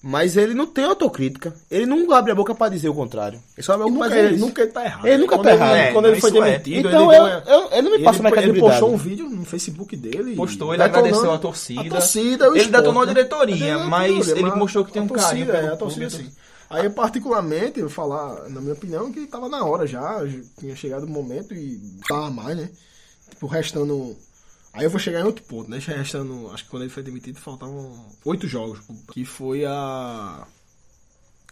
[SPEAKER 4] Mas ele não tem autocrítica. Ele não abre a boca pra dizer o contrário. Ele só abre a
[SPEAKER 6] E
[SPEAKER 4] boca pra
[SPEAKER 6] nunca,
[SPEAKER 4] dizer
[SPEAKER 6] ele,
[SPEAKER 4] isso.
[SPEAKER 6] nunca ele tá errado.
[SPEAKER 4] Ele nunca
[SPEAKER 6] quando
[SPEAKER 4] tá
[SPEAKER 6] ele,
[SPEAKER 4] errado.
[SPEAKER 6] Quando
[SPEAKER 5] É,
[SPEAKER 6] ele foi
[SPEAKER 5] isso é.
[SPEAKER 6] demitido,
[SPEAKER 4] Então,
[SPEAKER 6] ele
[SPEAKER 4] eu,
[SPEAKER 6] deu uma-
[SPEAKER 4] eu- ele não me passa
[SPEAKER 6] ele, ele
[SPEAKER 4] mais credibilidade.
[SPEAKER 6] postou um vídeo no Facebook dele.
[SPEAKER 5] Postou,
[SPEAKER 6] e
[SPEAKER 5] ele
[SPEAKER 6] detonou-
[SPEAKER 5] agradeceu a torcida.
[SPEAKER 6] A torcida, o
[SPEAKER 5] Ele
[SPEAKER 6] esporte,
[SPEAKER 5] detonou a
[SPEAKER 6] né?
[SPEAKER 5] diretoria,
[SPEAKER 6] detonou a
[SPEAKER 5] mas
[SPEAKER 6] diretoria,
[SPEAKER 5] ele mostrou que tem
[SPEAKER 6] a
[SPEAKER 5] um carinho
[SPEAKER 6] torcida,
[SPEAKER 5] pelo
[SPEAKER 6] é, a torcida
[SPEAKER 5] clube, assim.
[SPEAKER 6] sim. Aí, particularmente, eu falar, na minha opinião, que tava na hora já, já tinha chegado o momento e tava mais, né? Tipo, restando. Aí eu vou chegar em outro ponto, né? Restando, acho que quando ele foi demitido faltavam oito jogos, que foi a.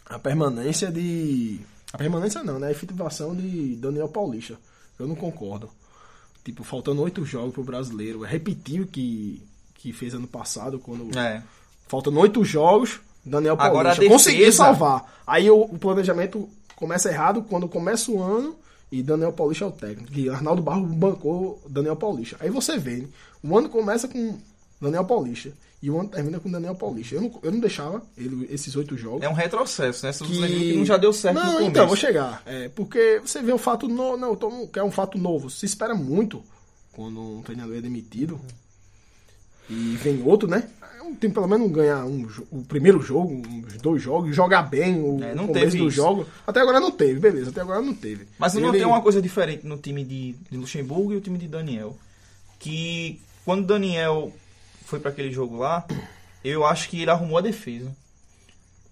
[SPEAKER 6] a permanência de. A permanência não, né? A efetivação de Daniel Paulista. Eu não concordo. Tipo, faltando oito jogos pro brasileiro. Repetiu o que, que fez ano passado, quando.
[SPEAKER 5] É.
[SPEAKER 6] Faltando oito jogos, Daniel
[SPEAKER 5] Agora
[SPEAKER 6] Paulista
[SPEAKER 5] a defesa-
[SPEAKER 6] conseguiu salvar. Aí o, o planejamento começa errado quando começa o ano e Daniel Paulista é o técnico. E Arnaldo Barro bancou Daniel Paulista. Aí você vê, né? o ano começa com Daniel Paulista e o ano termina com Daniel Paulista. Eu não, eu não deixava ele, esses oito jogos.
[SPEAKER 5] É um retrocesso, né? Se você
[SPEAKER 6] Que-
[SPEAKER 5] lembra que não já deu certo no
[SPEAKER 6] Não,
[SPEAKER 5] começo.
[SPEAKER 6] então, vou chegar. É, porque você vê um fato novo. Não, eu tô- que é um fato novo. Se espera muito quando um treinador é demitido. E vem outro, né? É um- Tem pelo menos ganhar um, jo- o primeiro jogo, os dois jogos, jogar bem o
[SPEAKER 5] É, não
[SPEAKER 6] começo
[SPEAKER 5] teve
[SPEAKER 6] do
[SPEAKER 5] isso.
[SPEAKER 6] jogo. Até agora não teve, beleza, até agora não teve.
[SPEAKER 5] Mas não
[SPEAKER 6] Ele-
[SPEAKER 5] tem uma coisa diferente no time de, de Luxemburgo e o time de Daniel. Que quando Daniel foi pra aquele jogo lá, eu acho que ele arrumou a defesa.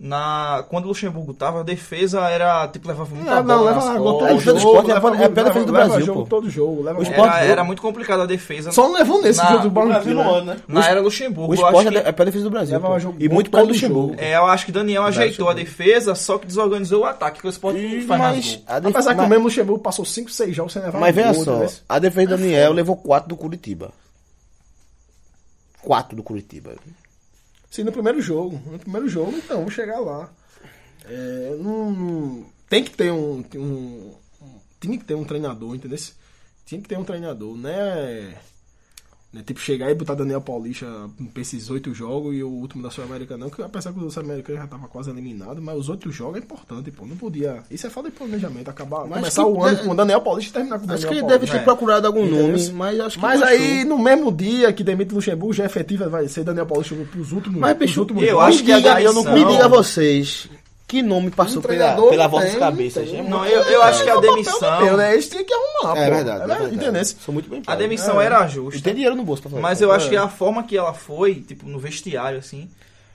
[SPEAKER 5] Na, quando o Luxemburgo tava, a defesa era. Tipo, levava muita
[SPEAKER 6] Ah, Não,
[SPEAKER 5] bola
[SPEAKER 6] não,
[SPEAKER 5] nas
[SPEAKER 6] leva gol
[SPEAKER 5] costas.
[SPEAKER 6] todo
[SPEAKER 4] Ajuda
[SPEAKER 6] jogo.
[SPEAKER 4] do esporte,
[SPEAKER 6] leva
[SPEAKER 4] é a
[SPEAKER 6] gol,
[SPEAKER 4] pé da frente do
[SPEAKER 6] leva
[SPEAKER 4] Brasil,
[SPEAKER 6] jogo
[SPEAKER 4] pô.
[SPEAKER 6] todo jogo, leva
[SPEAKER 4] O
[SPEAKER 6] gol.
[SPEAKER 4] esporte-
[SPEAKER 5] Era, era muito complicada a defesa.
[SPEAKER 6] Só não levou nesse
[SPEAKER 5] Na-
[SPEAKER 6] jogo do
[SPEAKER 2] O
[SPEAKER 6] Barranquilla.
[SPEAKER 2] Brasil no ano, né?
[SPEAKER 5] na era
[SPEAKER 4] O
[SPEAKER 5] Luxemburgo. Eu acho,
[SPEAKER 4] esporte
[SPEAKER 5] que,
[SPEAKER 4] é pé da defesa do Brasil.
[SPEAKER 6] Leva
[SPEAKER 4] pô.
[SPEAKER 6] jogo
[SPEAKER 4] e
[SPEAKER 6] bom
[SPEAKER 4] muito
[SPEAKER 6] todo
[SPEAKER 4] perto do Luxemburgo.
[SPEAKER 5] é, eu acho que Daniel ajeitou a defesa, só que desorganizou o ataque, porque o esporte não faz mais
[SPEAKER 4] Mas,
[SPEAKER 5] gol.
[SPEAKER 4] a def-
[SPEAKER 6] Apesar que o
[SPEAKER 4] mas,
[SPEAKER 6] mesmo Luxemburgo passou 5, 6 jogos sem levar
[SPEAKER 4] mas veja
[SPEAKER 6] gol,
[SPEAKER 4] só,
[SPEAKER 6] né?
[SPEAKER 4] a defesa do Daniel levou 4 do Curitiba. 4 do Curitiba.
[SPEAKER 6] Sim, no primeiro jogo. No primeiro jogo, então, vamos chegar lá. É, não- não- tem que ter um, tem um- um- Tinha que ter um treinador, entendeu? Tinha que ter um treinador, né? né? Tipo, chegar e botar Daniel Paulista pra esses oito jogos e o último da Sul-América não, que apesar que o Sul-América já tava quase eliminado, mas os outros jogos é importante, pô. Não podia. Isso é falta de planejamento, acabar.
[SPEAKER 4] Mas
[SPEAKER 6] começar
[SPEAKER 4] que-
[SPEAKER 6] o ano
[SPEAKER 4] né?
[SPEAKER 6] com o Daniel Paulista e terminar com o Daniel
[SPEAKER 4] Acho que ele
[SPEAKER 6] Paulista.
[SPEAKER 4] deve ter
[SPEAKER 5] É.
[SPEAKER 4] procurado algum
[SPEAKER 6] Entendeu?
[SPEAKER 4] nome, mas acho que
[SPEAKER 6] Mas
[SPEAKER 4] não
[SPEAKER 6] aí, no mesmo dia que demite Luxemburgo, já é efetiva vai ser Daniel Paulista pros últimos,
[SPEAKER 4] Mas, bicho,
[SPEAKER 6] pros últimos
[SPEAKER 5] eu
[SPEAKER 6] jogos.
[SPEAKER 5] acho
[SPEAKER 4] me
[SPEAKER 5] que a
[SPEAKER 4] diga,
[SPEAKER 5] demissão-
[SPEAKER 4] me diga vocês, que nome passou
[SPEAKER 6] Um
[SPEAKER 4] pela,
[SPEAKER 6] treinador
[SPEAKER 4] pela
[SPEAKER 6] não
[SPEAKER 4] vossa
[SPEAKER 6] tem,
[SPEAKER 4] cabeça?
[SPEAKER 6] não tem.
[SPEAKER 5] Não, eu, eu acho que é a demissão.
[SPEAKER 6] Meu, né? Eles tinham que arrumar,
[SPEAKER 4] É
[SPEAKER 6] pô.
[SPEAKER 4] verdade, é verdade.
[SPEAKER 6] Entendeu?
[SPEAKER 4] Sou muito bem
[SPEAKER 5] A
[SPEAKER 4] pago.
[SPEAKER 5] demissão era
[SPEAKER 4] Ele
[SPEAKER 5] justa.
[SPEAKER 4] tem dinheiro no bolso pra fazer.
[SPEAKER 5] Mas eu acho que a forma que ela foi, tipo, no vestiário, assim,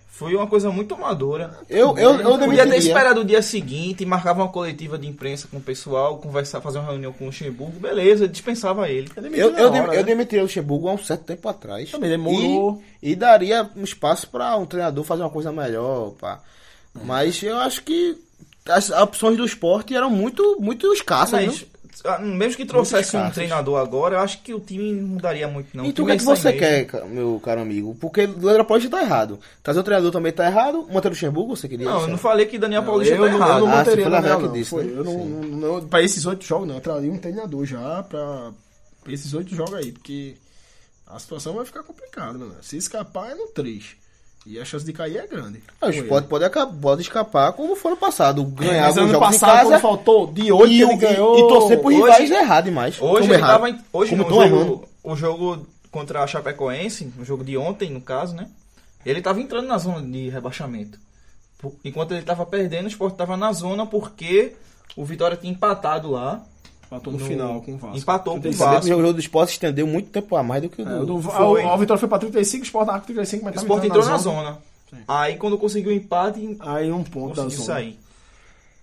[SPEAKER 5] foi uma coisa muito amadora.
[SPEAKER 4] Eu, eu, eu
[SPEAKER 5] Podia ter
[SPEAKER 4] demitiria.
[SPEAKER 5] esperado o dia seguinte, marcava uma coletiva de imprensa com o pessoal, conversar, fazer uma reunião com o Luxemburgo, beleza, dispensava ele.
[SPEAKER 4] Eu, eu, dem-
[SPEAKER 5] né?
[SPEAKER 4] eu
[SPEAKER 6] eu
[SPEAKER 4] demitiria o Luxemburgo há um certo tempo atrás.
[SPEAKER 6] Também demorou.
[SPEAKER 4] E, e
[SPEAKER 5] É.
[SPEAKER 4] daria um espaço pra um treinador fazer uma coisa melhor. Pá. Mas eu acho que as opções do esporte eram muito, muito escassas,
[SPEAKER 5] Mas,
[SPEAKER 4] né?
[SPEAKER 5] ah, mesmo que trouxesse um
[SPEAKER 4] escassos.
[SPEAKER 5] treinador agora, eu acho que o time não mudaria muito, não.
[SPEAKER 4] E tu o
[SPEAKER 5] time
[SPEAKER 4] que,
[SPEAKER 5] é
[SPEAKER 4] é que
[SPEAKER 5] isso aí
[SPEAKER 4] você
[SPEAKER 5] mesmo.
[SPEAKER 4] quer, ca- meu caro amigo? Porque Leandro Paulista tá errado. Trazer o treinador também tá errado. Manter Luxemburgo, você queria?
[SPEAKER 5] Não, eu
[SPEAKER 4] Marcelo?
[SPEAKER 5] não falei que Daniel Paulista
[SPEAKER 6] eu,
[SPEAKER 5] tá
[SPEAKER 6] não- eu
[SPEAKER 5] errado.
[SPEAKER 6] não
[SPEAKER 4] Ah,
[SPEAKER 6] manteria
[SPEAKER 4] você foi
[SPEAKER 6] na
[SPEAKER 4] Leonel
[SPEAKER 6] Real,
[SPEAKER 4] que
[SPEAKER 6] não.
[SPEAKER 4] disse,
[SPEAKER 6] Foi,
[SPEAKER 4] né?
[SPEAKER 6] eu não,
[SPEAKER 4] Sim.
[SPEAKER 6] não, não- pra esses oito jogos, não. Eu traria um treinador já pra, pra esses oito jogos aí, porque a situação vai ficar complicada, mano. Se escapar é no 3. E a chance de cair é grande.
[SPEAKER 4] Ah,
[SPEAKER 6] Com
[SPEAKER 4] o esporte
[SPEAKER 6] ele.
[SPEAKER 4] pode, aca- pode escapar como foi no passado.
[SPEAKER 6] É,
[SPEAKER 4] Ganhar
[SPEAKER 6] mas
[SPEAKER 4] alguns
[SPEAKER 6] ano
[SPEAKER 4] jogos em
[SPEAKER 6] passado, quando
[SPEAKER 4] casa
[SPEAKER 6] faltou de 8
[SPEAKER 4] e,
[SPEAKER 6] ele
[SPEAKER 4] e-
[SPEAKER 6] ganhou.
[SPEAKER 4] e torcer por
[SPEAKER 5] hoje-
[SPEAKER 4] rivais é errado demais.
[SPEAKER 5] Hoje
[SPEAKER 4] como
[SPEAKER 5] ele
[SPEAKER 4] errado.
[SPEAKER 5] tava em- hoje
[SPEAKER 4] como
[SPEAKER 5] não,
[SPEAKER 4] tão
[SPEAKER 5] o
[SPEAKER 4] errando.
[SPEAKER 5] jogo, o jogo contra a Chapecoense, o jogo de ontem, no caso, né? Ele tava entrando na zona de rebaixamento. Por- Enquanto ele tava perdendo, o Sport tava na zona porque o Vitória tinha empatado lá.
[SPEAKER 6] Empatou no, final com o Vasco.
[SPEAKER 5] Empatou com o
[SPEAKER 4] Saber que
[SPEAKER 5] Vasco.
[SPEAKER 4] o jogo do esporte se estendeu muito tempo a mais do que o
[SPEAKER 6] É, o
[SPEAKER 4] do...
[SPEAKER 6] do-
[SPEAKER 5] Foi.
[SPEAKER 6] a, a vitória foi pra 35, o Sport tava com 35, mas
[SPEAKER 5] O
[SPEAKER 6] tava
[SPEAKER 5] Sport
[SPEAKER 6] entrando
[SPEAKER 5] entrou na zona. Aí quando conseguiu o empate,
[SPEAKER 6] Aí um ponto da
[SPEAKER 5] conseguiu
[SPEAKER 6] zona.
[SPEAKER 5] sair.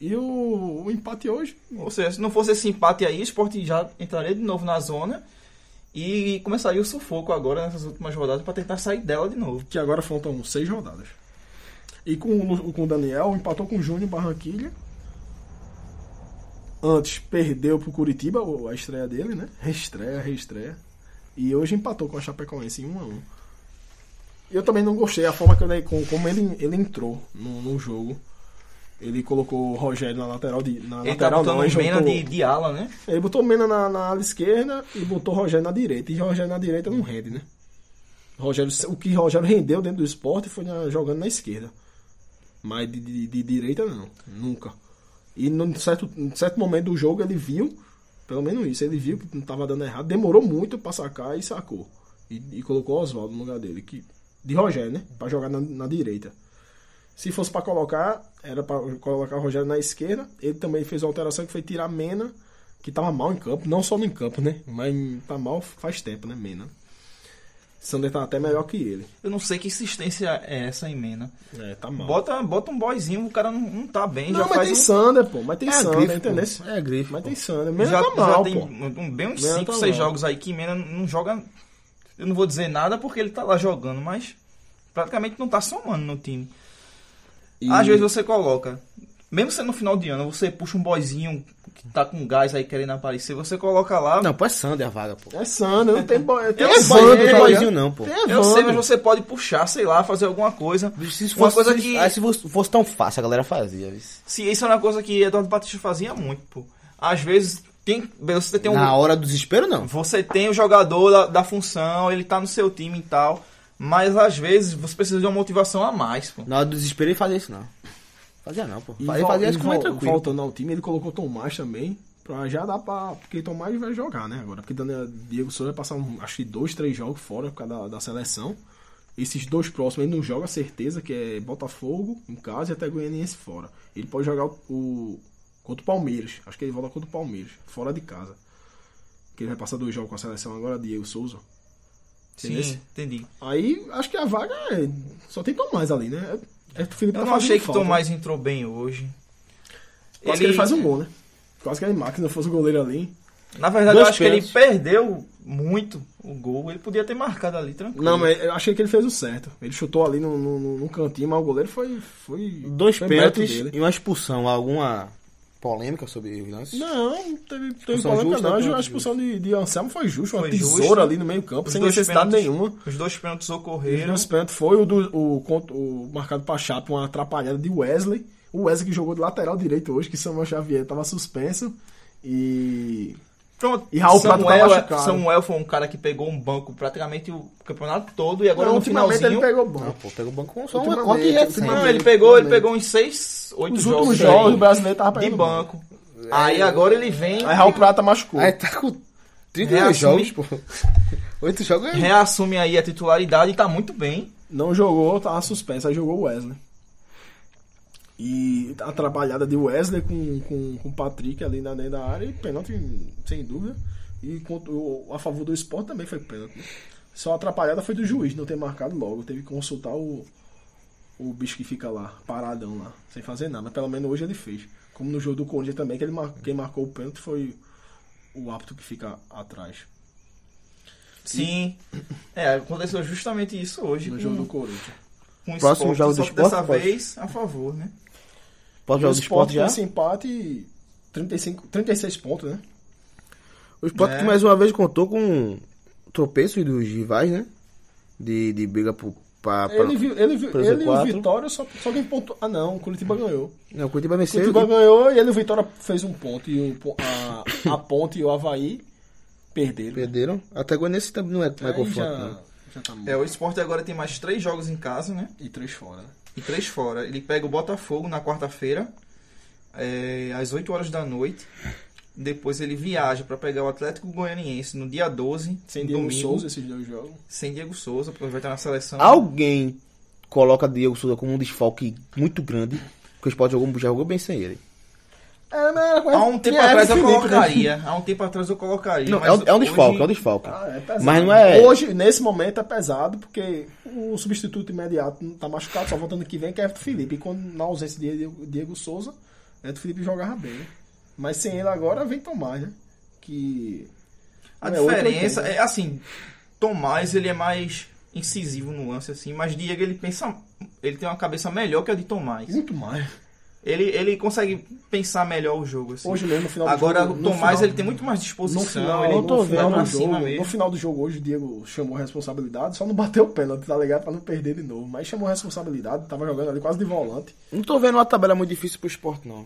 [SPEAKER 6] E o, o empate hoje.
[SPEAKER 5] Ou seja, se não fosse esse empate aí, o Sport já entraria de novo na zona e começaria o sufoco agora nessas últimas rodadas pra tentar sair dela de novo.
[SPEAKER 6] que agora faltam seis rodadas. E com, o Lu- com o Daniel, empatou com o Júnior Barranquilha. Antes perdeu pro Curitiba o- a estreia dele, né? Reestreia, reestreia. E hoje empatou com a Chapecoense em 1 a 1 Eu também não gostei a forma que ele, com- como ele, ele entrou no, no jogo. Ele colocou o Rogério na lateral de. Na
[SPEAKER 5] Ele tá
[SPEAKER 6] lateral
[SPEAKER 5] botando
[SPEAKER 6] não,
[SPEAKER 5] o Mena
[SPEAKER 6] botou-
[SPEAKER 5] de, de ala, né?
[SPEAKER 6] ele botou o Mena na, na ala esquerda e botou o Rogério na direita. E o Rogério na direita não rende, né? O Rogério, o que o Rogério rendeu dentro do esporte foi na- jogando na esquerda. Mas de, de- de direita não, nunca. E num certo, num certo momento do jogo ele viu, pelo menos isso, ele viu que não tava dando errado, demorou muito pra sacar e sacou. E, e colocou o Oswaldo no lugar dele, que, de Rogério, né? Pra jogar na, na direita. Se fosse pra colocar, era pra colocar o Rogério na esquerda. Ele também fez uma alteração que foi tirar Mena, que tava mal em campo, não só no campo, né? Mas tá mal faz tempo, né, Mena? Sander tá até melhor que ele.
[SPEAKER 5] Eu não sei que insistência é essa em Mena.
[SPEAKER 6] É, tá mal.
[SPEAKER 5] Bota, bota um boyzinho, o cara não, não tá bem,
[SPEAKER 6] não,
[SPEAKER 5] já
[SPEAKER 6] mas
[SPEAKER 5] faz
[SPEAKER 6] tem
[SPEAKER 5] um,
[SPEAKER 6] Sander, pô. Mas tem
[SPEAKER 4] É
[SPEAKER 6] Sander,
[SPEAKER 4] grife, pô.
[SPEAKER 6] entendeu?
[SPEAKER 4] É grife.
[SPEAKER 6] Mas
[SPEAKER 4] pô.
[SPEAKER 6] tem Sander. Mena
[SPEAKER 5] já,
[SPEAKER 6] tá mal,
[SPEAKER 5] já
[SPEAKER 6] pô.
[SPEAKER 5] tem um- bem uns
[SPEAKER 6] Mena
[SPEAKER 5] 5,
[SPEAKER 6] tá
[SPEAKER 5] 6
[SPEAKER 6] mal.
[SPEAKER 5] jogos aí que Mena não joga. Eu não vou dizer nada porque ele tá lá jogando, mas praticamente não tá somando no time. Às vezes você coloca. Mesmo sendo no final de ano, você puxa um boyzinho que tá com gás aí querendo aparecer, você coloca lá.
[SPEAKER 4] Não, pô, é Sander a vaga, pô.
[SPEAKER 6] É Sander, não tem boy.
[SPEAKER 4] É
[SPEAKER 6] Tem
[SPEAKER 5] Eu sei,
[SPEAKER 6] Evandro,
[SPEAKER 4] Não
[SPEAKER 6] tá
[SPEAKER 4] tem
[SPEAKER 6] ligado?
[SPEAKER 4] boizinho não, pô.
[SPEAKER 6] Tem
[SPEAKER 5] eu sei, mas
[SPEAKER 6] Evandro.
[SPEAKER 5] você pode puxar, sei lá, fazer alguma coisa.
[SPEAKER 4] Se isso
[SPEAKER 5] uma
[SPEAKER 4] fosse,
[SPEAKER 5] coisa que.
[SPEAKER 4] ah, se fosse, fosse tão fácil, a galera fazia. isso.
[SPEAKER 5] Se isso é uma coisa que Eduardo Batista fazia muito, pô. Às vezes tem, você tem um.
[SPEAKER 4] Na hora do desespero, não.
[SPEAKER 5] Você tem o jogador da, da função, ele tá no seu time e tal. Mas às vezes você precisa de uma motivação a mais, pô.
[SPEAKER 4] Na hora do desespero, ele fazia isso, não. Fazia não, pô.
[SPEAKER 6] E
[SPEAKER 4] Fazia,
[SPEAKER 6] vol-
[SPEAKER 4] fazia
[SPEAKER 6] e
[SPEAKER 4] isso com mais
[SPEAKER 6] vol-
[SPEAKER 4] tranquilo.
[SPEAKER 6] Voltando ao time, ele colocou Tomás também. Pra já dar pra. Porque Tomás vai jogar, né? Agora. Porque Daniel, Diego Souza vai passar, um- acho que dois, três jogos fora por causa da, da seleção. Esses dois próximos ele não joga, certeza, que é Botafogo em casa e até Goianiense fora. Ele pode jogar o, o- contra o Palmeiras. Acho que ele volta contra o Palmeiras, fora de casa. Porque ele vai passar dois jogos com a seleção agora, Diego Souza.
[SPEAKER 5] Sim,
[SPEAKER 6] Sim.
[SPEAKER 5] entendi.
[SPEAKER 6] Aí acho que a vaga é- só tem Tomás ali, né? É, é o Felipe
[SPEAKER 5] Eu
[SPEAKER 6] tá
[SPEAKER 5] não achei
[SPEAKER 6] fazendo
[SPEAKER 5] que
[SPEAKER 6] falta.
[SPEAKER 5] Tomás entrou bem hoje.
[SPEAKER 6] Quase que ele faz um gol, né? Quase que ele marca, se não fosse o goleiro ali.
[SPEAKER 5] Na verdade, eu
[SPEAKER 6] Dois
[SPEAKER 5] acho
[SPEAKER 6] pênaltis.
[SPEAKER 5] que ele perdeu muito o gol. Ele podia ter marcado ali, tranquilo.
[SPEAKER 6] Não, mas eu achei que ele fez o certo. Ele chutou ali no, no, no- no cantinho, mas o goleiro foi. foi
[SPEAKER 4] Dois
[SPEAKER 6] foi
[SPEAKER 4] pênaltis
[SPEAKER 6] mérito
[SPEAKER 4] e uma expulsão. Alguma polêmica sobre o lance?
[SPEAKER 6] Não, não teve, teve
[SPEAKER 4] Expulsão
[SPEAKER 6] problema
[SPEAKER 4] justa,
[SPEAKER 6] não.
[SPEAKER 4] né?
[SPEAKER 6] A expulsão de, de Anselmo foi justa, uma
[SPEAKER 5] Foi
[SPEAKER 6] tesoura
[SPEAKER 5] justa.
[SPEAKER 6] ali no meio-campo,
[SPEAKER 5] Os
[SPEAKER 6] sem
[SPEAKER 5] dois
[SPEAKER 6] necessidade
[SPEAKER 5] pênaltis-
[SPEAKER 6] nenhuma. Uhum.
[SPEAKER 5] Os dois pênaltis
[SPEAKER 6] E
[SPEAKER 5] ocorreram.
[SPEAKER 6] Os pênaltis foi o, do, o, cont- o marcado pra Chape, uma atrapalhada de Wesley. O Wesley que jogou de lateral direito hoje, que Samuel Xavier tava suspenso. E.
[SPEAKER 5] Pronto.
[SPEAKER 6] E Raul Prado tá
[SPEAKER 5] Samuel,
[SPEAKER 6] machucado.
[SPEAKER 5] Samuel foi um cara que pegou um banco praticamente o campeonato todo e agora
[SPEAKER 6] Não,
[SPEAKER 5] no
[SPEAKER 6] Então, ultimamente ele
[SPEAKER 5] finalzinho.
[SPEAKER 6] pegou
[SPEAKER 4] Não,
[SPEAKER 6] bom.
[SPEAKER 4] pô, pega o banco com só uma
[SPEAKER 6] Ultimamente,
[SPEAKER 4] conta e recém.
[SPEAKER 6] ultimamente.
[SPEAKER 5] Não, ele pegou, ele
[SPEAKER 6] Ultimamente.
[SPEAKER 5] pegou uns seis, oito
[SPEAKER 6] Os
[SPEAKER 5] jogos,
[SPEAKER 6] últimos jogos,
[SPEAKER 5] aí
[SPEAKER 6] o brasileiro tava
[SPEAKER 5] de
[SPEAKER 6] pegando bom.
[SPEAKER 5] banco. Aí agora ele vem,
[SPEAKER 6] Aí Raul Prata machucou.
[SPEAKER 4] Aí tá com 32
[SPEAKER 5] Reassume.
[SPEAKER 4] jogos, pô. <laughs> Oito jogos é.
[SPEAKER 5] reassume aí a titularidade e tá muito bem.
[SPEAKER 6] Não jogou, tava suspenso, aí jogou o Wesley. E a trabalhada de Wesley com, com, com o Patrick ali na dentro da área, e pênalti, sem dúvida. E contra, o- a favor do esporte também foi pênalti. né? Só a atrapalhada foi do juiz, não ter marcado logo. Teve que consultar o, o bicho que fica lá, paradão lá, sem fazer nada. Mas pelo menos hoje ele fez. Como no jogo do Corinthians também, que ele mar- quem marcou o pênalti foi o apto que fica atrás.
[SPEAKER 5] Sim. É, aconteceu justamente isso hoje.
[SPEAKER 6] No
[SPEAKER 5] com-
[SPEAKER 6] jogo do Corinthians.
[SPEAKER 5] com o
[SPEAKER 4] Próximo
[SPEAKER 5] esporte,
[SPEAKER 4] jogo do
[SPEAKER 5] só que
[SPEAKER 4] Sport,
[SPEAKER 5] dessa
[SPEAKER 4] pode?
[SPEAKER 5] vez a favor, né?
[SPEAKER 4] Pode jogar
[SPEAKER 6] o
[SPEAKER 4] do é
[SPEAKER 6] Sport
[SPEAKER 4] esporte
[SPEAKER 6] com
[SPEAKER 4] já?
[SPEAKER 6] esse empate, 35, 36 pontos, né?
[SPEAKER 4] O esporte que mais uma vez contou com tropeço dos rivais, né? De, de briga pro, Ah, pra, pra...
[SPEAKER 6] Ele, viu, ele, viu,
[SPEAKER 4] pra
[SPEAKER 6] ele e o
[SPEAKER 4] Z4.
[SPEAKER 6] Vitória, só, só quem pontuou. Ah, não, o Curitiba ganhou.
[SPEAKER 4] Não, o Curitiba
[SPEAKER 6] O
[SPEAKER 4] venceu.
[SPEAKER 6] Curitiba ganhou e ele e o Vitória fez um ponto. E o, pon- a, a Ponte e o Havaí perderam.
[SPEAKER 4] Perderam. Até agora nesse também não é, não é
[SPEAKER 6] Aí
[SPEAKER 4] confronto,
[SPEAKER 6] já,
[SPEAKER 4] não.
[SPEAKER 6] já tá
[SPEAKER 5] É, o esporte agora tem mais três jogos em casa, né?
[SPEAKER 6] E três fora, né?
[SPEAKER 5] E três fora. Ele pega o Botafogo na quarta-feira, é, às 8 horas da noite. Depois ele viaja pra pegar o Atlético Goianiense no dia 12,
[SPEAKER 6] Sem
[SPEAKER 5] no
[SPEAKER 6] Diego
[SPEAKER 5] domingo,
[SPEAKER 6] Souza, esses dois jogos.
[SPEAKER 5] Sem Diego Souza, porque vai estar na seleção.
[SPEAKER 4] Alguém coloca Diego Souza como um desfalque muito grande. Porque o esporte jogou, já jogou bem sem ele.
[SPEAKER 6] É, mas era quase-
[SPEAKER 5] Há um tempo
[SPEAKER 6] era
[SPEAKER 5] atrás eu
[SPEAKER 6] infinito, né?
[SPEAKER 5] colocaria. Há um tempo atrás eu colocaria.
[SPEAKER 4] Não,
[SPEAKER 5] mas
[SPEAKER 4] é um, é um
[SPEAKER 5] hoje-
[SPEAKER 4] desfalque, é um desfalque.
[SPEAKER 6] Ah, é pesado.
[SPEAKER 4] Mas não é-
[SPEAKER 6] Hoje, nesse momento, é pesado, porque o substituto imediato não tá machucado, só voltando que vem, que é Everton Felipe. E quando, na ausência de Diego, Diego Souza, Everton Felipe jogava bem. né? Mas sem ele agora, vem Tomás, né? Que...
[SPEAKER 5] A
[SPEAKER 6] não é outro
[SPEAKER 5] diferença
[SPEAKER 6] oitenta.
[SPEAKER 5] é assim, Tomás ele é mais incisivo no lance assim, mas Diego ele pensa, ele tem uma cabeça melhor que a de Tomás.
[SPEAKER 6] Muito mais.
[SPEAKER 5] Ele ele consegue pensar melhor o jogo assim.
[SPEAKER 6] Hoje mesmo, no final
[SPEAKER 5] Agora
[SPEAKER 6] do jogo...
[SPEAKER 5] o
[SPEAKER 6] no
[SPEAKER 5] Tomás
[SPEAKER 6] final-
[SPEAKER 5] ele tem muito mais disposição,
[SPEAKER 6] No final,
[SPEAKER 5] ele é
[SPEAKER 6] no,
[SPEAKER 5] no
[SPEAKER 6] final
[SPEAKER 5] pra
[SPEAKER 6] do
[SPEAKER 5] cima
[SPEAKER 6] jogo, no
[SPEAKER 5] mesmo.
[SPEAKER 6] final do jogo hoje, o Diego chamou a responsabilidade, só não <laughs> bateu o pênalti, tá ligado? Pra não perder de novo. Mas chamou a responsabilidade, tava jogando ali quase de volante.
[SPEAKER 4] Não tô vendo uma tabela muito difícil pro esporte, não.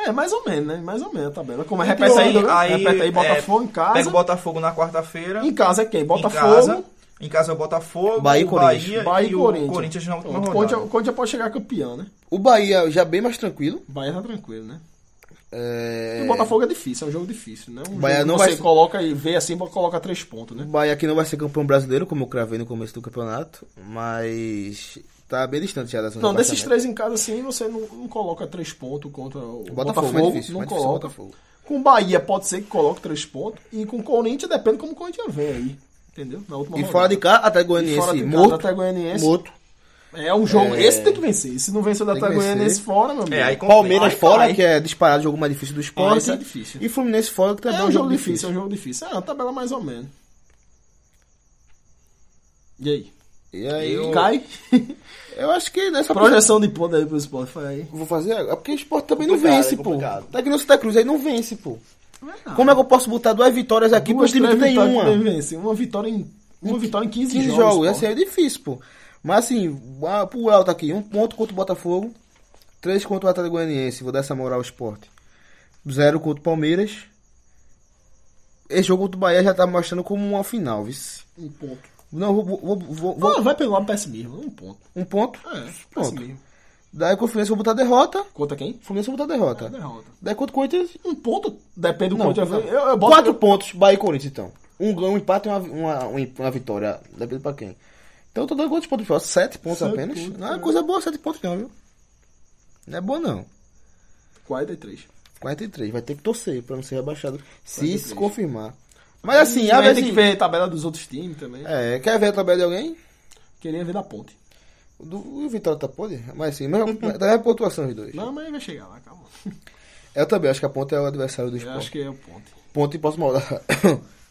[SPEAKER 6] É, mais ou menos, né? Mais ou menos a tabela. Como é
[SPEAKER 5] Repete Então, aí,
[SPEAKER 6] repete
[SPEAKER 5] aí,
[SPEAKER 6] repete aí Botafogo
[SPEAKER 5] é,
[SPEAKER 6] em casa.
[SPEAKER 5] Pega o Botafogo na quarta-feira.
[SPEAKER 6] Em casa é quem?
[SPEAKER 5] Em casa,
[SPEAKER 6] Botafogo,
[SPEAKER 5] em casa é o Botafogo,
[SPEAKER 4] Bahia e
[SPEAKER 5] o
[SPEAKER 4] Corinthians.
[SPEAKER 5] Bahia,
[SPEAKER 6] Bahia
[SPEAKER 5] e
[SPEAKER 6] e
[SPEAKER 5] o
[SPEAKER 6] Corinthians.
[SPEAKER 5] Corinthians na última
[SPEAKER 6] Pronto, é o
[SPEAKER 5] rodada.
[SPEAKER 6] Conte, o Conte já pode chegar campeão, né?
[SPEAKER 4] O Bahia já bem mais tranquilo.
[SPEAKER 6] O Bahia tá tranquilo, né?
[SPEAKER 4] É...
[SPEAKER 6] E O Botafogo é difícil, é um jogo difícil, né? Um
[SPEAKER 4] Bahia
[SPEAKER 6] jogo que
[SPEAKER 4] não
[SPEAKER 6] você
[SPEAKER 4] vai ser-
[SPEAKER 6] coloca e vê assim, coloca três pontos,
[SPEAKER 4] O
[SPEAKER 6] né?
[SPEAKER 4] Bahia aqui não vai ser campeão brasileiro, como eu cravei no começo do campeonato, mas tá bem distante já da zona
[SPEAKER 6] Não,
[SPEAKER 4] de
[SPEAKER 6] desses
[SPEAKER 4] rebaixamento.
[SPEAKER 6] três em casa assim, você não, não coloca três pontos contra o
[SPEAKER 4] O
[SPEAKER 6] Botafogo,
[SPEAKER 4] Botafogo, é difícil,
[SPEAKER 6] não
[SPEAKER 4] mais difícil é o
[SPEAKER 6] coloca.
[SPEAKER 4] Botafogo.
[SPEAKER 6] Com o Bahia pode ser que coloque três pontos e com o Corinthians depende como o Corinthians vem aí, entendeu? Na última
[SPEAKER 4] E
[SPEAKER 6] rodada.
[SPEAKER 4] fora de cá, até
[SPEAKER 6] E fora de
[SPEAKER 4] Goianiense
[SPEAKER 6] casa,
[SPEAKER 4] morto,
[SPEAKER 6] até Goianiense.
[SPEAKER 4] morto.
[SPEAKER 6] É um jogo,
[SPEAKER 4] É.
[SPEAKER 6] esse tem que vencer. Se não vencer o
[SPEAKER 4] Tem que
[SPEAKER 6] Atlético
[SPEAKER 4] vencer.
[SPEAKER 6] Goianiense fora, meu amigo.
[SPEAKER 5] É, aí complica.
[SPEAKER 4] Palmeiras
[SPEAKER 5] Aí
[SPEAKER 4] fora,
[SPEAKER 5] vai.
[SPEAKER 4] que é disparado o jogo mais difícil do esporte.
[SPEAKER 6] Esse é difícil.
[SPEAKER 4] E Fluminense fora, que tá também
[SPEAKER 6] É um jogo difícil, é um jogo difícil. É uma tabela mais ou menos. E aí?
[SPEAKER 4] E aí, eu... <laughs>
[SPEAKER 6] Cai?
[SPEAKER 4] acho que nessa
[SPEAKER 6] Projeção de ponta aí pro Spotify aí.
[SPEAKER 4] Vou fazer agora. É porque o esporte também não
[SPEAKER 2] Complicado,
[SPEAKER 4] vence,
[SPEAKER 2] é
[SPEAKER 4] pô.
[SPEAKER 2] complicado.
[SPEAKER 4] Tá que nem o Santa Cruz aí não vence, pô. Como é que eu posso botar duas vitórias aqui pro
[SPEAKER 6] Duas,
[SPEAKER 4] time que
[SPEAKER 6] três
[SPEAKER 4] tem
[SPEAKER 6] vitórias
[SPEAKER 4] uma?
[SPEAKER 6] que deve vencer. Uma vitória em, uma vitória em 15,
[SPEAKER 4] 15
[SPEAKER 6] jogos.
[SPEAKER 4] jogos, assim, é difícil, pô. Mas assim, a- pro Elta aqui, um ponto contra o Botafogo, três contra o Atlético Goianiense, vou dar essa moral ao esporte. Zero contra o Palmeiras. Esse jogo contra o Bahia já tá mostrando como uma final, vice.
[SPEAKER 6] pô. Um ponto. Ah,
[SPEAKER 4] Não, vou, vou- vou- vou-
[SPEAKER 6] Vai, vai pelo lado pessimismo. Um ponto.
[SPEAKER 4] um ponto.
[SPEAKER 6] É,
[SPEAKER 4] Pronto.
[SPEAKER 6] pessimismo.
[SPEAKER 4] Daí com o Fluminense vou botar derrota.
[SPEAKER 6] Conta quem?
[SPEAKER 4] Fluminense vou botar derrota.
[SPEAKER 6] Derrota.
[SPEAKER 4] Daí contra o Corinthians.
[SPEAKER 6] Um ponto depende do
[SPEAKER 4] Tá. Não,
[SPEAKER 6] quanto eu,
[SPEAKER 4] não.
[SPEAKER 6] eu, eu boto.
[SPEAKER 4] Quatro
[SPEAKER 6] eu-
[SPEAKER 4] pontos, Bahia e Corinthians, então. Um ganho, um empate e uma, uma, uma- uma vitória. Depende pra quem. Então eu tô dando quantos pontos pro Elton? Sete pontos
[SPEAKER 6] Sete
[SPEAKER 4] apenas.
[SPEAKER 6] pontos,
[SPEAKER 4] não é coisa boa, sete pontos não, viu? Não é boa não.
[SPEAKER 6] 43.
[SPEAKER 4] 43. Vai ter que torcer pra não ser rebaixado. Se
[SPEAKER 6] 43.
[SPEAKER 4] se confirmar. Mas assim, a
[SPEAKER 6] Vai
[SPEAKER 4] vez
[SPEAKER 6] ter Hum, que ver a tabela dos outros times também.
[SPEAKER 4] É, quer ver a tabela de alguém?
[SPEAKER 6] Queria ver da ponte.
[SPEAKER 4] O Do, o Vitória tá podre? Mas
[SPEAKER 6] <laughs>
[SPEAKER 4] sim, mesma, da mesma pontuação os dois.
[SPEAKER 6] Não, mas vai chegar lá, calma.
[SPEAKER 4] Eu também acho que a Ponte é o adversário do
[SPEAKER 6] Eu
[SPEAKER 4] esporte.
[SPEAKER 6] acho que é o ponte.
[SPEAKER 4] Ponte e posso morar. <coughs>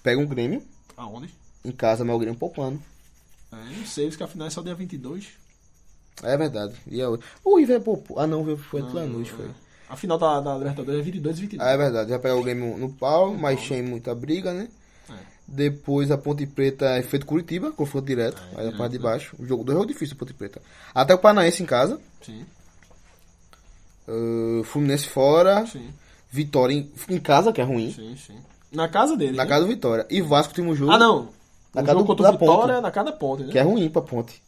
[SPEAKER 4] Pega um Grêmio
[SPEAKER 6] Aonde?
[SPEAKER 4] em casa, mas o Grêmio poupando.
[SPEAKER 6] É, não sei, porque a final é só dia 22.
[SPEAKER 4] É verdade. E é outro. O River poupou. Ah não, o River foi do Lanús, foi.
[SPEAKER 6] é. A final da, da Libertadores é 22 e 22.
[SPEAKER 4] Ah, é verdade. Já pegou o Grêmio no pau, mas sem muita briga, né?
[SPEAKER 6] É.
[SPEAKER 4] Depois a Ponte Preta é feito Curitiba, confronto direto,
[SPEAKER 6] É,
[SPEAKER 4] aí a parte de baixo. O jogo 2 é difícil, a Ponte Preta. Até o Paranaense em casa,
[SPEAKER 6] Sim,
[SPEAKER 4] ah, Fluminense fora,
[SPEAKER 6] sim,
[SPEAKER 4] Vitória em, em casa, que é ruim,
[SPEAKER 6] sim, sim. Na casa dele.
[SPEAKER 4] na
[SPEAKER 6] né?
[SPEAKER 4] casa do Vitória. E Vasco tem um jogo
[SPEAKER 6] Ah, não.
[SPEAKER 4] Na
[SPEAKER 6] o
[SPEAKER 4] casa
[SPEAKER 6] jogo
[SPEAKER 4] do-
[SPEAKER 6] contra o
[SPEAKER 4] da
[SPEAKER 6] Vitória
[SPEAKER 4] ponte.
[SPEAKER 6] é na cada ponta, né?
[SPEAKER 4] que é ruim pra
[SPEAKER 6] <laughs>
[SPEAKER 4] Ponte.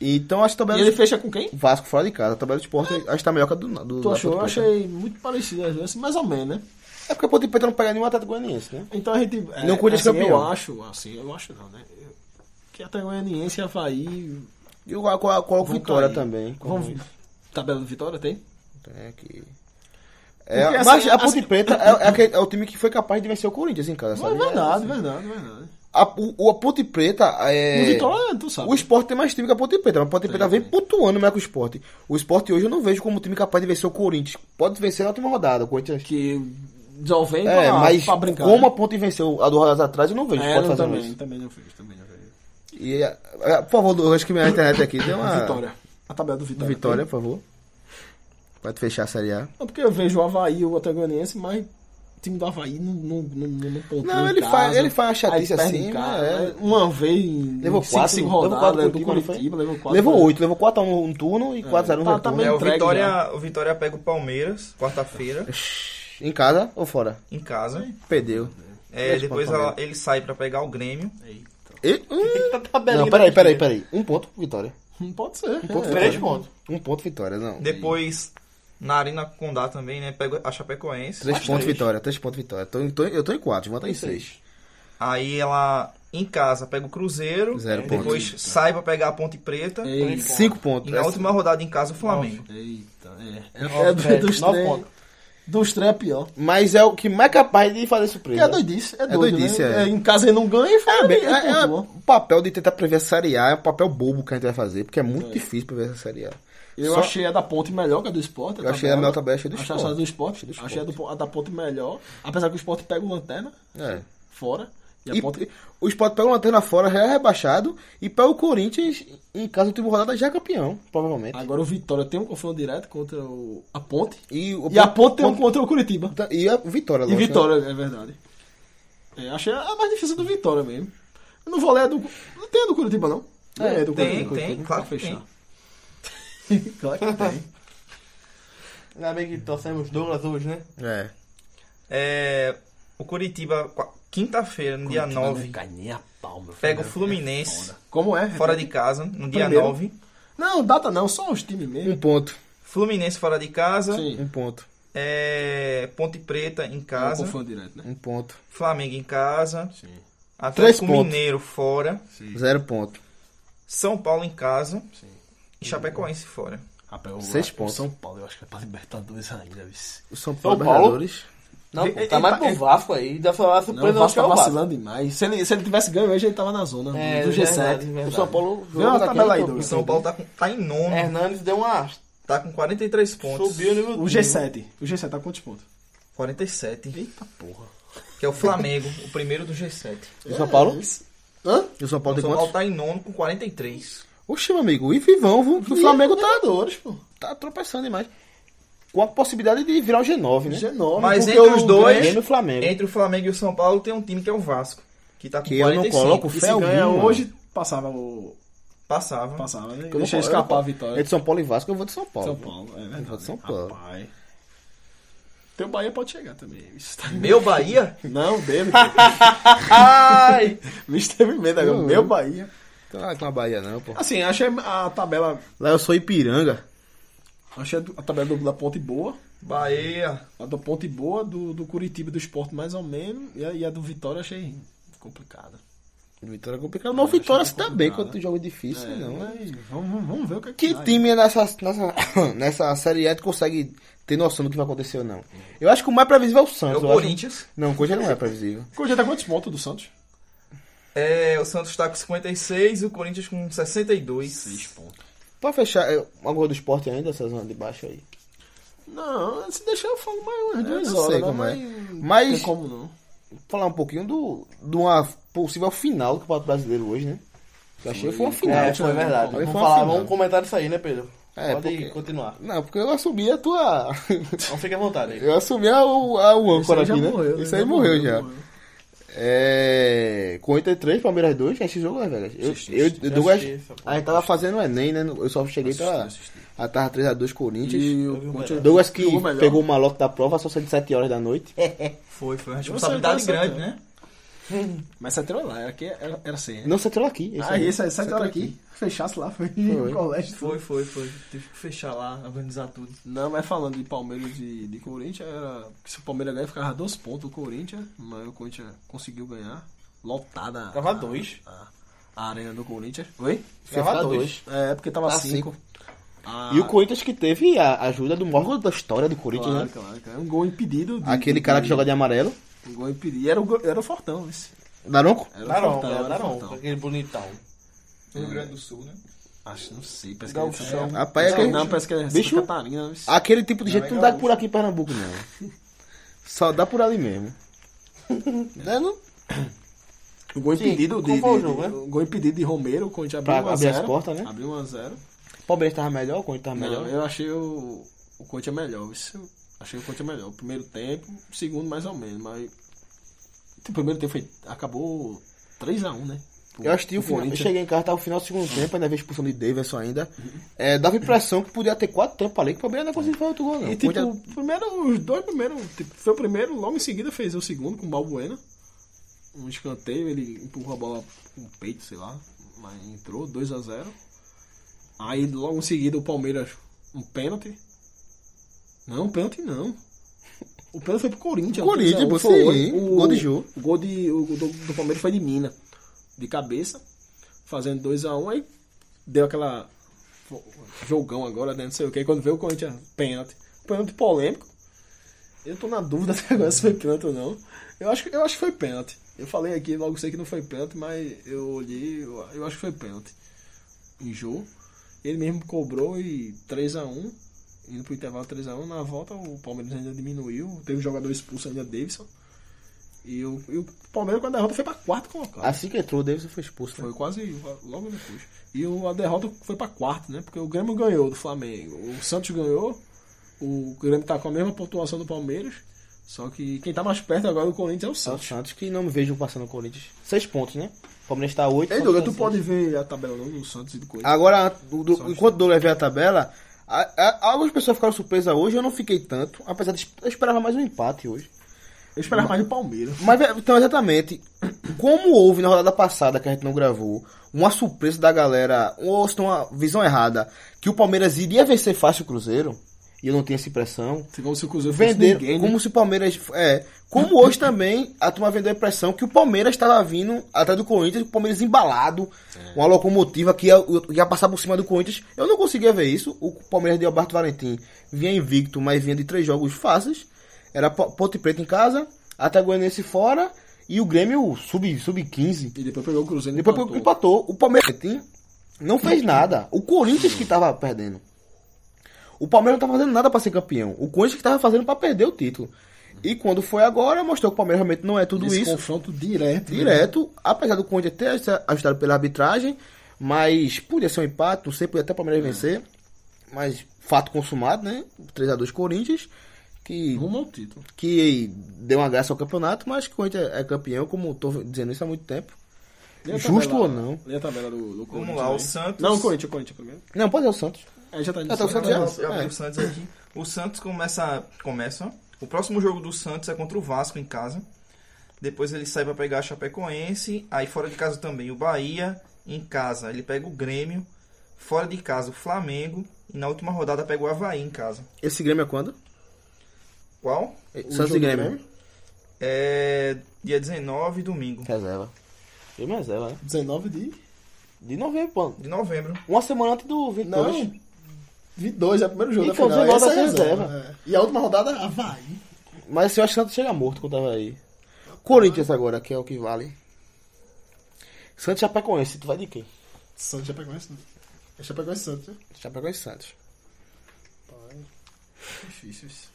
[SPEAKER 4] então acho que a
[SPEAKER 6] E
[SPEAKER 4] tabela
[SPEAKER 6] ele
[SPEAKER 4] do
[SPEAKER 6] fecha com quem?
[SPEAKER 4] Vasco fora de casa, a tabela do esporte acho que tá melhor que a do, do
[SPEAKER 6] Tu
[SPEAKER 4] da
[SPEAKER 6] achou? Eu
[SPEAKER 4] Ponte é. Preta.
[SPEAKER 6] achei muito parecido às vezes, mais ou menos, né?
[SPEAKER 4] É porque a Ponte Preta não pega nenhum Atlético Goianiense, né?
[SPEAKER 6] Então a gente. é,
[SPEAKER 4] Não cuida de
[SPEAKER 6] assim,
[SPEAKER 4] campeão.
[SPEAKER 6] Eu acho, assim, eu acho não, né? Eu- Que até Goianiense e Havaí.
[SPEAKER 4] E eu colo- colo- coloco
[SPEAKER 6] Vão
[SPEAKER 4] Vitória
[SPEAKER 6] cair.
[SPEAKER 4] também. como-
[SPEAKER 6] Vamos. Tabela do Vitória tem?
[SPEAKER 4] É que... É,
[SPEAKER 6] Porque,
[SPEAKER 4] mas
[SPEAKER 6] assim,
[SPEAKER 4] a Ponte
[SPEAKER 6] assim-
[SPEAKER 4] Preta é, é aquele- é o time que foi capaz de vencer o Corinthians em casa,
[SPEAKER 6] Não,
[SPEAKER 4] sabe?
[SPEAKER 6] é verdade, verdade, verdade.
[SPEAKER 4] A, o, o- a Ponte Preta é.
[SPEAKER 6] O Vitória, tu sabe.
[SPEAKER 4] O esporte tem mais time que a Ponte Preta, mas a Ponte Preta vem pontuando mais que o esporte. O esporte hoje eu não vejo como time capaz de vencer o Corinthians. Pode vencer na última rodada, o Corinthians.
[SPEAKER 6] Que desolvem pra,
[SPEAKER 4] é, mas
[SPEAKER 6] pra brincar.
[SPEAKER 4] como a
[SPEAKER 6] né?
[SPEAKER 4] Ponte venceu a duas rodadas atrás, eu não vejo o
[SPEAKER 6] é,
[SPEAKER 4] esporte
[SPEAKER 6] eu
[SPEAKER 4] fazendo
[SPEAKER 6] também,
[SPEAKER 4] isso.
[SPEAKER 6] também não vejo, também não vejo.
[SPEAKER 4] E, é, é, por favor, Douglas, acho que minha internet aqui deu uma.
[SPEAKER 6] Vitória. A tabela do Vitória.
[SPEAKER 4] Vitória, por favor. Pra tu fechar a Série A.
[SPEAKER 6] Não, porque eu vejo o Havaí ou o Atagoniense, mas o time do Havaí não, não, não, não, pontua
[SPEAKER 4] Não,
[SPEAKER 6] em
[SPEAKER 4] ele
[SPEAKER 6] casa.
[SPEAKER 4] faz- ele faz uma chatice
[SPEAKER 6] Aí perde em
[SPEAKER 4] assim,
[SPEAKER 6] casa. né?
[SPEAKER 4] mas é.
[SPEAKER 6] Uma vez em
[SPEAKER 4] Levou
[SPEAKER 6] em
[SPEAKER 4] quatro,
[SPEAKER 6] cinco
[SPEAKER 4] levou
[SPEAKER 6] rodadas,
[SPEAKER 4] quatro
[SPEAKER 6] levou do
[SPEAKER 4] contra o Curitiba,
[SPEAKER 6] Curitiba, levou quatro.
[SPEAKER 4] levou 8, levou 4 a 1 um turno e 4 a 0 no
[SPEAKER 6] tá- tá
[SPEAKER 4] retorno.
[SPEAKER 6] meio-
[SPEAKER 5] É, o
[SPEAKER 6] entregue
[SPEAKER 5] Vitória, o Vitória pega o Palmeiras, quarta-feira,
[SPEAKER 4] Em casa ou fora?
[SPEAKER 6] É.
[SPEAKER 5] em casa.
[SPEAKER 4] Perdeu.
[SPEAKER 5] É, depois ela- ele sai pra pegar o Grêmio.
[SPEAKER 4] E,
[SPEAKER 2] <laughs>
[SPEAKER 4] hum,
[SPEAKER 2] Tá tabelinha
[SPEAKER 4] não, peraí,
[SPEAKER 2] da
[SPEAKER 4] peraí, peraí. Um ponto, vitória.
[SPEAKER 6] Não pode ser.
[SPEAKER 4] Um ponto,
[SPEAKER 6] é.
[SPEAKER 2] Três
[SPEAKER 4] vitória.
[SPEAKER 2] pontos.
[SPEAKER 4] Um ponto, vitória, não.
[SPEAKER 5] Depois, na Arena Condá também, né? Pega a Chapecoense.
[SPEAKER 4] Três pontos, vitória. Três pontos, vitória. Tô, em- tô, em- eu tô em quatro, vou estar em seis.
[SPEAKER 5] Aí ela, em casa, pega o Cruzeiro.
[SPEAKER 4] Zero
[SPEAKER 5] depois sai pra pegar a Ponte Preta.
[SPEAKER 6] Eita,
[SPEAKER 4] Cinco
[SPEAKER 5] E
[SPEAKER 4] pontos. É
[SPEAKER 5] na última rodada em casa, o Flamengo.
[SPEAKER 6] eita, é.
[SPEAKER 2] Nove
[SPEAKER 6] É, do-
[SPEAKER 2] pontos.
[SPEAKER 6] dos
[SPEAKER 2] Nove
[SPEAKER 6] três.
[SPEAKER 2] pontos.
[SPEAKER 6] Dos três é pior.
[SPEAKER 4] Mas é o que mais é capaz de fazer surpresa.
[SPEAKER 6] Porque é doidice, é doido,
[SPEAKER 4] doidice,
[SPEAKER 6] né?
[SPEAKER 4] é.
[SPEAKER 6] Em casa ele não ganha e faz
[SPEAKER 4] É, bem,
[SPEAKER 6] ele- ele
[SPEAKER 4] é, é
[SPEAKER 6] pontua.
[SPEAKER 4] o papel de tentar prever a Série A é um papel bobo que a gente vai fazer, porque é muito difícil prever essa Série A.
[SPEAKER 6] Eu
[SPEAKER 4] Só-
[SPEAKER 6] achei a da Ponte melhor que a do Sport. tá
[SPEAKER 4] Eu achei a melhor tabela, achei do
[SPEAKER 6] Achei
[SPEAKER 4] Sport.
[SPEAKER 6] a do Sport.
[SPEAKER 4] Achei do
[SPEAKER 6] Achei a,
[SPEAKER 4] Sport.
[SPEAKER 6] do- a da Ponte melhor. Apesar que o Sport pega o Lanterna
[SPEAKER 4] É.
[SPEAKER 6] fora. E a
[SPEAKER 4] E,
[SPEAKER 6] Ponte...
[SPEAKER 4] e o Sport pega uma lanterna fora, já é rebaixado, e pega o Corinthians, em casa, última rodada, já é campeão, provavelmente.
[SPEAKER 6] Agora o Vitória tem um confronto direto contra o... a Ponte.
[SPEAKER 4] E, o,
[SPEAKER 6] E a Ponte tem um contra o Curitiba.
[SPEAKER 4] e a Vitória,
[SPEAKER 6] E
[SPEAKER 4] lógico, né?
[SPEAKER 6] Vitória, é verdade. É, achei a mais difícil do Vitória mesmo. Eu não vou ler a do. Não tem a do Curitiba, não? É, do
[SPEAKER 5] tem,
[SPEAKER 6] do
[SPEAKER 5] tem, claro que
[SPEAKER 6] <laughs> claro
[SPEAKER 5] <laughs>
[SPEAKER 6] que tem.
[SPEAKER 2] Ainda bem que trouxemos Douglas hoje, né?
[SPEAKER 4] É.
[SPEAKER 5] É, o Curitiba, qua- quinta-feira, no dia 9,
[SPEAKER 6] né? Cai nem a pau, meu
[SPEAKER 5] pega o
[SPEAKER 6] filho.
[SPEAKER 5] Fluminense,
[SPEAKER 6] Como é?
[SPEAKER 5] fora de casa, no dia
[SPEAKER 6] Primeiro.
[SPEAKER 5] 9.
[SPEAKER 6] Não, data não, só os times mesmo.
[SPEAKER 4] Um ponto.
[SPEAKER 5] Fluminense fora de casa,
[SPEAKER 6] Sim.
[SPEAKER 4] Um ponto.
[SPEAKER 5] é, Ponte Preta em
[SPEAKER 6] Casa.
[SPEAKER 5] casa,
[SPEAKER 6] confronto direto, né?
[SPEAKER 4] Um ponto.
[SPEAKER 5] Flamengo em casa,
[SPEAKER 6] Sim.
[SPEAKER 4] Três
[SPEAKER 5] Atlético
[SPEAKER 4] pontos.
[SPEAKER 5] Mineiro fora,
[SPEAKER 4] Zero ponto.
[SPEAKER 5] São Paulo em casa e Chapecoense fora.
[SPEAKER 6] Rapaz, eu-
[SPEAKER 4] Seis
[SPEAKER 6] o
[SPEAKER 4] pontos.
[SPEAKER 6] São Paulo, eu acho que é pra Libertadores ainda, vice.
[SPEAKER 4] O São
[SPEAKER 2] Paulo
[SPEAKER 4] Paulo, Libertadores.
[SPEAKER 2] Não,
[SPEAKER 6] Ele-
[SPEAKER 2] pô,
[SPEAKER 6] ele
[SPEAKER 2] tá mais
[SPEAKER 6] tá-
[SPEAKER 2] pro
[SPEAKER 6] ele-
[SPEAKER 2] Vasco aí. Deve falar
[SPEAKER 6] Não, o
[SPEAKER 2] surpresa, eu acho
[SPEAKER 6] Vasco
[SPEAKER 2] que é
[SPEAKER 6] tá
[SPEAKER 2] o Vasco.
[SPEAKER 6] vacilando demais. Se ele, se ele tivesse ganho hoje, ele tava na zona
[SPEAKER 2] É,
[SPEAKER 6] do G7.
[SPEAKER 2] verdade, verdade.
[SPEAKER 4] O São Paulo
[SPEAKER 6] Vê uma
[SPEAKER 4] daquele
[SPEAKER 6] tabela aí,
[SPEAKER 4] campo.
[SPEAKER 5] O
[SPEAKER 6] Douglas.
[SPEAKER 5] São Paulo tá, com, tá em nono,
[SPEAKER 4] É.
[SPEAKER 2] Hernandes deu uma.
[SPEAKER 5] tá com 43 pontos.
[SPEAKER 2] Subiu o nível
[SPEAKER 6] O G7. O G7 tá com quantos pontos?
[SPEAKER 5] 47. Eita porra. Que é o Flamengo, o primeiro do G7.
[SPEAKER 4] E O São Paulo?
[SPEAKER 6] Hã?
[SPEAKER 4] E o São Paulo tem
[SPEAKER 5] O São Paulo
[SPEAKER 4] quantos?
[SPEAKER 5] tá em nono com 43.
[SPEAKER 4] Oxe, meu amigo, e vivão, viu? Que O Flamengo tá,
[SPEAKER 6] Libertadores, pô.
[SPEAKER 4] tá tropeçando demais. Com a possibilidade de virar o G9, né?
[SPEAKER 6] G9.
[SPEAKER 5] Mas
[SPEAKER 6] porque
[SPEAKER 5] entre
[SPEAKER 6] o
[SPEAKER 5] os dois,
[SPEAKER 4] Grêmio e o Flamengo.
[SPEAKER 5] entre o Flamengo e o São Paulo, tem um time que é o Vasco, que tá com
[SPEAKER 4] Que eu não
[SPEAKER 5] 45.
[SPEAKER 4] coloco
[SPEAKER 6] E
[SPEAKER 4] fé
[SPEAKER 6] se ganha
[SPEAKER 4] alguma.
[SPEAKER 6] hoje, passava o.
[SPEAKER 5] Passava.
[SPEAKER 6] Passava, né?
[SPEAKER 4] Eu não
[SPEAKER 6] Deixa
[SPEAKER 4] colo-
[SPEAKER 6] escapar
[SPEAKER 4] eu-
[SPEAKER 6] a vitória.
[SPEAKER 4] Entre São Paulo e Vasco, eu vou de São Paulo.
[SPEAKER 6] É São Paulo, é verdade.
[SPEAKER 4] São Paulo.
[SPEAKER 6] Rapaz. Teu Bahia pode chegar também. Isso tá-
[SPEAKER 5] Meu Bahia?
[SPEAKER 6] <laughs> Não, dele. <laughs>
[SPEAKER 2] Ai!
[SPEAKER 6] O bicho teve medo agora.
[SPEAKER 4] Não,
[SPEAKER 6] Meu
[SPEAKER 4] eu-
[SPEAKER 6] Bahia.
[SPEAKER 4] Então, ah, que na Bahia não, pô.
[SPEAKER 6] Assim, achei a tabela.
[SPEAKER 4] Lá eu sou Ipiranga.
[SPEAKER 6] Achei a tabela do- da Ponte boa.
[SPEAKER 5] Bahia.
[SPEAKER 6] A da Ponte boa, do, do Curitiba e do Esporte mais ou menos. E a, e a do Vitória achei complicada.
[SPEAKER 4] Vitória é complicado. Mas o Vitória se dá bem quando tu joga é difícil, não, né?
[SPEAKER 6] Mas vamos, vamos- vamos ver o que é
[SPEAKER 4] Que
[SPEAKER 6] dá aí.
[SPEAKER 4] time nessa, nessa, <coughs> nessa Série A tu consegue ter noção do que vai acontecer ou não? Eu acho que o mais previsível é o
[SPEAKER 5] É
[SPEAKER 4] Santos.
[SPEAKER 5] o
[SPEAKER 4] eu acho-
[SPEAKER 5] Corinthians.
[SPEAKER 4] Não, o Corinthians não é <laughs> previsível.
[SPEAKER 6] Corinthians tá quantos pontos do Santos?
[SPEAKER 5] É, o Santos tá com 56 e o Corinthians com 62.
[SPEAKER 6] pontos.
[SPEAKER 4] Pra fechar, é, uma gol do esporte ainda, essa zona de baixo aí.
[SPEAKER 6] Não, se deixar eu falo mais umas duas
[SPEAKER 4] não
[SPEAKER 6] horas.
[SPEAKER 4] sei
[SPEAKER 6] né?
[SPEAKER 4] como é.
[SPEAKER 6] Mas.
[SPEAKER 4] Mas-
[SPEAKER 6] Não tem como não.
[SPEAKER 4] Falar um pouquinho do, de uma possível final do Campeonato Brasileiro hoje, né? Eu achei que foi uma final. né?
[SPEAKER 2] É, foi verdade.
[SPEAKER 4] Foi
[SPEAKER 2] Vamos,
[SPEAKER 4] uma
[SPEAKER 2] falar,
[SPEAKER 4] final.
[SPEAKER 2] vamos comentar isso aí, né, Pedro?
[SPEAKER 4] É,
[SPEAKER 2] Pode
[SPEAKER 4] porque-
[SPEAKER 2] continuar.
[SPEAKER 4] Não, porque eu assumi a tua. <laughs>
[SPEAKER 2] Então fique à vontade aí.
[SPEAKER 4] eu assumi a, o- a, o
[SPEAKER 6] Isso
[SPEAKER 4] âncora
[SPEAKER 6] aí já
[SPEAKER 4] aqui, né?
[SPEAKER 6] morreu,
[SPEAKER 4] Isso aí morreu, já.
[SPEAKER 6] morreu.
[SPEAKER 4] É. Corinthians 3, Palmeiras 2, esse jogo, né, velho? Eu, eu, eu, Douglas,
[SPEAKER 2] assisti essa porra.
[SPEAKER 4] a gente tava fazendo o Enem, né? Eu só cheguei pra. A tarde 3x2 Corinthians.
[SPEAKER 6] Tá. E o
[SPEAKER 2] vi o
[SPEAKER 6] Corinthians-
[SPEAKER 4] Douglas que
[SPEAKER 6] Jogou melhor.
[SPEAKER 4] pegou o malote da prova só saiu de 7 horas
[SPEAKER 6] <laughs>
[SPEAKER 4] da noite.
[SPEAKER 5] Foi, foi uma
[SPEAKER 4] é
[SPEAKER 5] responsabilidade
[SPEAKER 6] Você tá
[SPEAKER 5] grande,
[SPEAKER 6] acertando.
[SPEAKER 5] né?
[SPEAKER 6] Mas é você entrou lá, era, que, era, era assim, né?
[SPEAKER 4] Não, 7 horas aqui.
[SPEAKER 6] Ah,
[SPEAKER 4] aí.
[SPEAKER 6] isso aí, sete horas aqui. Fechasse lá, foi
[SPEAKER 4] Foi.
[SPEAKER 6] no <laughs> colégio.
[SPEAKER 5] Foi, foi, foi. Teve que fechar lá, organizar tudo.
[SPEAKER 6] Não, mas falando de Palmeiras e de Corinthians, era que se o Palmeiras ganhar, ficava dois pontos o Corinthians, mas o Corinthians conseguiu ganhar. Lotada.
[SPEAKER 2] Tava
[SPEAKER 6] a-
[SPEAKER 2] dois.
[SPEAKER 6] A, a arena do Corinthians. Oi?
[SPEAKER 4] Foi
[SPEAKER 2] Tava
[SPEAKER 4] ficar
[SPEAKER 2] dois.
[SPEAKER 4] dois.
[SPEAKER 6] É, porque tava
[SPEAKER 4] Tá
[SPEAKER 6] cinco. Ah,
[SPEAKER 4] E o Corinthians que teve a ajuda do maior da história do Corinthians,
[SPEAKER 6] Claro,
[SPEAKER 4] né?
[SPEAKER 6] claro, claro. Um gol impedido. de-
[SPEAKER 4] Aquele cara que joga de amarelo.
[SPEAKER 6] Um gol impedido. E era o, go- era o Fortão, esse.
[SPEAKER 4] Daronco?
[SPEAKER 6] Era o
[SPEAKER 2] Naron,
[SPEAKER 6] Fortão,
[SPEAKER 2] é,
[SPEAKER 6] era o
[SPEAKER 2] Naron,
[SPEAKER 6] Fortão.
[SPEAKER 2] aquele bonitão.
[SPEAKER 5] Rio Grande do Sul, né?
[SPEAKER 6] Acho, não sei, parece que
[SPEAKER 2] Gaúcho.
[SPEAKER 6] é...
[SPEAKER 4] Rapaz,
[SPEAKER 6] não,
[SPEAKER 4] aquele,
[SPEAKER 6] não, parece que é
[SPEAKER 4] Bicho.
[SPEAKER 6] Santa Catarina. mas-
[SPEAKER 4] aquele tipo de jeito não dá por aqui em Pernambuco, não. Só dá por
[SPEAKER 6] <laughs>
[SPEAKER 4] ali mesmo. Né, não?
[SPEAKER 6] O gol
[SPEAKER 2] Sim,
[SPEAKER 6] impedido de,
[SPEAKER 2] como foi o
[SPEAKER 6] de-
[SPEAKER 2] jogo, né?
[SPEAKER 6] o gol impedido de Romero, o Corinthians abriu
[SPEAKER 4] Pra
[SPEAKER 6] 1 a
[SPEAKER 4] abrir
[SPEAKER 6] 0.
[SPEAKER 4] as portas, né?
[SPEAKER 6] Abriu 1 a 0.
[SPEAKER 4] O Palmeiras tava melhor, o Corinthians tava
[SPEAKER 6] Não,
[SPEAKER 4] melhor.
[SPEAKER 6] eu achei o o Coach é melhor. Isso, achei que o Coach é melhor. O primeiro tempo, o segundo mais ou menos, mas. tipo, O primeiro tempo foi, acabou 3x1, né?
[SPEAKER 4] Eu assisti o final. Eu cheguei em casa, tava o final do segundo tempo, ainda vi a expulsão de Davidson ainda. É, dava a impressão que podia ter quatro tempos ali, que o Palmeiras não conseguiu fazer outro gol, não.
[SPEAKER 6] E tipo, o primeiro, os dois primeiros. Tipo, foi o primeiro, logo em seguida fez o segundo com o Balbuena. Um escanteio, ele empurrou a bola com o peito, sei lá. Mas entrou, 2x0. Aí logo em seguida o Palmeiras, um pênalti. Não, um pênalti não. O pênalti foi pro Corinthians.
[SPEAKER 4] Corinthians,
[SPEAKER 6] 3x1, foi
[SPEAKER 4] sim, gol de Jô.
[SPEAKER 6] O gol de, o do, do Palmeiras foi de mina. De cabeça. Fazendo 2x1, aí deu aquela fo- jogão agora, né? Não sei o que. Quando veio o Corinthians, pênalti. Pênalti polêmico. Eu tô na dúvida <laughs> até agora se foi pênalti ou não. Eu acho, que- eu acho que foi pênalti. Eu falei aqui, logo sei que não foi pênalti, mas eu olhei, eu, eu acho que foi pênalti. Em jogo. Ele mesmo cobrou e 3x1. Indo pro intervalo 3x1. Na volta o Palmeiras ainda diminuiu. Teve um jogador expulso ainda, Davidson. E o, e o Palmeiras com a derrota foi pra quarto colocado.
[SPEAKER 4] Assim que entrou, o Davidson foi expulso. né?
[SPEAKER 6] Foi quase logo depois. E o, a derrota foi pra quarto, né? Porque o Grêmio ganhou do Flamengo. O Santos ganhou. O Grêmio tá com a mesma pontuação do Palmeiras. Só que quem tá mais perto agora do Corinthians é o
[SPEAKER 4] Só o
[SPEAKER 6] Santos.
[SPEAKER 4] Santos, que não me vejo passando o Corinthians. Seis pontos, né? O Palmeiras tá oito.
[SPEAKER 6] Ei,
[SPEAKER 4] Santos
[SPEAKER 6] Douglas,
[SPEAKER 4] tá
[SPEAKER 6] tu
[SPEAKER 4] seis.
[SPEAKER 6] pode um ver a tabela não, do Santos e do Corinthians?
[SPEAKER 4] Agora, do- do- enquanto o Douglas vê a tabela, a- a- algumas pessoas ficaram surpresas hoje, eu não fiquei tanto, apesar de eu esperava mais um empate hoje.
[SPEAKER 6] Eu esperava mais do Palmeiras.
[SPEAKER 4] Mas, ve- então, exatamente, como houve na rodada passada, que a gente não gravou, uma surpresa da galera, ou se não, uma visão errada, que o Palmeiras iria vencer fácil o Cruzeiro, e eu não tinha essa impressão,
[SPEAKER 6] Se como se o Cruzeiro fosse
[SPEAKER 4] venderam,
[SPEAKER 6] ninguém, né?
[SPEAKER 4] como se o Palmeiras, é, como hoje também, a turma vendeu a impressão que o Palmeiras estava vindo atrás do Corinthians, o Palmeiras embalado,
[SPEAKER 6] É.
[SPEAKER 4] uma locomotiva que ia, ia passar por cima do Corinthians, eu não conseguia ver isso, o Palmeiras de Alberto Valentim vinha invicto, mas vinha de três jogos fáceis, era Po- Ponte Preta em casa, Atagoanense fora, e o Grêmio sub, sub 15,
[SPEAKER 6] E depois pegou o Cruzeiro e
[SPEAKER 4] depois
[SPEAKER 6] empatou.
[SPEAKER 4] empatou. empatou. O Palmeiras Valentim, não fez nada. O Corinthians que tava perdendo. O Palmeiras não tava fazendo nada pra ser campeão. O Corinthians que tava fazendo pra perder o título. E quando foi agora, mostrou que o Palmeiras realmente não é tudo
[SPEAKER 6] Esse
[SPEAKER 4] isso.
[SPEAKER 6] confronto direto. né?
[SPEAKER 4] Direto, apesar do Conde ter ajudado pela arbitragem, mas podia ser um empate, não sei, podia até o Palmeiras
[SPEAKER 6] É.
[SPEAKER 4] vencer. Mas fato consumado, né? 3x2 Corinthians, que
[SPEAKER 6] Rumo ao título.
[SPEAKER 4] que deu uma graça ao campeonato, mas que o Corinthians é campeão, como eu tô dizendo isso há muito tempo.
[SPEAKER 6] Lê a
[SPEAKER 4] Justo
[SPEAKER 6] tabela-
[SPEAKER 4] ou não?
[SPEAKER 6] Lê a tabela do, do Corinthians.
[SPEAKER 5] lá, o
[SPEAKER 6] aí.
[SPEAKER 5] Santos-
[SPEAKER 6] Não, o Corinthians, o Corinthians primeiro.
[SPEAKER 4] Não, pode ser o Santos.
[SPEAKER 6] Aí já tá indo.
[SPEAKER 4] Ah, tá, o Santos
[SPEAKER 5] Eu
[SPEAKER 4] já-
[SPEAKER 5] abri- eu abri
[SPEAKER 4] é.
[SPEAKER 5] o Santos aqui. O Santos começa. começa. O próximo jogo do Santos é contra o Vasco em casa. Depois ele sai pra pegar a Chapecoense. Aí fora de casa também o Bahia. Em casa ele pega o Grêmio. Fora de casa o Flamengo. E na última rodada pega o Havaí em casa.
[SPEAKER 4] Esse Grêmio é quando?
[SPEAKER 5] Qual?
[SPEAKER 4] Santos e Grêmio.
[SPEAKER 5] É. Dia 19, domingo.
[SPEAKER 4] Reserva. Grêmio reserva, né?
[SPEAKER 6] 19 de...
[SPEAKER 4] De novembro, pô.
[SPEAKER 5] De novembro.
[SPEAKER 4] Uma semana antes do 22.
[SPEAKER 6] Não. 22 é o primeiro jogo
[SPEAKER 4] Então,
[SPEAKER 6] da final.
[SPEAKER 4] 19
[SPEAKER 6] Essa é a
[SPEAKER 4] reserva.
[SPEAKER 6] reserva. É. E a última rodada, Havaí.
[SPEAKER 4] Mas assim, eu acho que o Santos chega morto quando tava aí. Corinthians agora, que é o que vale. Santos já conhece, tu vai de quem?
[SPEAKER 6] Santos já pegou esse. É Chapecoense e Santos, né?
[SPEAKER 4] Já pegou esse Santos.
[SPEAKER 6] Difícil isso.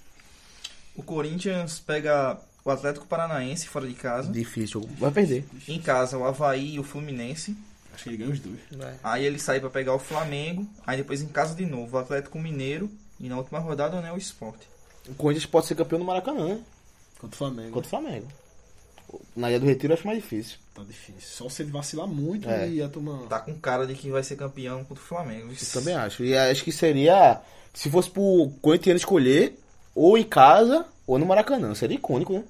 [SPEAKER 5] O Corinthians pega o Atlético Paranaense fora de casa.
[SPEAKER 4] Difícil, vai perder.
[SPEAKER 5] Em casa o Havaí e o Fluminense.
[SPEAKER 6] Acho que ele ganha os dois.
[SPEAKER 5] Aí ele sai pra pegar o Flamengo, aí depois em casa de novo, o Atlético Mineiro e na última rodada né, o Sport.
[SPEAKER 4] O Corinthians pode ser campeão no Maracanã, né?
[SPEAKER 6] Contra o Flamengo.
[SPEAKER 4] Contra o Flamengo. Na Ilha do Retiro eu acho mais difícil.
[SPEAKER 6] Tá difícil. Só se ele vacilar muito
[SPEAKER 4] É.
[SPEAKER 6] e a turma.
[SPEAKER 5] Tá com cara de que vai ser campeão contra o Flamengo.
[SPEAKER 4] Eu também acho. E acho que seria, se fosse pro Corinthians escolher, ou em casa, ou no Maracanã. Seria icônico, né?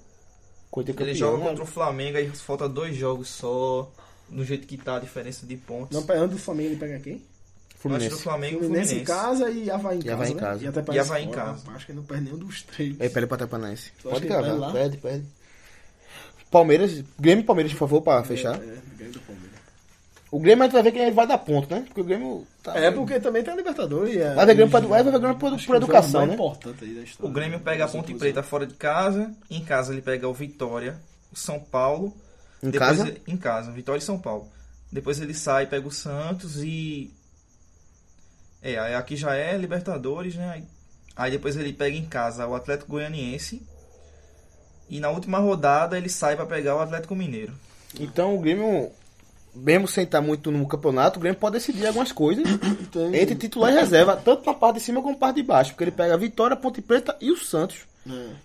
[SPEAKER 4] Corinthians
[SPEAKER 5] Ele
[SPEAKER 4] campeão,
[SPEAKER 5] joga
[SPEAKER 4] né?
[SPEAKER 5] contra o Flamengo, aí falta dois jogos só, do jeito que tá a diferença de pontos.
[SPEAKER 6] Não, antes do Flamengo ele pega quem?
[SPEAKER 5] Antes do
[SPEAKER 4] Fluminense.
[SPEAKER 5] Flamengo,
[SPEAKER 6] Fluminense em
[SPEAKER 5] Fluminense.
[SPEAKER 6] casa e Havaí em
[SPEAKER 4] E
[SPEAKER 6] casa.
[SPEAKER 4] Havaí em
[SPEAKER 6] né?
[SPEAKER 4] casa.
[SPEAKER 6] E até
[SPEAKER 5] E
[SPEAKER 6] Paraná
[SPEAKER 5] Havaí em
[SPEAKER 6] fora,
[SPEAKER 5] casa.
[SPEAKER 6] Rapaz, acho que ele não perde nenhum dos três.
[SPEAKER 4] Aí perde pra Tapanense.
[SPEAKER 6] Tu acha
[SPEAKER 4] Pode
[SPEAKER 6] que ele
[SPEAKER 4] gravar.
[SPEAKER 6] vai lá?
[SPEAKER 4] Perde, perde. Palmeiras, Grêmio e Palmeiras, por favor, pra fechar.
[SPEAKER 6] É, ganha do Palmeiras.
[SPEAKER 4] O Grêmio a gente vai ver quem vai dar ponto, né? Porque o Grêmio tá.
[SPEAKER 6] É porque também tem a Libertadores. e é-
[SPEAKER 4] Vai ver Grêmio, pra, vai ver Grêmio por,
[SPEAKER 6] Acho que
[SPEAKER 4] por
[SPEAKER 6] é o jogo
[SPEAKER 4] educação,
[SPEAKER 6] mais
[SPEAKER 4] né?
[SPEAKER 6] importante aí da história.
[SPEAKER 5] O Grêmio pega a Ponte Preta fora de casa, em casa ele pega o Vitória, o São Paulo.
[SPEAKER 4] Em
[SPEAKER 5] depois
[SPEAKER 4] casa?
[SPEAKER 5] ele- em casa, Vitória e São Paulo. Depois ele sai, pega o Santos e. É, aí aqui já é Libertadores, né? Aí- Aí depois ele pega em casa o Atlético Goianiense. E na última rodada ele sai pra pegar o Atlético Mineiro.
[SPEAKER 4] Então o Grêmio mesmo sem estar muito no campeonato, o Grêmio pode decidir algumas
[SPEAKER 6] <coughs>
[SPEAKER 4] coisas entre titular e reserva, tanto na parte de cima como na parte de baixo, porque ele pega a Vitória, Ponte Preta e o Santos.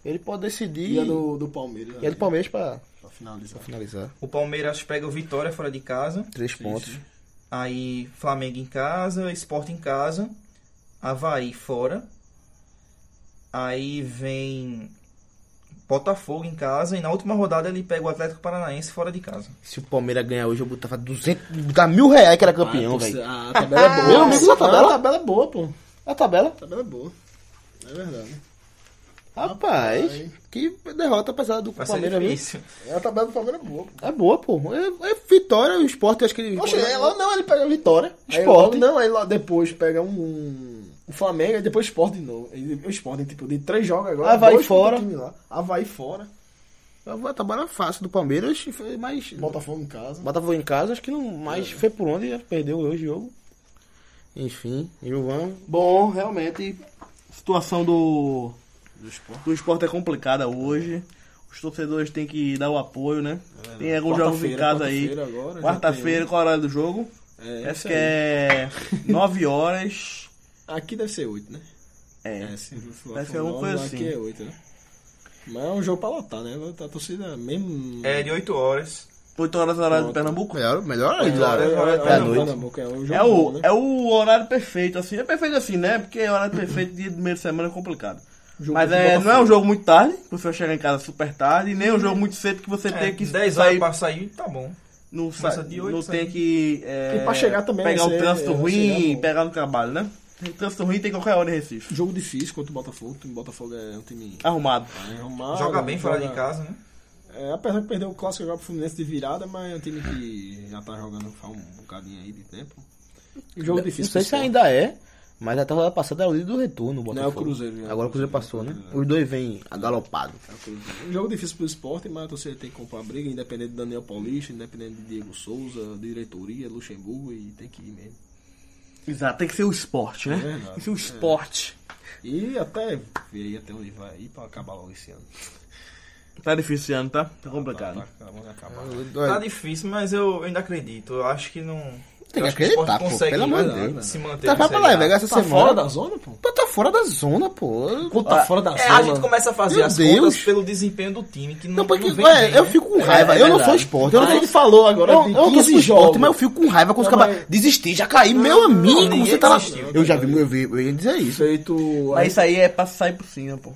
[SPEAKER 4] Ele pode decidir.
[SPEAKER 6] né? E a do, do Palmeiras. né?
[SPEAKER 4] e a do Palmeiras pra
[SPEAKER 6] Pra finalizar.
[SPEAKER 4] finalizar.
[SPEAKER 5] O Palmeiras pega o Vitória fora de casa.
[SPEAKER 4] Três pontos.
[SPEAKER 5] Aí Flamengo em casa, Sport em casa, Havaí fora. Aí vem Botafogo em casa e na última rodada ele pega o Atlético Paranaense fora de casa.
[SPEAKER 4] Se o Palmeiras ganhar hoje, eu botava 200, botava mil reais que era
[SPEAKER 5] Ah,
[SPEAKER 4] campeão, velho.
[SPEAKER 6] A tabela é <laughs> boa.
[SPEAKER 4] Meu amigo, a tabela-
[SPEAKER 6] A tabela é boa, pô.
[SPEAKER 4] A tabela?
[SPEAKER 6] A tabela é boa. É verdade.
[SPEAKER 4] Rapaz, que derrota pesada do
[SPEAKER 5] Vai ser
[SPEAKER 4] Palmeiras. viu?
[SPEAKER 5] difícil.
[SPEAKER 6] A tabela do Palmeiras é boa, pô.
[SPEAKER 4] É boa, pô. É, é vitória, o esporte, eu acho que ele.
[SPEAKER 6] Oxe, é, lá não, ele pega a vitória. Aí
[SPEAKER 4] Sport.
[SPEAKER 6] logo- não, aí lá depois pega um. um- o Flamengo e depois Sport de novo. Ele- O Sport, tipo, de três jogos agora.
[SPEAKER 4] Havaí
[SPEAKER 6] dois pro
[SPEAKER 4] fora.
[SPEAKER 6] time Lá. Havaí fora.
[SPEAKER 4] A tabela é fácil do Palmeiras, foi mais.
[SPEAKER 6] Botafogo em casa.
[SPEAKER 4] Botafogo em casa, acho que não mais
[SPEAKER 5] É.
[SPEAKER 4] foi por onde já perdeu hoje o jogo. Enfim, Gilvão.
[SPEAKER 2] Bom, realmente, a situação do, do, esporte. é complicada hoje. Os torcedores têm que dar o apoio, né? Tem alguns jogos em
[SPEAKER 6] Quarta-feira,
[SPEAKER 2] casa aí.
[SPEAKER 6] quarta-feira agora, já
[SPEAKER 2] Quarta-feira, qual é o horário do jogo?
[SPEAKER 6] É,
[SPEAKER 2] Parece
[SPEAKER 6] isso
[SPEAKER 2] que
[SPEAKER 6] aí.
[SPEAKER 2] é 9 horas.
[SPEAKER 6] Aqui deve ser oito, né?
[SPEAKER 2] É.
[SPEAKER 6] se for
[SPEAKER 2] Deve ser
[SPEAKER 6] for
[SPEAKER 2] alguma
[SPEAKER 6] nove,
[SPEAKER 2] coisa
[SPEAKER 6] Aqui
[SPEAKER 2] assim.
[SPEAKER 6] é oito, né? Mas é um jogo pra lotar, né? A torcida mesmo.
[SPEAKER 5] É de 8 horas.
[SPEAKER 2] 8 horas é horário de Pernambuco.
[SPEAKER 4] Melhor, melhor
[SPEAKER 6] É,
[SPEAKER 4] aí, Lara.
[SPEAKER 6] é, é,
[SPEAKER 4] É à
[SPEAKER 6] é,
[SPEAKER 4] noite.
[SPEAKER 6] Pernambuco, é um jogo
[SPEAKER 2] É
[SPEAKER 6] bom,
[SPEAKER 2] o,
[SPEAKER 6] né?
[SPEAKER 2] é o horário perfeito, assim. É perfeito assim, né? Porque é horário perfeito, dia do meio de semana é complicado.
[SPEAKER 6] Jogo
[SPEAKER 2] Mas
[SPEAKER 6] de
[SPEAKER 2] é, não é um
[SPEAKER 6] Botafogo.
[SPEAKER 2] jogo muito tarde, que você vai chegar em casa super tarde, e nem um jogo muito cedo que você
[SPEAKER 5] É,
[SPEAKER 2] tem que
[SPEAKER 5] 10 horas
[SPEAKER 2] sair
[SPEAKER 5] pra sair, tá bom.
[SPEAKER 2] Não, sa-
[SPEAKER 5] Começa de oito,
[SPEAKER 2] não
[SPEAKER 5] sai
[SPEAKER 2] tem que. É,
[SPEAKER 6] Porque pra chegar também
[SPEAKER 2] Pegar
[SPEAKER 6] vai
[SPEAKER 2] o
[SPEAKER 6] ser-
[SPEAKER 2] trânsito
[SPEAKER 6] vai
[SPEAKER 2] ruim
[SPEAKER 6] chegar
[SPEAKER 2] e
[SPEAKER 6] bom.
[SPEAKER 2] pegar no trabalho, né? O trânsito ruim tem qualquer hora em Recife.
[SPEAKER 6] Jogo difícil contra o Botafogo. O time Botafogo é um time
[SPEAKER 2] Arrumado.
[SPEAKER 4] Ah,
[SPEAKER 6] arrumado.
[SPEAKER 5] Joga bem fora de
[SPEAKER 6] joga-
[SPEAKER 5] casa, né?
[SPEAKER 6] É, apesar de perder o clássico agora pro Fluminense de virada, mas é um time que já tá jogando faz um bocadinho aí de tempo. Um jogo
[SPEAKER 4] Não
[SPEAKER 6] difícil.
[SPEAKER 4] sei se
[SPEAKER 6] pro esporte.
[SPEAKER 4] ainda é, mas até a rodada passada era é o líder do retorno. o Botafogo.
[SPEAKER 6] Não, é o Cruzeiro, né?
[SPEAKER 4] Agora o Cruzeiro passou, né? Os dois vêm agalopado.
[SPEAKER 6] Um jogo difícil pro esporte, mas você tem que comprar briga, independente do Daniel Paulista, independente de Diego Souza, diretoria, Luxemburgo, e tem que ir mesmo.
[SPEAKER 2] Exato, tem que ser o esporte, né?
[SPEAKER 6] É verdade.
[SPEAKER 2] Tem que ser o esporte.
[SPEAKER 6] E até ver aí até onde vai ir pra acabar logo esse ano.
[SPEAKER 2] Tá difícil esse ano, tá? Tá
[SPEAKER 6] Tá,
[SPEAKER 2] complicado.
[SPEAKER 6] tá, vamos acabar.
[SPEAKER 5] Tá difícil, mas eu ainda acredito. Eu acho que não.
[SPEAKER 4] Tem
[SPEAKER 5] eu
[SPEAKER 4] que
[SPEAKER 5] acho o esporte
[SPEAKER 4] acreditar, pô.
[SPEAKER 5] consegue né?
[SPEAKER 4] Pelo amor de Deus.
[SPEAKER 5] Se manter.
[SPEAKER 4] Tá, vai
[SPEAKER 5] na
[SPEAKER 4] pra
[SPEAKER 5] Série
[SPEAKER 4] lá,
[SPEAKER 5] A.
[SPEAKER 4] velho. Essa
[SPEAKER 6] Tá
[SPEAKER 4] semana.
[SPEAKER 6] fora da zona, pô?
[SPEAKER 4] Pô, tá fora da zona, pô.
[SPEAKER 2] Ah,
[SPEAKER 6] Quando tá fora da
[SPEAKER 5] É,
[SPEAKER 6] zona.
[SPEAKER 5] a gente começa a fazer
[SPEAKER 4] Meu
[SPEAKER 5] as
[SPEAKER 4] Deus.
[SPEAKER 5] contas pelo desempenho do time, que não,
[SPEAKER 4] Não, porque,
[SPEAKER 5] vem
[SPEAKER 4] ué,
[SPEAKER 5] bem,
[SPEAKER 4] eu
[SPEAKER 5] né?
[SPEAKER 4] fico com raiva.
[SPEAKER 6] É, é
[SPEAKER 4] eu não sou
[SPEAKER 6] verdade.
[SPEAKER 4] esporte. Eu não
[SPEAKER 6] Mas
[SPEAKER 4] sou
[SPEAKER 6] ele falou agora
[SPEAKER 4] Eu,
[SPEAKER 6] de
[SPEAKER 4] eu não sou
[SPEAKER 6] 15
[SPEAKER 4] esporte,
[SPEAKER 6] jogos.
[SPEAKER 4] mas eu fico com raiva quando os
[SPEAKER 6] Não,
[SPEAKER 4] caras
[SPEAKER 6] mas-
[SPEAKER 4] desistir, já caí. Meu amigo,
[SPEAKER 5] ninguém
[SPEAKER 4] você tá lá.
[SPEAKER 5] desistiu,
[SPEAKER 4] Eu já vi, eu vi, eu ia dizer isso.
[SPEAKER 6] Feito.
[SPEAKER 2] Mas isso aí é pra sair por cima, pô.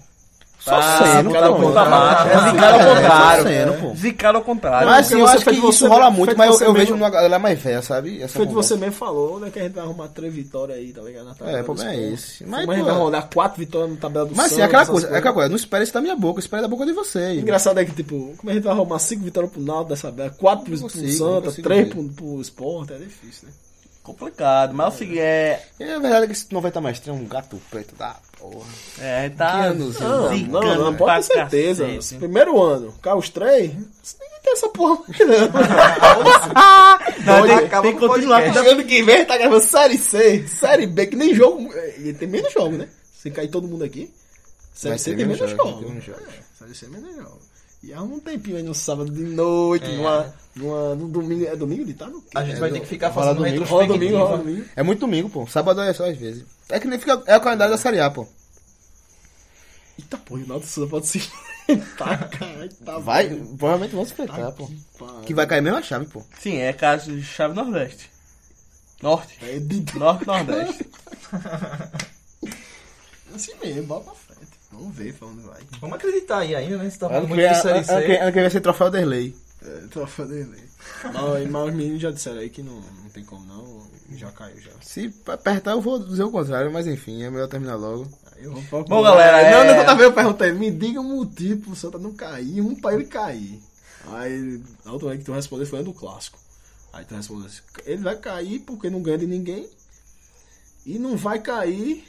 [SPEAKER 2] Ah,
[SPEAKER 4] Só sendo,
[SPEAKER 2] cara,
[SPEAKER 4] tá
[SPEAKER 2] pô,
[SPEAKER 4] bom.
[SPEAKER 2] tá baixo.
[SPEAKER 4] É,
[SPEAKER 2] É, zicado ao
[SPEAKER 4] é,
[SPEAKER 2] contrário.
[SPEAKER 4] tá sendo, pô.
[SPEAKER 2] Zicado ao contrário.
[SPEAKER 4] Mas assim,
[SPEAKER 6] porque
[SPEAKER 4] eu
[SPEAKER 6] você
[SPEAKER 4] acho que
[SPEAKER 6] fez
[SPEAKER 4] isso
[SPEAKER 6] você
[SPEAKER 4] rola
[SPEAKER 6] mesmo-
[SPEAKER 4] muito,
[SPEAKER 6] fez
[SPEAKER 4] mas eu,
[SPEAKER 6] você
[SPEAKER 4] eu
[SPEAKER 6] mesmo.
[SPEAKER 4] vejo numa galera mais velha, sabe? Essa
[SPEAKER 6] Feito
[SPEAKER 4] conversa.
[SPEAKER 6] você mesmo falou, né? Que a gente vai arrumar três vitórias aí, tá ligado? Na tabela
[SPEAKER 4] É,
[SPEAKER 6] do
[SPEAKER 4] problema é
[SPEAKER 6] esporte.
[SPEAKER 4] esse. Mas,
[SPEAKER 6] Mas,
[SPEAKER 4] pô,
[SPEAKER 6] a gente vai rodar quatro vitórias na tabela do
[SPEAKER 4] Mas assim,
[SPEAKER 6] Santos,
[SPEAKER 4] é aquela
[SPEAKER 6] essas
[SPEAKER 4] coisa, é
[SPEAKER 6] coisas.
[SPEAKER 4] aquela coisa, não espere isso da minha boca, espere da boca de vocês.
[SPEAKER 6] O engraçado é que, tipo, como a gente vai arrumar cinco vitórias pro Náutico dessa tabela, quatro pro,
[SPEAKER 4] Não
[SPEAKER 6] pro
[SPEAKER 4] consigo, não
[SPEAKER 6] Santa,
[SPEAKER 4] consigo
[SPEAKER 6] três
[SPEAKER 4] ver.
[SPEAKER 6] pro, pro Sport, é difícil, né?
[SPEAKER 2] Complicado. Mas é o seguinte, é.
[SPEAKER 4] É a verdade é que esse 90 mais 3 é um gato preto da porra.
[SPEAKER 2] É, tá.
[SPEAKER 4] Que anozinho,
[SPEAKER 6] Não,
[SPEAKER 2] zicando
[SPEAKER 6] não, não, pode
[SPEAKER 2] pra
[SPEAKER 6] ter certeza.
[SPEAKER 2] cacete.
[SPEAKER 6] Primeiro ano, cai os três, ninguém tem essa porra mais,
[SPEAKER 2] <laughs>
[SPEAKER 6] não.
[SPEAKER 2] Não, tem,
[SPEAKER 5] Acaba
[SPEAKER 2] tem que
[SPEAKER 5] com o
[SPEAKER 2] continuar
[SPEAKER 5] podcast.
[SPEAKER 6] tá vendo que vem, tá gravando Série C, Série B, que nem jogo. E tem menos jogo, né? Se cair todo mundo aqui, Série
[SPEAKER 4] Vai
[SPEAKER 6] C
[SPEAKER 4] ter
[SPEAKER 6] tem
[SPEAKER 4] menos
[SPEAKER 6] menos
[SPEAKER 4] jogo, tem
[SPEAKER 6] jogo.
[SPEAKER 4] menos jogo.
[SPEAKER 6] É, Série C é menos jogo. E há um tempinho aí no sábado de noite, numa, numa, no domingo. É domingo de tarde?
[SPEAKER 5] A gente vai ter que ficar
[SPEAKER 4] Rola
[SPEAKER 5] fazendo
[SPEAKER 4] domingo,
[SPEAKER 6] Rola domingo, rola
[SPEAKER 5] retrospectiva.
[SPEAKER 6] domingo.
[SPEAKER 4] É muito domingo, pô. Sábado é só às vezes. É que nem fica. É o calendário da Série A, pô.
[SPEAKER 6] Eita porra, o Naldo Souza pode se enfrentar, <laughs> caralho. Tá
[SPEAKER 4] Vai, provavelmente vão se enfrentar, pô. Que vai cair mesmo a chave, pô.
[SPEAKER 2] Sim, é caso de chave Nordeste. Norte.
[SPEAKER 6] É de
[SPEAKER 2] Norte Nordeste.
[SPEAKER 6] assim mesmo, bota pra frente. Vamos ver pra onde vai.
[SPEAKER 5] Vamos acreditar aí ainda, né? Você tá falando
[SPEAKER 4] Ano que
[SPEAKER 5] muito
[SPEAKER 4] vem
[SPEAKER 5] de Série C.
[SPEAKER 4] ano que vem ser troféu Derlei.
[SPEAKER 6] É, tô fazendo aí. Mas, mas os meninos já disseram aí que não, não tem como não, já caiu já.
[SPEAKER 4] Se apertar, eu vou dizer o contrário, mas enfim, é melhor terminar logo.
[SPEAKER 6] Aí eu vou
[SPEAKER 2] Bom, galera,
[SPEAKER 6] Não,
[SPEAKER 2] é-
[SPEAKER 6] não, tá vendo? Eu perguntei, me diga um motivo pro Santa não cair, um pra ele cair. Aí, ele- a outra vez que tu respondeu foi a do clássico. Aí tu respondeu assim, ele vai cair porque não ganha de ninguém e não vai cair...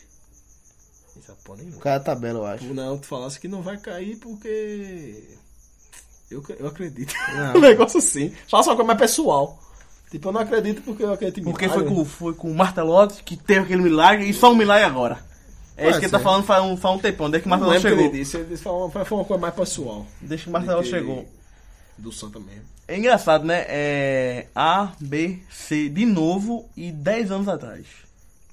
[SPEAKER 6] Essa porra nem
[SPEAKER 4] O cara da tabela, eu acho.
[SPEAKER 6] Não, tu falasse que não vai cair porque. Eu, eu acredito.
[SPEAKER 4] Não.
[SPEAKER 6] <laughs> um negócio assim. Fala só uma coisa mais pessoal. Tipo, eu não acredito porque eu acredito
[SPEAKER 2] <laughs>
[SPEAKER 6] em
[SPEAKER 2] Porque
[SPEAKER 6] milagre.
[SPEAKER 2] foi com, foi com o Marta Lopes que teve aquele milagre e só um milagre agora. É isso que ele tá
[SPEAKER 4] ser.
[SPEAKER 2] falando faz um, faz um tempão, desde que o
[SPEAKER 6] Não
[SPEAKER 2] Marta Lopes
[SPEAKER 6] lembro o que
[SPEAKER 2] chegou.
[SPEAKER 6] Ele disse, ele disse, falou- foi uma coisa mais pessoal.
[SPEAKER 2] Desde que o Marta Lopes chegou.
[SPEAKER 6] Do Santa mesmo.
[SPEAKER 2] É engraçado, né? É A, B, C de novo e 10 anos atrás.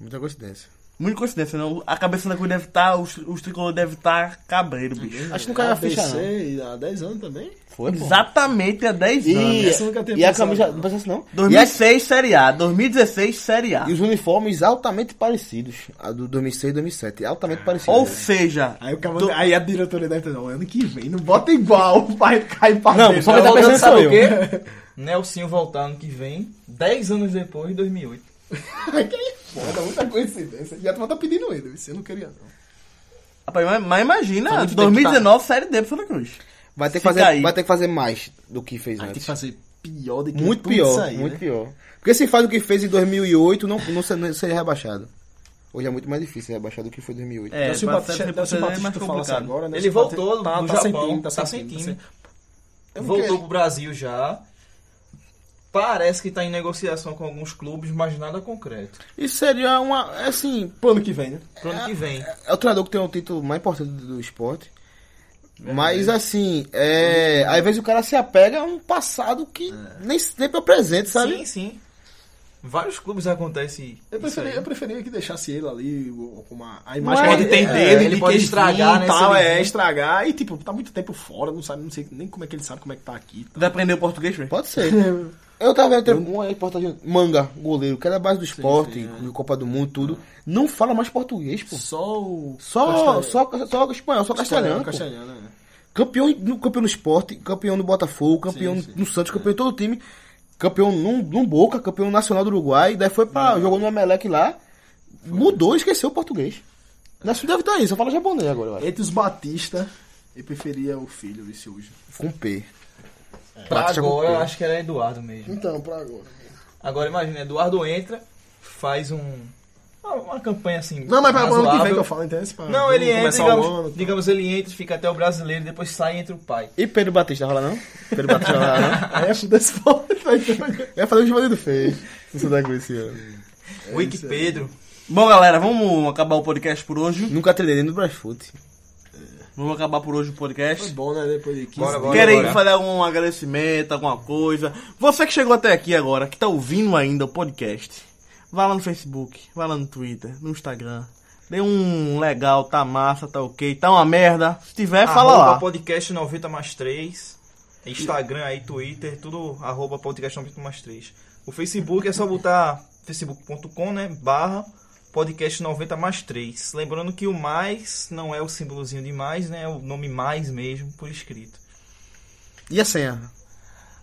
[SPEAKER 4] Muita coincidência.
[SPEAKER 2] Muita coincidência, não? A cabeça da cruz deve estar, os, os tricolores devem estar cabreiro, bicho.
[SPEAKER 4] Acho que não caiu a ficha,
[SPEAKER 6] ABC,
[SPEAKER 4] não.
[SPEAKER 6] há 10 anos também.
[SPEAKER 4] Foi, pô.
[SPEAKER 2] Exatamente há 10
[SPEAKER 4] E,
[SPEAKER 2] anos.
[SPEAKER 6] Essa eu nunca tinha
[SPEAKER 4] e a
[SPEAKER 6] pensado,
[SPEAKER 4] camisa.
[SPEAKER 6] não.
[SPEAKER 4] Não pensa assim, não. E, a-
[SPEAKER 2] 2006 Série A, 2016 Série A.
[SPEAKER 4] e os uniformes altamente parecidos. A do 2006 e 2007. Altamente parecidos.
[SPEAKER 2] Ou seja,
[SPEAKER 6] Aí, o cara, aí a diretoria deve ter não, ano que vem, não bota igual, <laughs> vai cair pra
[SPEAKER 4] Não,
[SPEAKER 6] dentro.
[SPEAKER 4] só vai
[SPEAKER 6] Ela
[SPEAKER 4] dar
[SPEAKER 6] volta-
[SPEAKER 4] pensando
[SPEAKER 5] tá sabe o
[SPEAKER 4] sou eu.
[SPEAKER 5] quê? Nelsinho voltar ano que vem, 10 anos depois, 2008.
[SPEAKER 6] Foda, muita coincidência. Já tu tá pedindo ele, você não queria não.
[SPEAKER 2] rapaz, mas, mas imagina,
[SPEAKER 4] muito tempo que
[SPEAKER 2] 2019 Série D pro Santa Cruz.
[SPEAKER 4] Vai ter, que
[SPEAKER 2] Fica
[SPEAKER 4] fazer,
[SPEAKER 2] aí.
[SPEAKER 4] vai ter que fazer mais do que fez
[SPEAKER 6] Aí tem
[SPEAKER 4] antes.
[SPEAKER 6] que fazer pior do que
[SPEAKER 4] Muito
[SPEAKER 6] tudo
[SPEAKER 4] pior,
[SPEAKER 6] isso aí,
[SPEAKER 4] muito
[SPEAKER 6] né?
[SPEAKER 4] pior. Porque se faz o que fez em 2008, não, não se- não seria rebaixado. Hoje é muito mais difícil ser rebaixado do que foi em 2008.
[SPEAKER 2] É,
[SPEAKER 6] Nelson
[SPEAKER 2] pra
[SPEAKER 6] Batista,
[SPEAKER 2] Série D pro
[SPEAKER 6] Nelson
[SPEAKER 2] Santa Cruz é
[SPEAKER 6] Batista
[SPEAKER 2] mais
[SPEAKER 6] tu falasse
[SPEAKER 4] assim
[SPEAKER 2] complicado.
[SPEAKER 6] agora, né?
[SPEAKER 5] Ele voltou
[SPEAKER 6] Tá-
[SPEAKER 5] do
[SPEAKER 6] tá sem
[SPEAKER 5] Japão,
[SPEAKER 6] time,
[SPEAKER 5] tá sem time.
[SPEAKER 6] sem- Eu não
[SPEAKER 5] Voltou
[SPEAKER 6] quero.
[SPEAKER 5] pro Brasil já. Parece que tá em negociação com alguns clubes, mas nada concreto.
[SPEAKER 4] Isso seria uma. é Assim,
[SPEAKER 6] Pro ano que vem, né?
[SPEAKER 5] Pro ano que vem.
[SPEAKER 4] é o treinador que tem o título mais importante do do esporte. Mas assim, é, às vezes o cara se apega a um passado que nem, nem pra presente, sabe?
[SPEAKER 5] É. Sim, sim. Vários clubes acontece.
[SPEAKER 6] Eu
[SPEAKER 5] isso
[SPEAKER 6] preferia,
[SPEAKER 5] aí.
[SPEAKER 6] eu preferia que deixasse ele ali o- com uma, a
[SPEAKER 4] Mas
[SPEAKER 6] imagem
[SPEAKER 4] pode
[SPEAKER 6] dele-
[SPEAKER 5] ter
[SPEAKER 6] é,
[SPEAKER 5] dedo, ele
[SPEAKER 6] de
[SPEAKER 5] pode
[SPEAKER 6] que
[SPEAKER 5] estragar,
[SPEAKER 6] enfim,
[SPEAKER 5] né,
[SPEAKER 6] Tal,
[SPEAKER 5] se ele
[SPEAKER 6] é,
[SPEAKER 5] vir.
[SPEAKER 6] estragar. E tipo, tá muito tempo fora, não sabe, não sei nem como é que ele sabe como é que tá aqui.
[SPEAKER 2] Vai aprender o português, velho?
[SPEAKER 4] Pode
[SPEAKER 5] <laughs>
[SPEAKER 4] ser. Eu tava vendo tem
[SPEAKER 6] é
[SPEAKER 4] uma reportagem manga, goleiro, que era a base do esporte,
[SPEAKER 5] é.
[SPEAKER 4] Copa do Mundo, tudo. Não fala mais português, pô.
[SPEAKER 6] Só o.
[SPEAKER 4] Só, só, só espanhol, só castelhano. pô.
[SPEAKER 6] Castelhano, né?
[SPEAKER 4] Campeão no, campeão no esporte, campeão no Botafogo, campeão
[SPEAKER 6] Sim, sim.
[SPEAKER 4] no Santos, campeão em todo o time, campeão num, num Boca, campeão no nacional do Uruguai, daí foi pra. jogou no Emelec lá, mudou e esqueceu o português. Nelson deve estar aí, só fala japonês agora, eu acho.
[SPEAKER 6] Entre os Batista, eu preferia o filho desse hoje.
[SPEAKER 4] Com P.
[SPEAKER 5] Pra
[SPEAKER 4] Batista com
[SPEAKER 5] agora,
[SPEAKER 4] P.
[SPEAKER 5] eu acho que era Eduardo mesmo.
[SPEAKER 6] Então, pra agora.
[SPEAKER 5] Agora imagina, Eduardo entra, faz um. Uma, uma campanha assim.
[SPEAKER 6] Não, mas pra o ano que vem
[SPEAKER 5] razoável.
[SPEAKER 6] que eu falo, entende? Pra
[SPEAKER 5] Não, ele entra,
[SPEAKER 6] começar
[SPEAKER 5] digamos,
[SPEAKER 6] o ano, tá? É
[SPEAKER 5] digamos, ele entra, fica até o brasileiro, depois sai e entra o pai.
[SPEAKER 4] E Pedro Batista rola não? Pedro Batista rola não?
[SPEAKER 6] <laughs> Aí acho desse ponto.
[SPEAKER 4] Eu ia fazer o que o Givanildo fez no Santa Cruz esse ano.
[SPEAKER 5] Wiki Pedro.
[SPEAKER 2] Bom, galera, vamos acabar o podcast por hoje.
[SPEAKER 4] Nunca treinei no Brasfoot.
[SPEAKER 2] Vamos acabar por hoje o podcast.
[SPEAKER 6] Bom, né? Depois de 15
[SPEAKER 5] Bora, bora,
[SPEAKER 2] Querem
[SPEAKER 5] bora.
[SPEAKER 2] fazer algum agradecimento, alguma coisa? Você que chegou até aqui agora, que tá ouvindo ainda o podcast, vá lá no Facebook, vá lá no Twitter, no Instagram. Dê um legal, tá massa, tá ok, tá uma merda. Se tiver, É, fala
[SPEAKER 5] arroba
[SPEAKER 2] lá.
[SPEAKER 5] podcast 90 mais 3. Instagram aí, Twitter, tudo arroba podcast 90 mais 3. O Facebook é só botar facebook.com, né? Barra podcast 90 mais 3. Lembrando que o mais não é o símbolozinho de mais, né? É o nome mais mesmo, por escrito.
[SPEAKER 4] E a senha?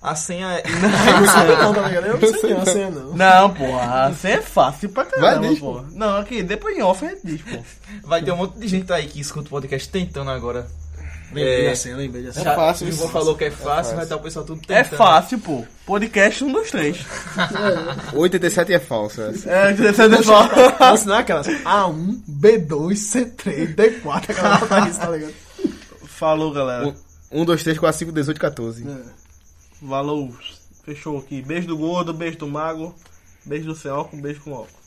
[SPEAKER 5] A senha é... <laughs>
[SPEAKER 6] Eu não sei não, sei não.
[SPEAKER 2] Não, porra, você é fácil pra
[SPEAKER 4] Vai,
[SPEAKER 2] caramba,
[SPEAKER 4] diz,
[SPEAKER 2] porra. Não, aqui, depois em off a gente diz, pô.
[SPEAKER 5] Vai ter um monte de gente aí que escuta o podcast tentando agora.
[SPEAKER 6] Lembrei
[SPEAKER 5] É.
[SPEAKER 6] da cena, lembrei da cena.
[SPEAKER 5] Já-
[SPEAKER 4] fácil
[SPEAKER 5] O João
[SPEAKER 4] isso.
[SPEAKER 5] falou que é fácil, vai estar o pessoal tudo tentando.
[SPEAKER 2] É fácil, pô. Podcast 1, 2, 3.
[SPEAKER 4] 87 é falso. é.
[SPEAKER 2] É,
[SPEAKER 4] <laughs>
[SPEAKER 2] você é só.
[SPEAKER 6] Nossa, não é aquelas A1, B2, C3, D4, aquela tá isso, tá ligado?
[SPEAKER 2] Falou, galera.
[SPEAKER 4] 1, 2, 3, 4, 5, 18, 14.
[SPEAKER 2] Valeu. Fechou aqui. Beijo do gordo, beijo do mago, beijo do Celco, beijo com óculos.